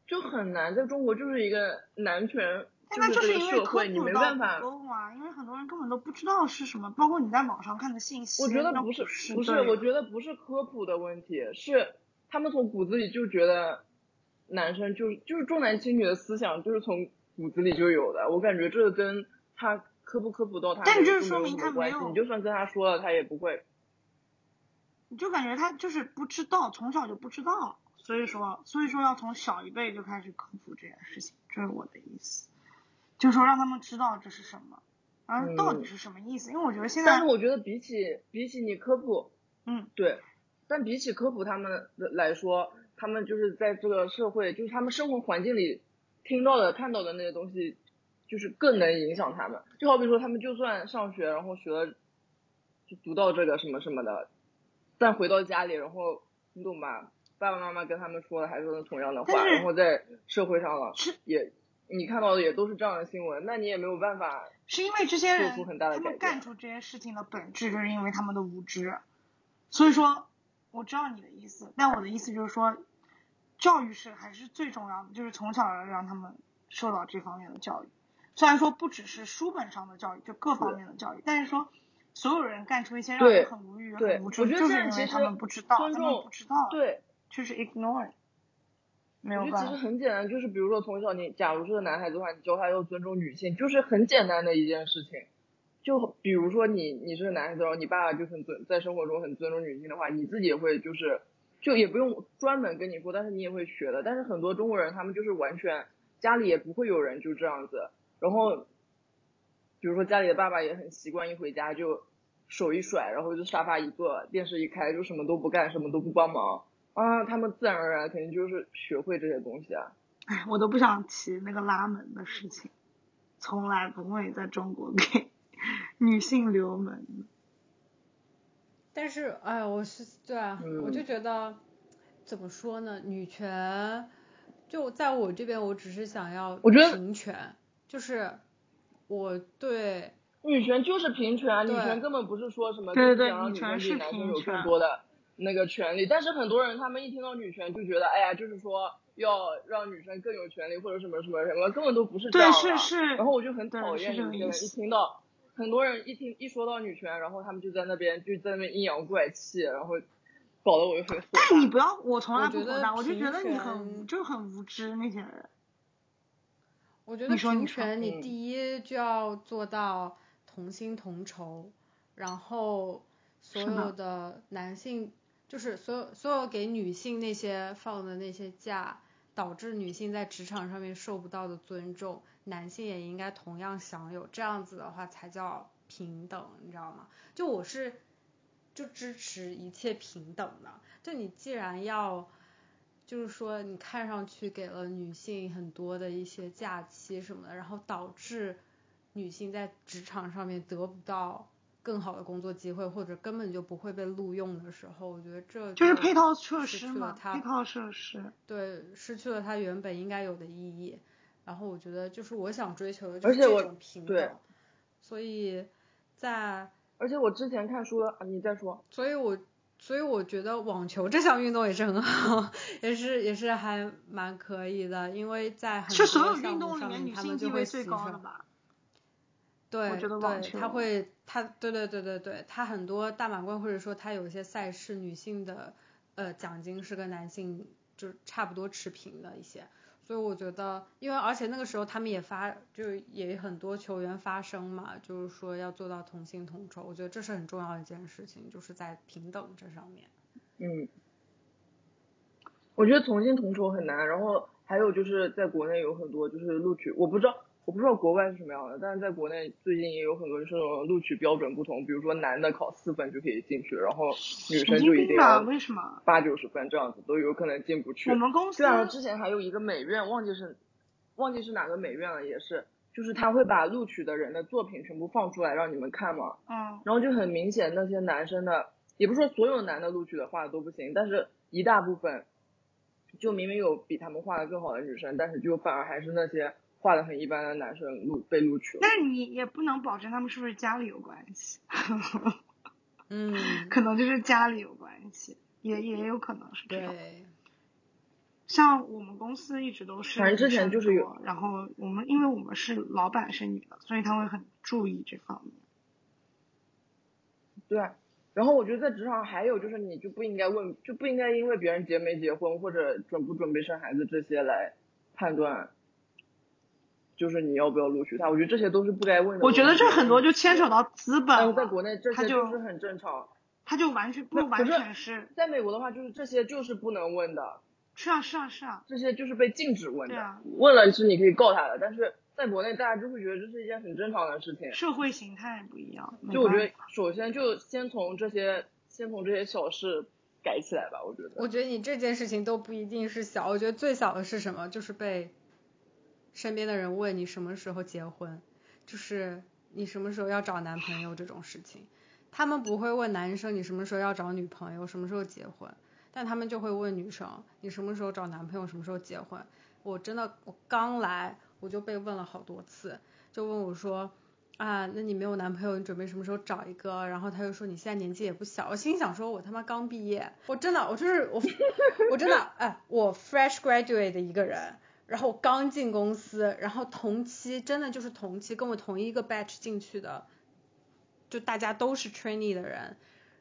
就很难，在中国就是一个男权，但那是是这个因为社科会，你普没到办不法。够啊，因为很多人根本都不知道是什么，包括你在网上看的信息，我觉得那不是是不不是，我觉得不是科普的问题，是他们从骨子里就觉得男生就就是重男轻女的思想，就是从骨子里就有的。我感觉这跟他科不科普到他但没就是都说没明有什他么关没系，有你就算跟他说了，他也不会。你就感觉他就是不知道，从小就不知道，所以说，所以说要从小一辈就开始科普这件事情，这是我的意思，就是说让他们知道这是什么，然后到底嗯是什么意思，因为我觉得现但在是，我觉得比起比起你科普，啊嗯，对，但比起科普他们的来说，他们就是在这个社会，就是他们生活环境里听到的、看到的那些东西，就是更能影响他们。就好比说，他们就算上学，然后学了，就读到这个什么什么的，但回到家里，然后你懂吧？爸爸妈妈跟他们说的还是同样的话，但是然后在社会上了是也，你看到的也都是这样的新闻，那你也没有办法。是因为这些做人出很大的他们改干变出这些事情的本质，就是因为他们的无知，所以说，我知道你的意思，但我的意思就是说，教育是还是最重要的，就是从小要让他们受到这方面的教育。虽然说不只是书本上的教育，就各方面的教育，但是说所有人干出一些让对人很无语、对很无知，我觉得就这是样因其为他实们不知道，他尊们重不知道，，对，就是 ignore，没有我觉得办其实法。很简单，就是比如说从小你假如是个男孩子的话，你教他要尊重女性，就是很简单的一件事情。就比如说你你是个男孩子，然后你爸爸就很尊在生活中很尊重女性的话，你自己也会就是就也不用专门跟你说，但是你也会学的。但是很多中国人他们就是完全家里也不会有人就这样子，然后比如说家里的爸爸也很习惯一回家就手一甩，然后就沙发一坐，电视一开就什么都不干，什么都不帮忙。啊，他们自然而然肯定就是学会这些东西啊。哎，我都不想提那个拉门的事情，从来不会在中国给 女性留门的。但是，哎，我是对啊，我就嗯觉得怎么说呢？女权就在我这边，我只是想要我觉得平权，就是我对女权就是平权啊，女对权根本不是说什么，对就是对对想让女女权生是比男生平有更权多的那个权利。但是很多人他们一听到女权就觉得，哎呀，就是说要让女生更有权利或者什么什么什么，根本都不是这样对，的。是是，然后我就很对讨是厌这有个些意人一思听到，很多人一听一说到女权，然后他们就在那边就在那边阴阳怪气，然后搞得我就 很火但你大。不要，我从我来觉不得火大，我就平觉得你权很无就是很无知那些人。我觉得你说平你说权，你嗯第一就要做到同薪同酬，然后所是的有的男性就是所有所有给女性那些放的那些假，导致女性在职场上面受不到的尊重，男性也应该同样享有。这样子的话才叫平等，你知道吗？就我是就支持一切平等的。就你既然要，就是说你看上去给了女性很多的一些假期什么的，然后导致女性在职场上面得不到更好的工作机会，或者根本就不会被录用的时候，我觉得这就是配套设失施去了嘛，它配套设施。对失去了它原本应该有的意义。然后我觉得就是我想追求的就而是且这我种平对等，所以在而且我之前看书，啊你再说，所以我所以我觉得网球这项运动也是很好， 也是也是还蛮可以的，因为在很是多所有项目运动里上面面女他性们地就位会最牺高的牲。吧？对，我觉得对，网球他会，他对对对对对，他很多大满贯或者说他有一些赛事，女性的呃奖金是跟男性就是差不多持平的一些，所以我觉得，因为而且那个时候他们也发，就是也很多球员发声嘛，就是说要做到同性同酬，我觉得这是很重要的一件事情，就是在平等这上面。嗯，我觉得同性同酬很难，然后还有就是在国内有很多就是录取，我不知道我不知道国外是什么样的，但是在国内最近也有很多这种录取标准不同，比如说男的考四分就可以进去，然后女神生经就一定病吧？要为什么？八九十分这样子都有可能进不去我。们公司对啊，之前还有一个美院，忘记是忘记是哪个美院了，也是，就是他会把录取的人的作品全部放出来让你们看嘛，嗯，然后就很明显那些男生的，也不是说所有男的录取的画的都不行，但是一大部分就明明有比他们画的更好的女生，但是就反而还是那些画的很一般的男生录被录取了。但是你也不能保证他们是不是家里有关系，嗯，可能就是家里有关系，也也有可能是这种。对，像我们公司一直都是，反正之前就是有，然后我们因为我们是老板是女的，所以她会很注意这方面。对啊，然后我觉得在职场还有就是，你就不应该问，就不应该因为别人结没结婚或者准不准备生孩子这些来判断，就是你要不要录取他。我觉得这些都是不该问的我问题。觉得这很多就牵扯到资本哎但了是，在国内这他些就就是很正常，他就完全不那可完是全是，在美国的话就是这些就是不能问的，是啊是啊是啊，这些就是被禁止问的。对啊问了是你可以告他的，但是在国内大家就会觉得这是一件很正常的事情。社会形态不一样。没就我觉办得法首先就先从这些先从这些小事改起来吧，我觉得。我觉得你这件事情都不一定是小，我觉得最小的是什么？就是被身边的人问你什么时候结婚，就是你什么时候要找男朋友这种事情。他们不会问男生你什么时候要找女朋友，什么时候结婚，但他们就会问女生你什么时候找男朋友，什么时候结婚。我真的我刚来我就被问了好多次，就问我说啊，那你没有男朋友，你准备什么时候找一个？然后他就说你现在年纪也不小，我心想说我他妈刚毕业，我真的我就是我我真的哎，我 fresh graduate 的一个人。然后我刚进公司，然后同期真的就是同期跟我同一个 batch 进去的，就大家都是 trainee 的人，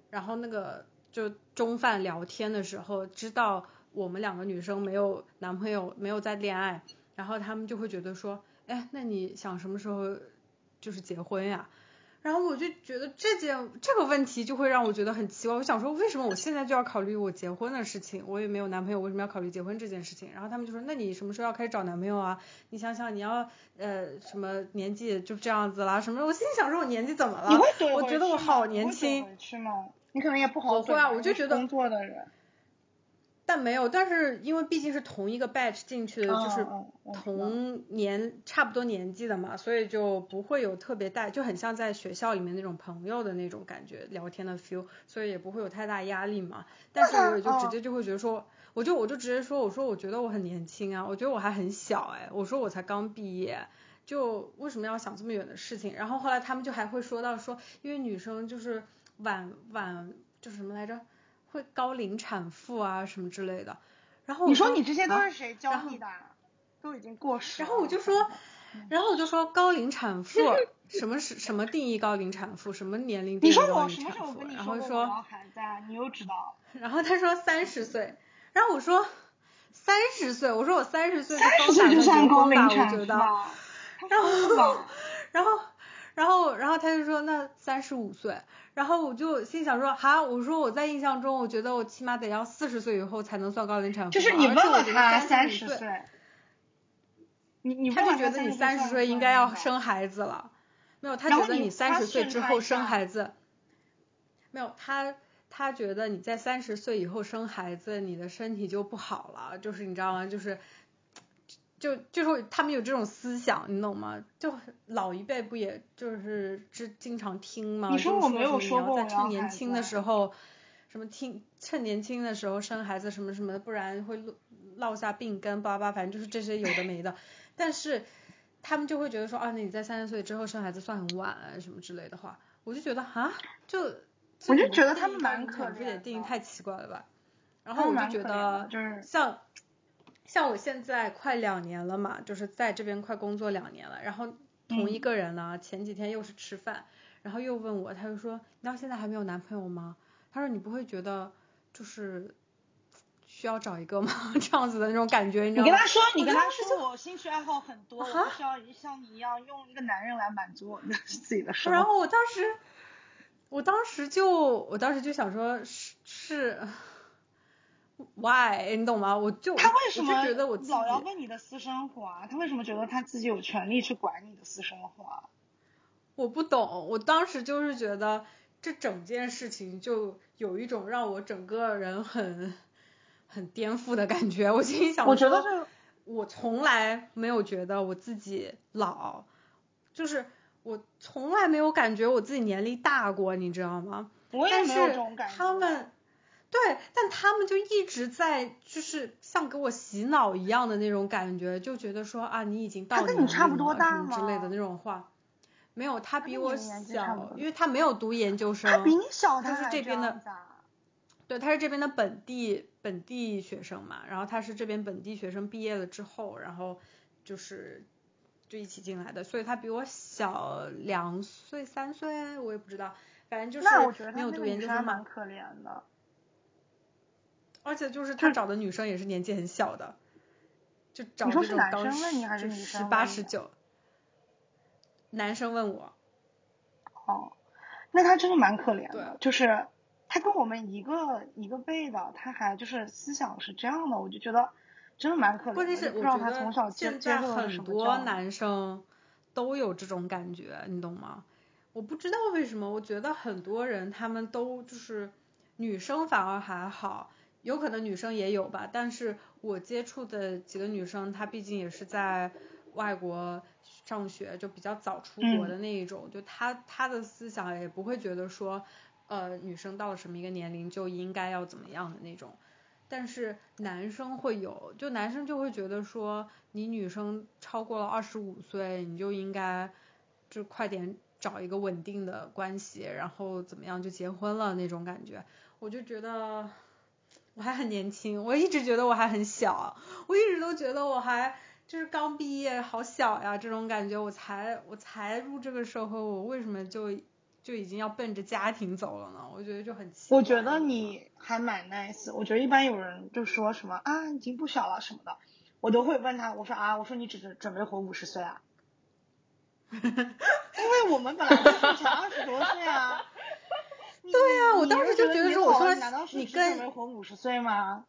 然后那个就中饭聊天的时候，知道我们两个女生没有男朋友，没有在恋爱，然后他们就会觉得说，哎，那你想什么时候就是结婚呀？然后我就觉得这件这个问题就会让我觉得很奇怪，我想说为什么我现在就要考虑我结婚的事情？我也没有男朋友，为什么要考虑结婚这件事情？然后他们就说，那你什么时候要开始找男朋友啊？你想想你要呃什么年纪就这样子啦什么的？我心里想说我年纪怎么了？你会怼我回觉得去我吗好你年会怼轻回去吗？你可能也不好我怼会啊吧我因就为觉是得工作的人，但没有，但是因为毕竟是同一个 batch 进去的，就是嗯嗯我知道同年差不多年纪的嘛，所以就不会有特别大，就很像在学校里面那种朋友的那种感觉，聊天的 feel，所以也不会有太大压力嘛。但是我也就直接就会觉得哦说，我就我就直接说，我说我觉得我很年轻啊，我觉得我还很小哎，我说我才刚毕业。就为什么要想这么远的事情？然后后来他们就还会说到说，因为女生就是晚晚就是什么来着，会高龄产妇啊什么之类的。然后我你说就你这些都啊是谁教你的啊？都已经过时了。然后我就说，然后我就说高龄产妇什么是什么定义高龄产妇，什么年龄定你义说高我龄什么产时候妇跟，你然说后过我要说，孩子啊？你又知道然后他说三十岁，然后我说三十岁，我说我三十岁是三高十岁产就妇算结高婚龄吧，我产妇觉得。 吧？然后，然后然后，然后他就说那三十五岁，然后我就心想说哈，我说我在印象中，我觉得我起码得要四十岁以后才能算高龄产妇吧，就是你而问且我了觉得他三三十岁，岁，你你他问就了觉他得你三三十岁应该要生孩子了，没有，他然觉后得你你三他十岁顺之他后一生下孩子，没有他。他觉得你在三十岁以后生孩子，你的身体就不好了，就是你知道吗？就是，就就是他们有这种思想，你懂吗？就老一辈不也就是之经常听吗？你说就我是没有什说么你过要在我趁要年孩轻子的啊时候，什么听趁年轻的时候生孩子什么什么的，不然会落落下病根，巴拉巴拉，反正就是这些有的没的。但是他们就会觉得说啊，那你在三十岁之后生孩子算很晚啊什么之类的话，我就觉得啊，就我这就觉得定他义们高蛮龄可产妇也怜定义的太奇怪了吧？然他后我们就觉蛮可怜得的就是像像我现在快两年了嘛，就是在这边快工作两年了，然后同嗯一个人呢，前几天又是吃饭，然后又问我，他就说你到现在还没有男朋友吗？他说你不会觉得就是需要找一个吗？ 这样子的那种感觉，你知道你跟吗？他说，你我跟当他时说，我兴趣爱好很多，啊我不需要像你一样用一个男人来满足我的 自己的生然活。后我当时，我当时就，我当时就想说，是是，why，你懂吗？我就他为什我么就觉得我自己老要问你的私生活啊？他为什么觉得他自己有权利去管你的私生活啊？我不懂，我当时就是觉得这整件事情就有一种让我整个人很很颠覆的感觉。我心里想，我觉得这我从来没有觉得我自己老，就是我从来没有感觉我自己年龄大过，你知道吗？我也但没有是这种感觉。他们，对，但他们就一直在，就是像给我洗脑一样的那种感觉，就觉得说啊，你已经到他跟年你差不龄多了大什么之类的吗那种话。没有，他他比跟我你年纪差不小，多因为他没有读研究生，他比你小，就他是还这边的样子啊。对，他是这边的本地本地学生嘛，然后他是这边本地学生毕业了之后，然后就是就一起进来的，所以他比我小两岁三岁，我也不知道，反正就是那我觉得没他有那读个研女究生还生嘛蛮，可怜的。而且就是他找的女生也是年纪很小的，就找你说那是种男当生问你时还就是女十生八问你十啊九，男生问我，哦，那他真的蛮可怜的对，就是他跟我们一个一个辈的，他还就是思想是这样的，我就觉得真的蛮可怜关的，键就是不我知道觉他从小得接现接在受的是很什么多教育。男生都有这种感觉，你懂吗？我不知道为什么，我觉得很多人他们都就是女生反而还好，有可能女生也有吧，但是我接触的几个女生，她毕竟也是在外国上学，就比较早出国嗯的那一种，就她她的思想也不会觉得说，呃，女生到了什么一个年龄就应该要怎么样的那种。但是男生会有，就男生就会觉得说，你女生超过了二十五岁，你就应该就快点找一个稳定的关系，然后怎么样就结婚了那种感觉。我就觉得我还很年轻，我一直觉得我还很小，我一直都觉得我还就是刚毕业，好小呀这种感觉。我才我才入这个社会，我为什么就就已经要奔着家庭走了呢？我觉得就很奇怪。我觉得你还蛮 nice，我觉得一般有人就说什么啊已经不小了什么的，我都会问他，我说啊，我说你只准准备活五十 岁啊，因为我们本来就是才二十多岁 啊。对呀、我你当又时觉就得觉得你说，我老说了难道是你只准跟备活五十岁吗？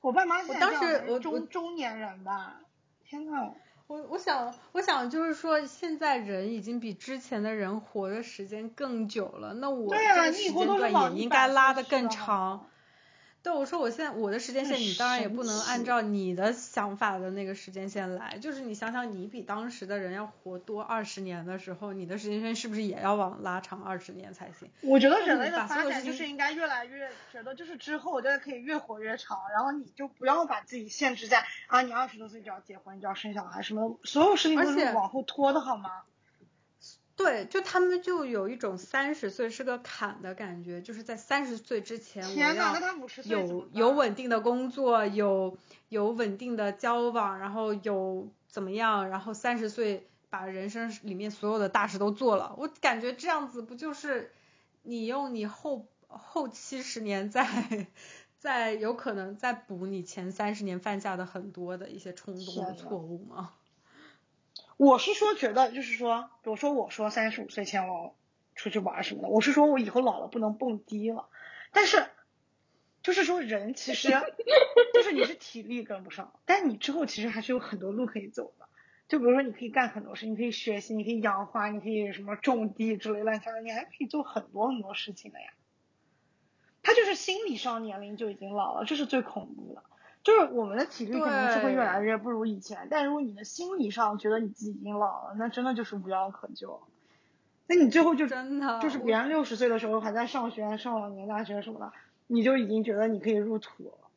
我爸妈现在当这样时才我是我中中年人吧？天呐，我我想，我想就是说，现在人已经比之前的人活的时间更久了，那我对这啊，个你以时后间都是段往也一应百该拉岁得去更的，好长吗。对，我说我现在我的时间太线，你当然也神不能按奇照你的想法的那个时间线来，就是你想想，你比当时的人要活多二十年的时候，你的时间线是不是也要往拉长二十年才行？我觉得就是人你类把所的发有展事就情是应该越来越觉得，就是之后我觉得可以越活越长，然后你就不要把自己限制在啊，你二十多岁就要结婚，就要生小孩，什么所有事情而都是且往后拖的好吗？对，就他们就有一种三十岁是个坎的感觉，就是在三十岁之前我天哪，要那他五十岁怎有么办有稳定的工作，有有稳定的交往，然后有怎么样，然后三十岁把人生里面所有的大事都做了，我感觉这样子不就是你用你后后七十年再再有可能再补你前三十年犯下的很多的一些冲动的天哪错误吗？ 我是说，觉得就是说，比如说我说三十五岁前我出去玩什么的，我是说我以后老了不能蹦迪了，但是就是说人其实就是你是体力跟不上，但你之后其实还是有很多路可以走的。就比如说，你可以干很多事，你可以学习，你可以养花，你可以什么种地之类乱七八糟，你还可以做很多很多事情的呀。他就是心理上年龄就已经老了，这是最恐怖的。就是我们的体力肯定是会越来越不如以前，但如果你的心理上觉得你自己已经老了，那真的就是无药可救。那你最后就真的，就是我别人六十岁的时候还在上学、上老年大学什么的，你就已经觉得你可以入土了，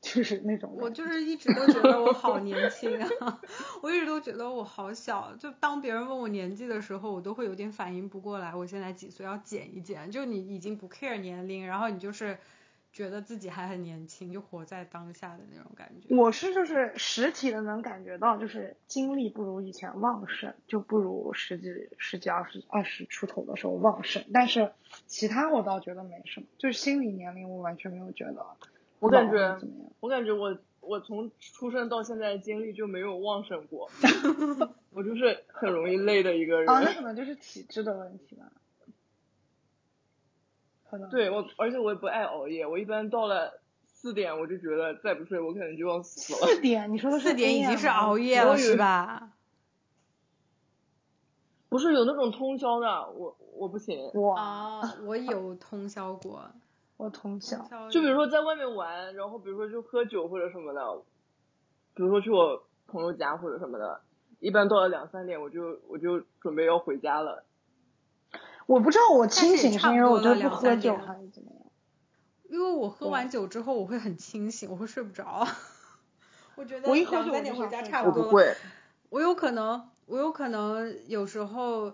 就是那种感觉。我就是一直都觉得我好年轻啊， 我一直都觉得我好小。就当别人问我年纪的时候，我都会有点反应不过来，我现在几岁，要减一减。就你已经不 care 年龄，然后你就是觉得自己还很年轻，就活在当下的那种感觉。我是就是实体的能感觉到，就是精力不如以前旺盛，就不如十几、十几、二十、二十出头的时候旺盛。但是其他我倒觉得没什么，就是心理年龄我完全没有觉得。我感觉怎么样？我感觉我我从出生到现在的经历就没有旺盛 过，我就是很容易累的一个人。啊，那可能就是体质的问题吧。可能对我，而且我也不爱熬夜，我一般到了四点我就觉得再不睡我可能就要死了。四点，你说的是四点已 AM 经是吗熬夜我了，以是为吧？不是有那种通宵的，我我不行。哇，啊，我有通宵过，我通宵通。宵就比如有说在外面玩，然后比如说就喝酒或者什么的，比如说去我朋友家或者什么的，一般到了两三点我就我就准备要回家了。我不知道我是清也醒是差不因为多我了就不两喝三酒点还是怎么样？因为我喝对完酒之后我会很清醒，我会睡不着。 我觉得我一喝两酒三我点就回想家睡差着不多了。会，我有可能，我有可能有时候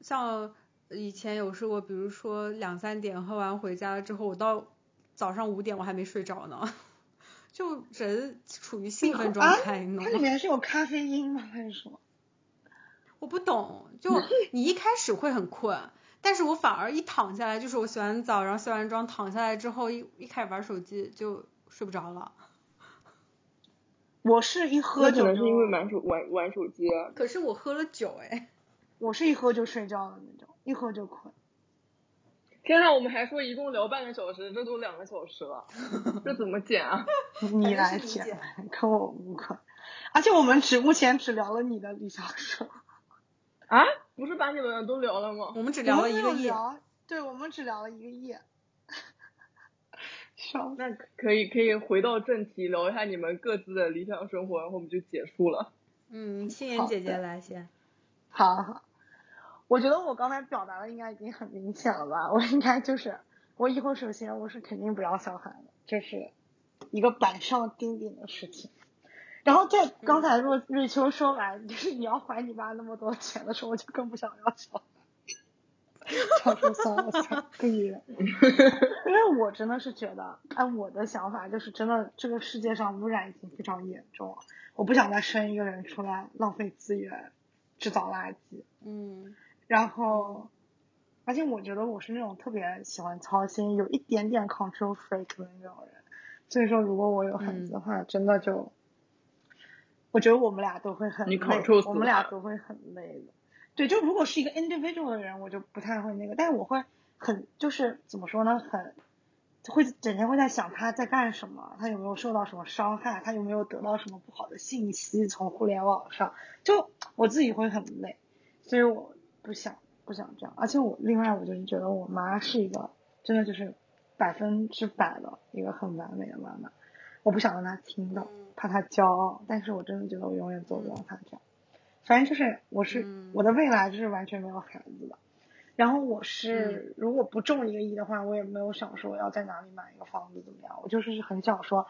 像以前有试过，比如说两三点喝完回家了之后，我到早上五点我还没睡着呢， 就人处于兴奋状态，你懂它里 吗？面是有咖啡因吗？还是什么？我不懂， 就你一开始会很困。但是我反而一躺下来，就是我洗完澡，然后卸完妆，躺下来之后一一开始玩手机就睡不着了。我是一那喝可酒能是因为就，玩手玩玩手机。可是我喝了酒，哎，我是一喝就睡觉的那种，一喝 就困。天呐，我们还说一共聊半个小时，这都两个小时了，这怎么剪啊？ 你来哎是理解填，跟我无关。而且我们只目前只聊了你的理想生，啊，不是把你们都聊了吗？我们只我聊了们一没个有 夜。聊，对，我们只聊了一个夜。 笑死！那可以可以回到正题，聊一下你们各自的理想生活，然后我们就结束了。嗯，青妍好姐姐的来先。好好，我觉得我刚才表达的应该已经很明显了吧？ 我应该就是，我以后首先我是肯定不要小孩的，这是一个板上钉钉的事情。然后在刚才若瑞秋说完，就是你要还你妈那么多钱的时候，我就更不想要小孩。 想说算了算了，不依了。因为我真的是觉得，按我的想法就是，真的这个世界上污染已经非常严重了，我不想再生一个人出来浪费资源，制造垃圾。嗯，然后，而且我觉得我是那种特别喜欢操心，有一点点 control freak 的那种人，所以说如果我有孩子的话，真的就，我觉得我们俩都会很你累 control 死我们俩了都会很累的。对，就如果是一个 individual 的人，我就不太会那个，但是我会很就是怎么说呢，很会整天会在想他在干什么，他有没有受到什么伤害，他有没有得到什么不好的信息从互联网上，就我自己会很累，所以我不想不想这样。而且我另外我就是觉得我妈是一个真的就是百分之百的一个很完美的妈妈。我不想让她听到嗯，怕她骄傲，但是我真的觉得我永远做不到她这样。反正就是我是、嗯我的未来就是完全没有孩子的。然后我是、如果不中一个亿的话，我也没有想说要在哪里买一个房子怎么样，我就是很想说。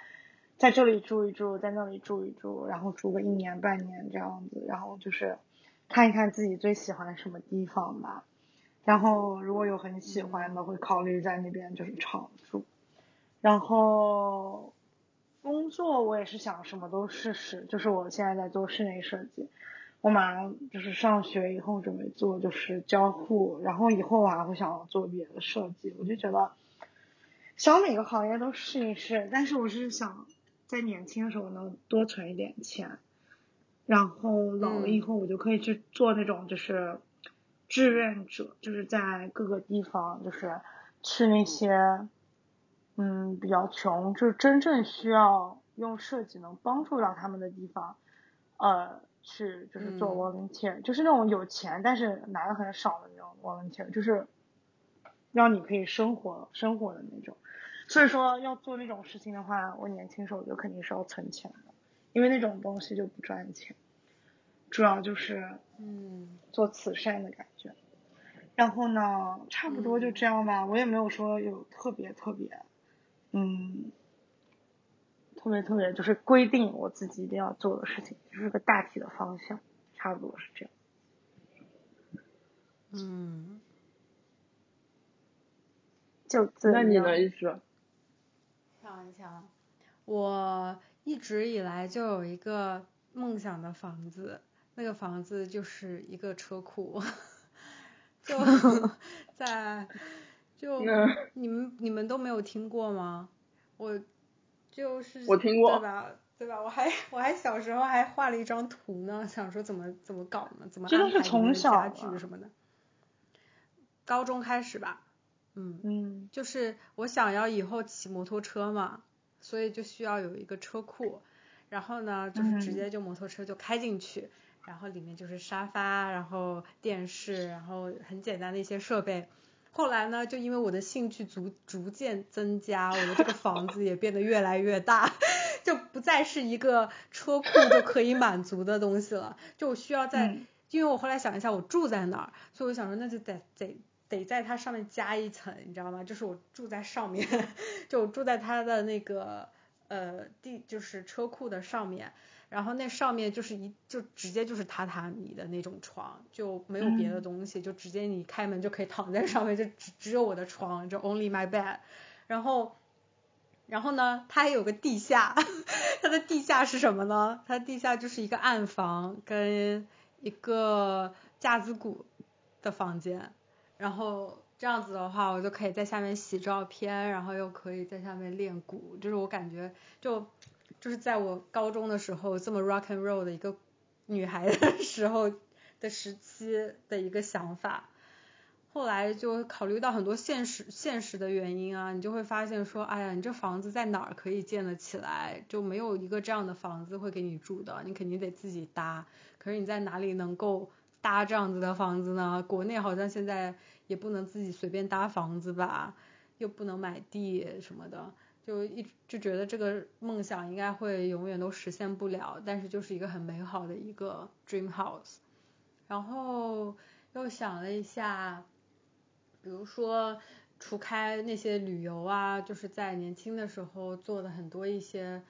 在这里住一住，在那里住一住，然后住个一年半年这样子，然后就是看一看自己最喜欢什么地方吧。然后如果有很喜欢的，会考虑在那边就是常住。然后工作我也是想什么都试试，就是我现在在做室内设计，我马上就是上学以后准备做就是交互，然后以后我还会想要做别的设计，我就觉得想每个行业都试一试，但是我是想在年轻的时候能多存一点钱，然后老了以后我就可以去做那种就是志愿者，就是在各个地方就是去那些嗯比较穷，就是真正需要用设计能帮助到他们的地方，呃。去就是做嗯 volunteer，、就是那种有钱但是拿的很少的那种 volunteer，就是让你可以生活生活的那种。所以说要做那种事情的话，我年轻时候就肯定是要存钱的，因为那种东西就不赚钱，主要就是嗯做慈善的感觉。然后呢，差不多就这样吧，我也没有说有特别特别，嗯，特别特别就是规定我自己一定要做的事情，就是个大体的方向，差不多是这样。嗯，就这那你样呢，一直？想一想，我一直以来就有一个梦想的房子，那个房子就是一个车库， 就在就嗯你们你们都没有听过吗？我就是我听过对吧？对吧？我还我还小时候还画了一张图呢，想说怎么怎么搞呢？怎么真的安是排你从们小家啊具什么的。高中开始吧，嗯，嗯就是我想要以后骑摩托车嘛，所以就需要有一个车库，然后呢，就是直嗯接就摩托车就开进去，然后里面就是沙发，然后电视，然后很简单的一些设备。后来呢，就因为我的兴趣逐逐渐增加，我的这个房子也变得越来越大，就不再是一个车库就可以满足的东西了。就我需要在，嗯因为我后来想一下，我住在哪儿，所以我想说，那就得得得在它上面加一层，你知道吗？就是我住在上面， 就我住在它的那个呃地，就是车库的上面。然后那上面就是一就直接就是榻榻米的那种床，就没有别的嗯东西，就直接你开门就可以躺在上面，就只只有我的床，就 only my bed。然后，然后呢，它还有个地下， 它的地下是什么呢？它地下就是一个暗房跟一个架子鼓的房间，然后这样子的话，我就可以在下面洗照片，然后又可以在下面练鼓，就是我感觉就就是在我高中的时候这么 rock and roll 的一个女孩的 时候的时期的一个想法。后来就考虑到很多现实现实的原因啊，你就会发现说，哎呀，你这房子在哪儿可以建得起来？就没有一个这样的房子会给你住的，你肯定得自己搭。可是你在哪里能够搭这样子的房子呢？国内好像现在也不能自己随便搭房子吧，又不能买地什么的，就一直就觉得这个梦想应该会永远都实现不了，但是就是一个很美好的一个 dream house。然后又想了一下，比如说除开那些旅游啊，就是在年轻的时候做的很多一些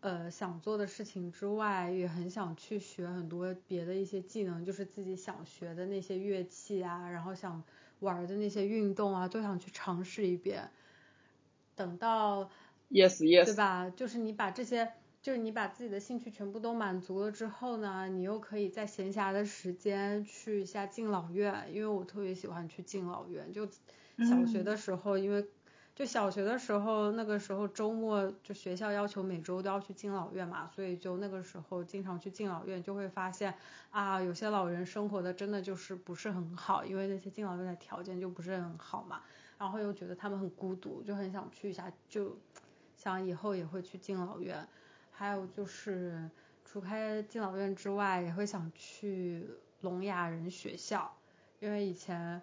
呃想做的事情之外，也很想去学很多别的一些技能，就是自己想学的那些乐器啊，然后想玩的那些运动啊，都想去尝试一遍。等到 Yes, 对 yes。吧？就是你把这些，就是你把自己的兴趣全部都满足了之后呢，你又可以在闲暇的时间去一下敬老院，因为我特别喜欢去敬老院。就小学嗯的时候，因为就小学的时候，那个时候周末就学校要求每周都要去敬老院嘛，所以就那个时候经常去敬老院，就会发现啊，有些老人生活的真的就是不是很好，因为那些敬老院的条件就不是很好嘛，然后又觉得他们很孤独，就很想去一下，就想以后也会去敬老院。还有就是，除开敬老院之外，也会想去聋哑人学校，因为以前。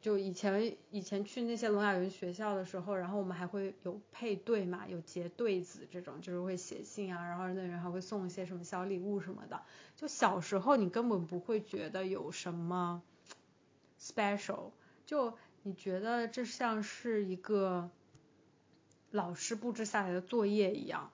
就以前以前去那些聋哑人学校的时候，然后我们还会有配对嘛，有结对子这种，就是会写信啊，然后那人还会送一些什么小礼物什么的。就小时候你根本不会觉得有什么 special，就你觉得这像是一个老师布置下来的作业一样。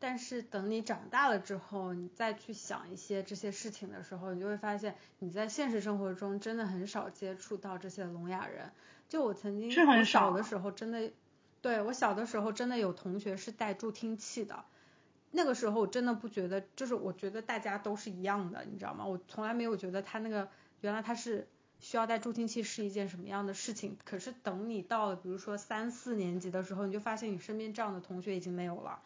但是等你长大了之后，你再去想一些这些事情的时候，你就会发现你在现实生活中真的很少接触到这些聋哑人。就我曾经是很我小少的时候真的，对我小的时候真的有同学是带助听器的。那个时候我真的不觉得，就是我觉得大家都是一样的，你知道吗？我从来没有觉得他那个原来他是需要带助听器是一件什么样的事情。可是等你到了比如说三四年级的时候，你就发现你身边这样的同学已经没有了。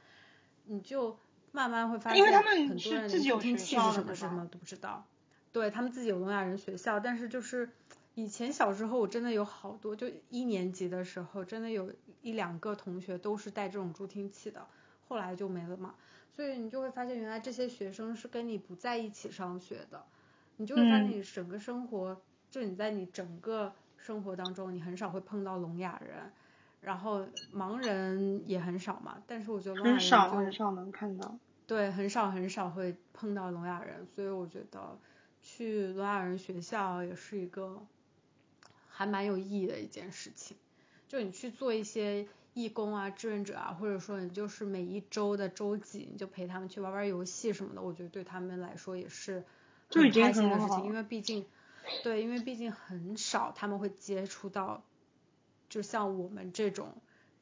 你就慢慢会发现，因为他们很多是人自己连有助听学器校是什么的对什吧么都不知道。对他们自己有聋哑人学校，但是就是以前小时候我真的有好多，就一年级的时候真的有一两个同学都是带这种助听器的，后来就没了嘛。所以你就会发现，原来这些学生是跟你不在一起上学的，你就会发现嗯你整个生活，就你在你整个生活当中，你很少会碰到聋哑人。然后盲人也很少嘛，但是我觉得聋哑很人少就很少能看到。对，很少很少会碰到聋哑人，所以我觉得去聋哑人学校也是一个还蛮有意义的一件事情。就你去做一些义工啊、志愿者啊，或者说你就是每一周的周几，你就陪他们去玩玩游戏什么的，我觉得对他们来说也是就很已经开心很的事好情，因了为毕竟对，因为毕竟很少他们会接触到，就像我们这种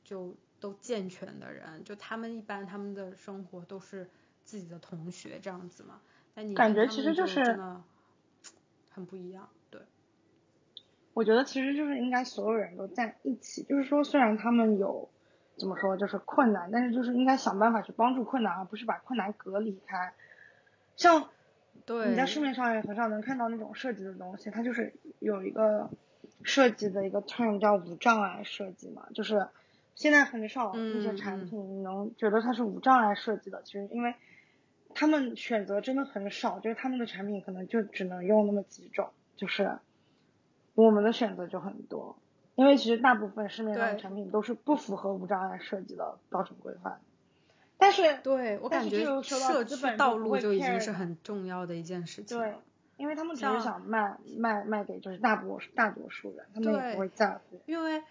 就都健全的人，就他们一般他们的生活都是自己的同学这样子嘛。但你感跟觉他其们实就真是的很不一样，对，我觉得其实就是应该所有人都在一起，就是说虽然他们有怎么说就是困难，但是就是应该想办法去帮助困难，而不是把困难隔离开。像对，你在市面上也很少能看到那种设计的东西，它就是有一个设计的一个 term 叫无障碍设计嘛，就是现在很少那些嗯产嗯品你能觉得它是无障碍设计的，其实因为他们选择真的很少，就是他们的产品可能就只能用那么几种，就是我们的选择就很多，因为其实大部分市面上的对产品都是不符合无障碍设计的标准规范，但是对我但感是这觉又说到社资区本就道不路会就已经 care 是很重要的一件事情对了。，因为他们只像是想卖卖卖给就是大多大多数人，他们也对不会在乎。因为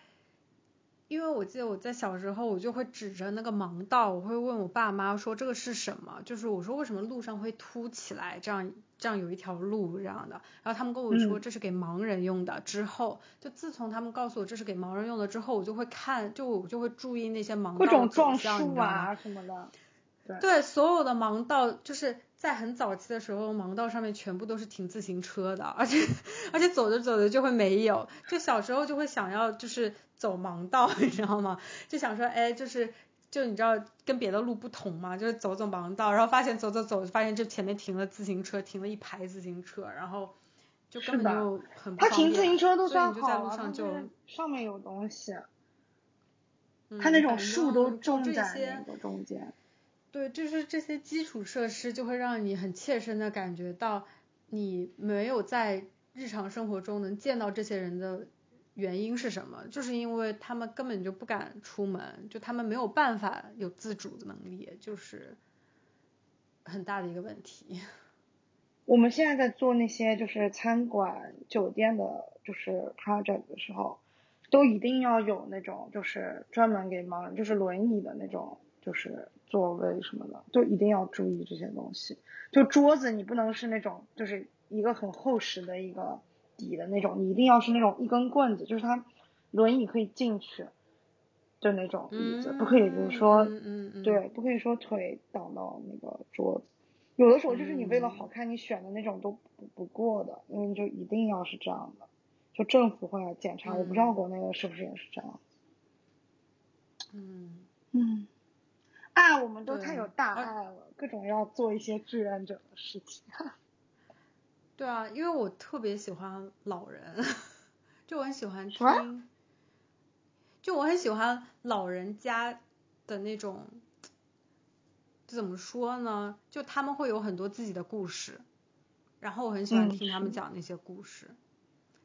因为我记得我在小时候，我就会指着那个盲道，我会问我爸妈说这个是什么，就是我说为什么路上会凸起来，这样这样有一条路这样的，然后他们跟我说嗯这是给盲人用的。之后就自从他们告诉我这是给盲人用的之后，我就会看，就我就会注意那些盲各道的种走撞向，你树知道吗？啊什么的，对，所有的盲道就是在很早期的时候，盲道上面全部都是停自行车的，而且而且走着走着就会没有。就小时候就会想要就是走盲道，你知道吗？就想说，哎，就是。就你知道跟别的路不同嘛，就是走走盲道，然后发现走走走，发现这前面停了自行车，停了一排自行车，然后就根是本的就很不方他便。停自行车都所以算你就在好路了，他上就，是上面有东西，嗯他那反种树正都就种这在些那个中间。对，就是这些基础设施就会让你很切身的感觉到，你没有在日常生活中能见到这些人的原因是什么？就是因为他们根本就不敢出门，就他们没有办法有自主的能力，就是很大的一个问题。我们现在在做那些就是餐馆、酒店的，就是 project 的时候，都一定要有那种就是专门给盲人，就是轮椅的那种，就是座位什么的，都一定要注意这些东西。就桌子你不能是那种就是一个很厚实的一个底的那种，你一定要是那种一根棍子，就是它轮椅可以进去的那种椅子，不可以就是说嗯嗯嗯，对，不可以说腿挡到那个桌子。有的时候就是你为了好看，你选的那种都不不过的，因为你就一定要是这样的。就政府会来检查，我不知嗯道国内的是不是也是这样。嗯，嗯，啊，我们都对太有大而爱了，各种要做一些志愿者的事情。对啊，因为我特别喜欢老人，就我很喜欢什么听，就我很喜欢老人家的那种，怎么说呢？就他们会有很多自己的故事，然后我很喜欢嗯听他们是讲那些故事，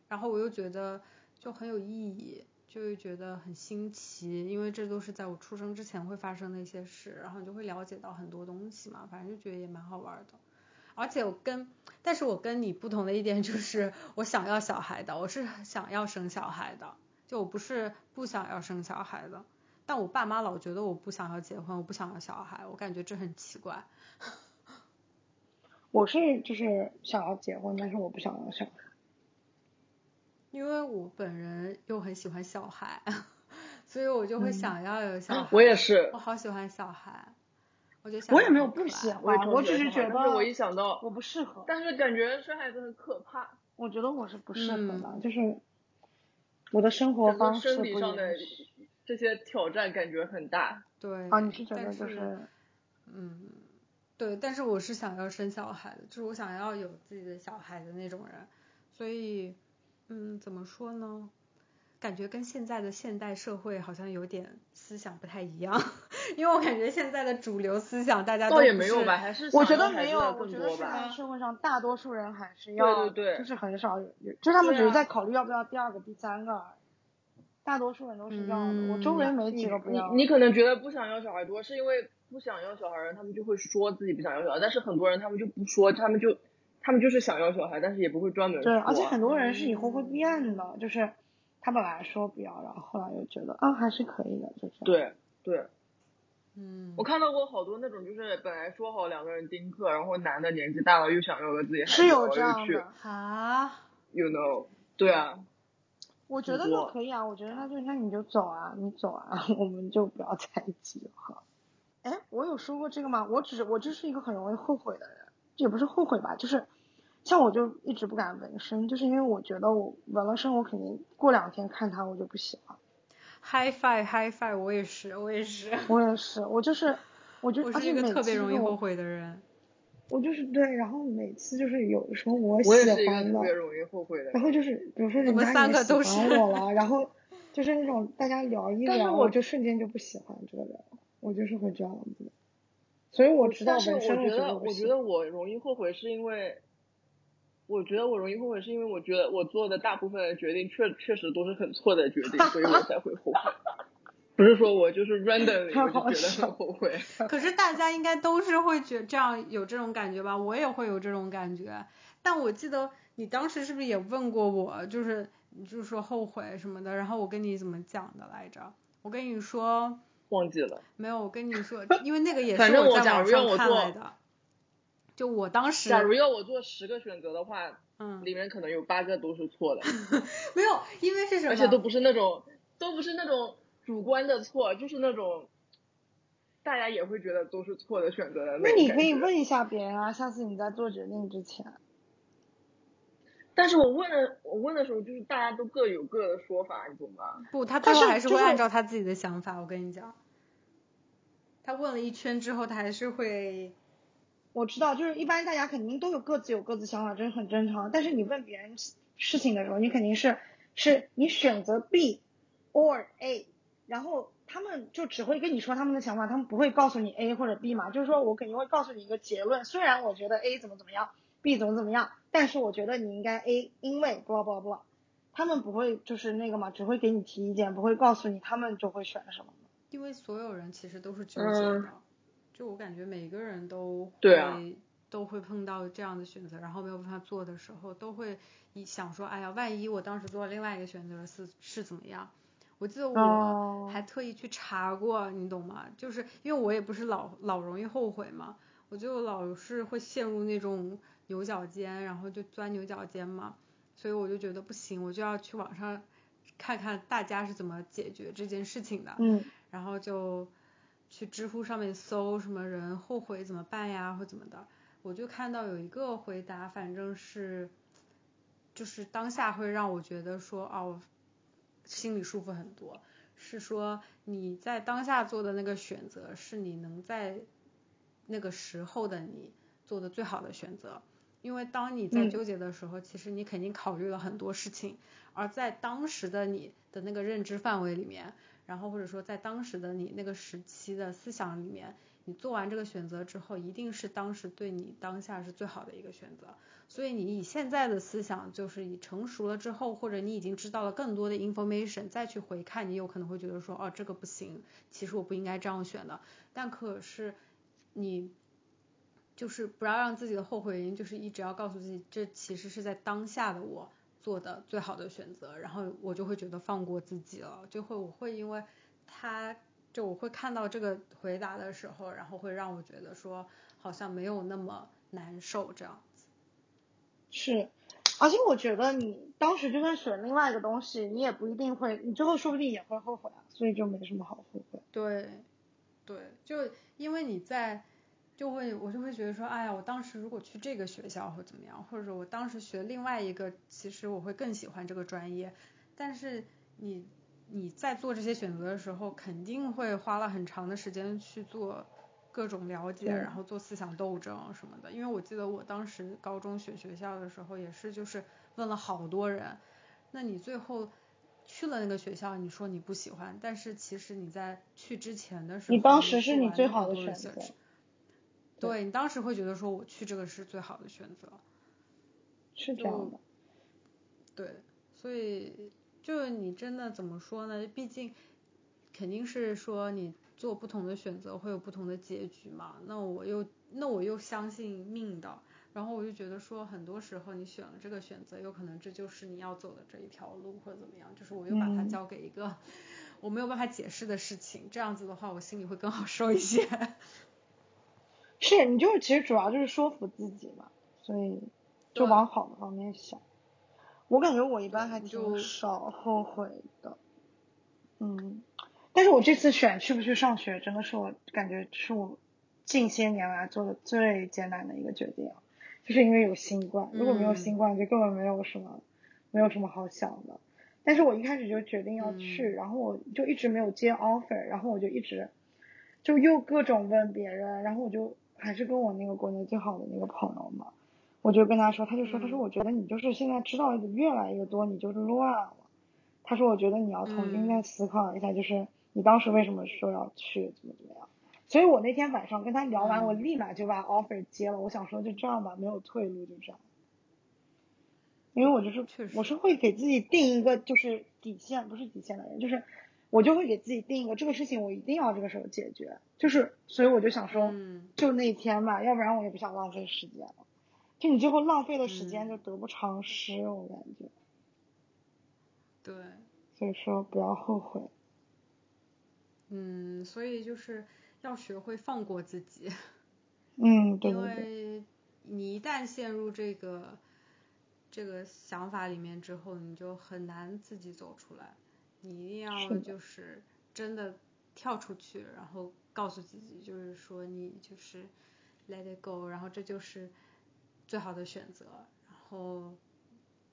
然后我又觉得就很有意义，就会觉得很新奇，因为这都是在我出生之前会发生的一些事，然后你就会了解到很多东西嘛，反正就觉得也蛮好玩的。而且我跟，但是我跟你不同的一点就是，我想要小孩的，我是想要生小孩的，就我不是不想要生小孩的。但我爸妈老觉得我不想要结婚，我不想要小孩，我感觉这很奇怪。 我是就是想要结婚，但是我不想要小孩。因为我本人又很喜欢小孩， 所以我就会想要有小孩。我也是我，好喜欢小孩，我觉得小孩嗯我也没有很可不喜爱。我也欢，我只是是觉得但是我一想到，我不适合，但是感觉生孩子很可怕，我觉得我是不适合嗯的，就是我的生活整个方式生不理一上样。的这些挑战感觉很大。对啊，你是觉但得就是是嗯，对，但是我是想要生小孩的，就是我想要有自己的小孩的那种人，所以，嗯，怎么说呢？感觉跟现在的现代社会好像有点思想不太一样， 因为我感觉现在的主流思想大家都倒也不没有是吧，还是我想觉要得孩没子有，的我更觉得多现在吧。社会上大多数人还是要，对就是很少有，有就是他们对只是啊在考虑要不要第二个、第三个而已，大多数人都是要的。我周嗯围没你几个不要的。你你可能觉得不想要小孩多，是因为不想要小孩儿，他们就会说自己不想要小孩，但是很多人他们就不说，他们就他们就是想要小孩，但是也不会专门对，说。而且很多人是以后嗯会变的，就是他本来说不要，然后后来又觉得啊还是可以的，就这对样。，对，嗯我，看到过好多那种就是本来说好两个人丁克，然后男的年纪大了又想要个自己孩子，是有这然后样又去的。啊， ，you know，对啊，我觉得很那多可以啊，我觉得那就那你就走啊，你走啊， 我们就不要在一起了哈。哎，我有说过这个吗？我只是我就是一个很容易后悔的人，也不是后悔吧，就是像我就一直不敢纹身，就是因为我觉得我纹了身，我肯定过两天看它我就不喜欢。嗨 i 嗨 i 我也是，我也是，我也是，我就是我就我而是且一个每特别次容易我后悔的人。我就是对，然后每次就是有的时候我喜我也是一个欢特别的，容易后悔的然人。后就是比如说我人们家三也个喜都欢是 我了，然后就是那种大家聊一但是聊，我就瞬间就不喜欢这个人，我就是会这样子。所以我知道但是纹我身，觉觉得，我不我觉行得我容易后悔，是因为，我觉得我容易后悔，是因为我觉得我做的大部分的决定确确实都是很错的决定，所以我才会后悔。不是说我就是 randomly 太我好就觉得笑很后悔， 可是大家应该都是会觉这样有这种感觉吧？我也会有这种感觉。但我记得你当时是不是也问过我，就是你就是说后悔什么的，然后我跟你怎么讲的来着？我跟你说忘记了。没有，我跟你说，因为那个也反是正我在假网如让上我看做来的。就我当时，假如要我做十个选择的话，嗯，里面可能有八个都是错的，没有，因为是什么？而且都不是那种，都不是那种主观的错，就是那种大家也会觉得都是错的选择的那种你感可以觉问一下别人啊，下次你在做决定之前，但是我问了，我问的时候就是大家都各有各的说法，你懂吗？不，他最但后是还是就会是按照他自己的想法。我跟你讲，他问了一圈之后，他还是会。我知道，就是一般大家肯定都有各自有各自想法，这是很正常。但是你问别人事事情的时候，你肯定是是你选择 B or A，然后他们就只会跟你说他们的想法，他们不会告诉你 A 或者 B 嘛。就是说我肯定会告诉你一个结论，虽然我觉得 A 怎么怎么样，B 怎么怎么样，但是我觉得你应该 A，因为 blah blah blah。他们不会就是那个嘛，只会给你提意见，不会告诉你他们就会选什么。因为所有人其实都是纠结的，就我感觉每个人都嗯对啊会都会碰到这样的选择，然后没有办法做的时候，都会一想说，哎呀，万一我当时做另外一个选择是是怎么样？我记得我哦还特意去查过，你懂吗？就是因为我也不是老老容易后悔嘛，我就老是会陷入那种牛角尖，然后就钻牛角尖嘛，所以我就觉得不行，我就要去网上看看大家是怎么解决这件事情的。嗯，然后就去知乎上面搜什么人后悔怎么办呀，或怎么的，我就看到有一个回答，反正是就是当下会让我觉得说哦，心里舒服很多，是说你在当下做的那个选择是你能在那个时候的你做的最好的选择。因为当你在嗯纠结的时候，其实你肯定考虑了很多事情，而在当时的你的那个认知范围里面，然后或者说在当时的你那个时期的思想里面，你做完这个选择之后，一定是当时对你当下是最好的一个选择。所以你以现在的思想，就是你成熟了之后，或者你已经知道了更多的 information，再去回看，你有可能会觉得说，哦，这个不行，其实我不应该这样选的。但可是你就是不要让自己的后悔原因，就是一直要告诉自己，这其实是在当下的我做的最好的选择。然后我就会觉得放过自己了，就会我会因为他。就我会看到这个回答的时候，然后会让我觉得说好像没有那么难受这样子。是，而且我觉得你当时就算选另外一个东西，你也不一定会，你之后说不定也会后悔啊，所以就没什么好后悔。对，对，就因为你在，就会我就会觉得说，哎呀，我当时如果去这个学校会怎么样，或者我当时学另外一个，其实我会更喜欢这个专业，但是你。你在做这些选择的时候，肯定会花了很长的时间去做各种了解，嗯然后做思想斗争什么的。因为我记得我当时高中选学校的时候，也是就是问了好多人。那你最后去了那个学校，你说你不喜欢，但是其实你在去之前的时候，你当时是做你完最了很好的多选 research 择。对你当时会觉得说我去这个是最好的选择。是这样的。对，所以就你真的怎么说呢？毕竟肯定是说你做不同的选择会有不同的结局嘛。那我又那我又相信命的，然后我就觉得说，很多时候你选了这个选择，有可能这就是你要走的这一条路或者怎么样。就是我又把它嗯交给一个我没有办法解释的事情，这样子的话我心里会更好受一些。 是你就是其实主要就是说服自己嘛，所以就对往好的方面想。我感觉我一般对还你就挺少后悔的，嗯，但是我这次选去不去上学，真的是我感觉是我近些年来做的最艰难的一个决定啊，就是因为有新冠，如果没有嗯新冠，就根本没有什么没有什么好想的。但是我一开始就决定要去，嗯然后我就一直没有接 offer，然后我就一直就又各种问别人，然后我就还是跟我那个国内最好的那个朋友嘛，我就跟他说，他就说，他说嗯我觉得你就是现在知道的越来越多，你就是乱了。他说我觉得你要重新嗯再思考一下，就是你当时为什么说要去，怎么怎么样。所以我那天晚上跟他聊完，我嗯立马就把 offer 接了。我想说就这样吧，没有退路，就这样。因为我就是确实我是会给自己定一个就是底线，不是底线的人，就是我就会给自己定一个这个事情我一定要这个时候解决，就是所以我就想说，嗯就那天吧，要不然我也不想浪费时间了。就你最后浪费的时间嗯就得不偿失，我感觉，对。所以说不要后悔。嗯，所以就是要学会放过自己。嗯，对因对对，为你一旦陷入这个这个想法里面之后，你就很难自己走出来。你一定是要的就是真的跳出去，然后告诉自己，就是说你就是 let it go，然后这就是最好的选择，然后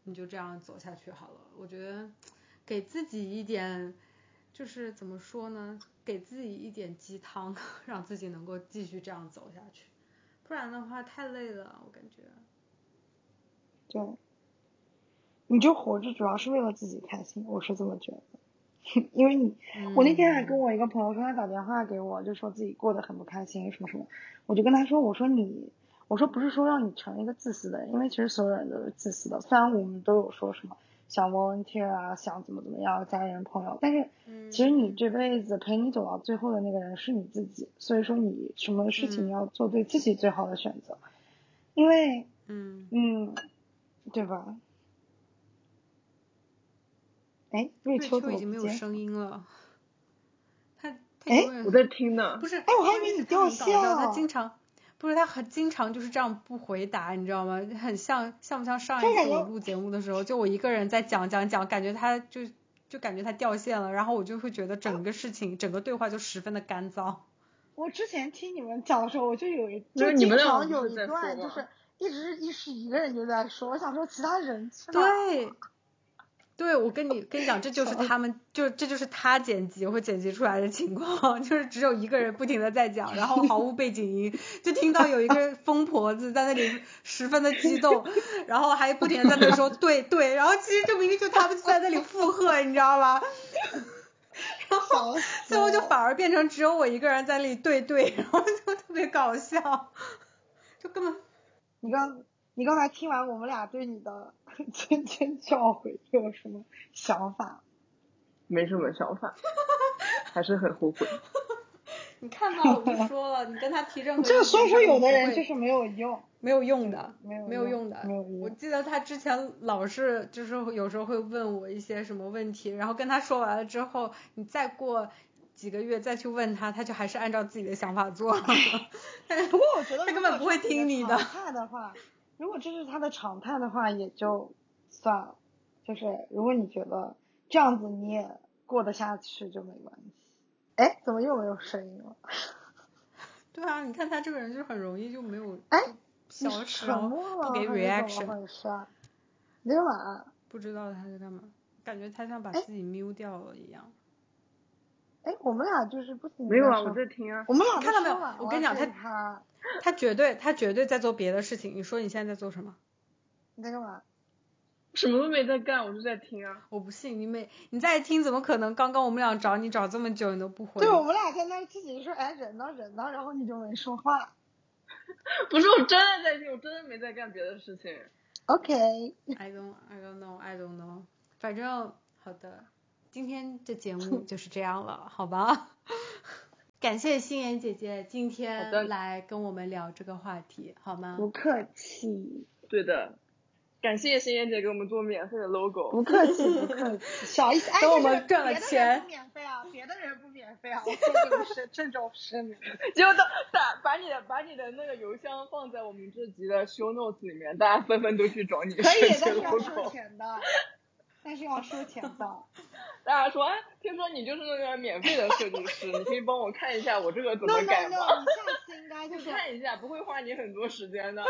你就这样走下去好了。我觉得给自己一点，就是怎么说呢，给自己一点鸡汤， 让自己能够继续这样走下去。不然的话太累了，我感觉。对，你就活着主要是为了自己开心，我是这么觉得。 因为你，嗯我那天还跟我我一个朋友说，他打电话给我，就说自己过得很不开心，什么什么。我就跟他说，我说你，我说不是说让你成为一个自私的人，因为其实所有人都是自私的。虽然我们都有说什么想 volunteer 啊，想怎么怎么样，家人朋友，但是嗯其实你这辈子陪你走到最后的那个人是你自己，所以说你什么事情嗯要做对自己最好的选择，因为，嗯，嗯，对吧？哎，瑞瑞秋秋怎么已经不没有接声音了，他他哎永远我在听呢。不是，哎我还关以键为是你他很掉搞笑，他线经常不是他很经常就是这样不回答，你知道吗？很像像不像上这一个次我人录节目的时候，就我一个人在讲讲讲，感觉他就就感觉他掉线了，然后我就会觉得哎整个事情整个对话就十分的干燥。我之前听你们讲的时候，我就有一就就是你们经俩常不有是一在说段就吗是一直一是一个人就在说，我想说其他人 去哪儿了？对，对，我跟你跟你讲，这就是他们，就这就是他剪辑会剪辑出来的情况， 就是只有一个人不停的在讲，然后毫无背景音，就听到有一个疯婆子在那里十分的激动，然后还不停的在那说对对，然后其实就明明就他们就在那里附和，你知道吗？然后笑死最后就我 反而变成只有我一个人在那里对对，然后就 特别搞笑，就根本你刚你刚才听完我们俩对你的 谆谆教诲，有什么想法？没什么想 法，还是很后悔。你看吧，我就说了，你跟他提任何这个意见说他出都有不的人会就是没有用，没有用的，没有没有用用的嗯没有。我用记得他之前老是就是有时候会问我一些什么问题，然后跟他说完了之后，你再过几个月再去问他，他就还是按照自己的想法做。 不过我觉得他如根本果不会这是听你的的常态的话，如果这是他的常态的话，也就算了。就是如果你觉得这样子你也过得下去，就没关系。哎，怎么又没有声音了？对啊，你看他这个人就很容易就没有哎就你消失，沉然后默了不给还是怎 reaction，么回事啊？你干嘛？不知道他在干嘛，感觉他像把哎自己 mute 掉了一样。哎，我们俩就是不行。没有啊，我在听啊。我们俩看到没有都说晚我跟你讲了所以他他他绝对他绝对在做别的事情。你说你现在在做什么？你在干嘛？什么都没在干，我就在听啊。 我不信你每你在听，怎么可能？刚刚我们俩找你找这么久，你都不回对，我们俩在那儿自己说，哎，忍呢忍呢，然后你就没说话。不是，我真的在听，我真的没在干别的事情。 OK， I don't, I don't know, I don't know。反正好的，今天这节 目就是这样了，好吧？ 感谢心妍姐姐今好的天来跟我们聊这个话题，好吗？不客气，对的，感谢心妍姐给我们做免费的 logo。不客气，不客气。小意思，哎，等我这个们赚了别的人钱不免费啊，别的人不免费 啊，我做这种声这种声明。结果到打把你的把你的那个邮箱放在我们这集的 show notes 里面，大家纷纷都去找你可以，申请但是要收 logo。钱的， 但是要收钱的。大家说，哎，听说你就是那个免费的设计师，你可以帮 我看一下我这个怎 No 么 no 改 no，吗？你下次应该就你是看一下，不会花你很多时间的。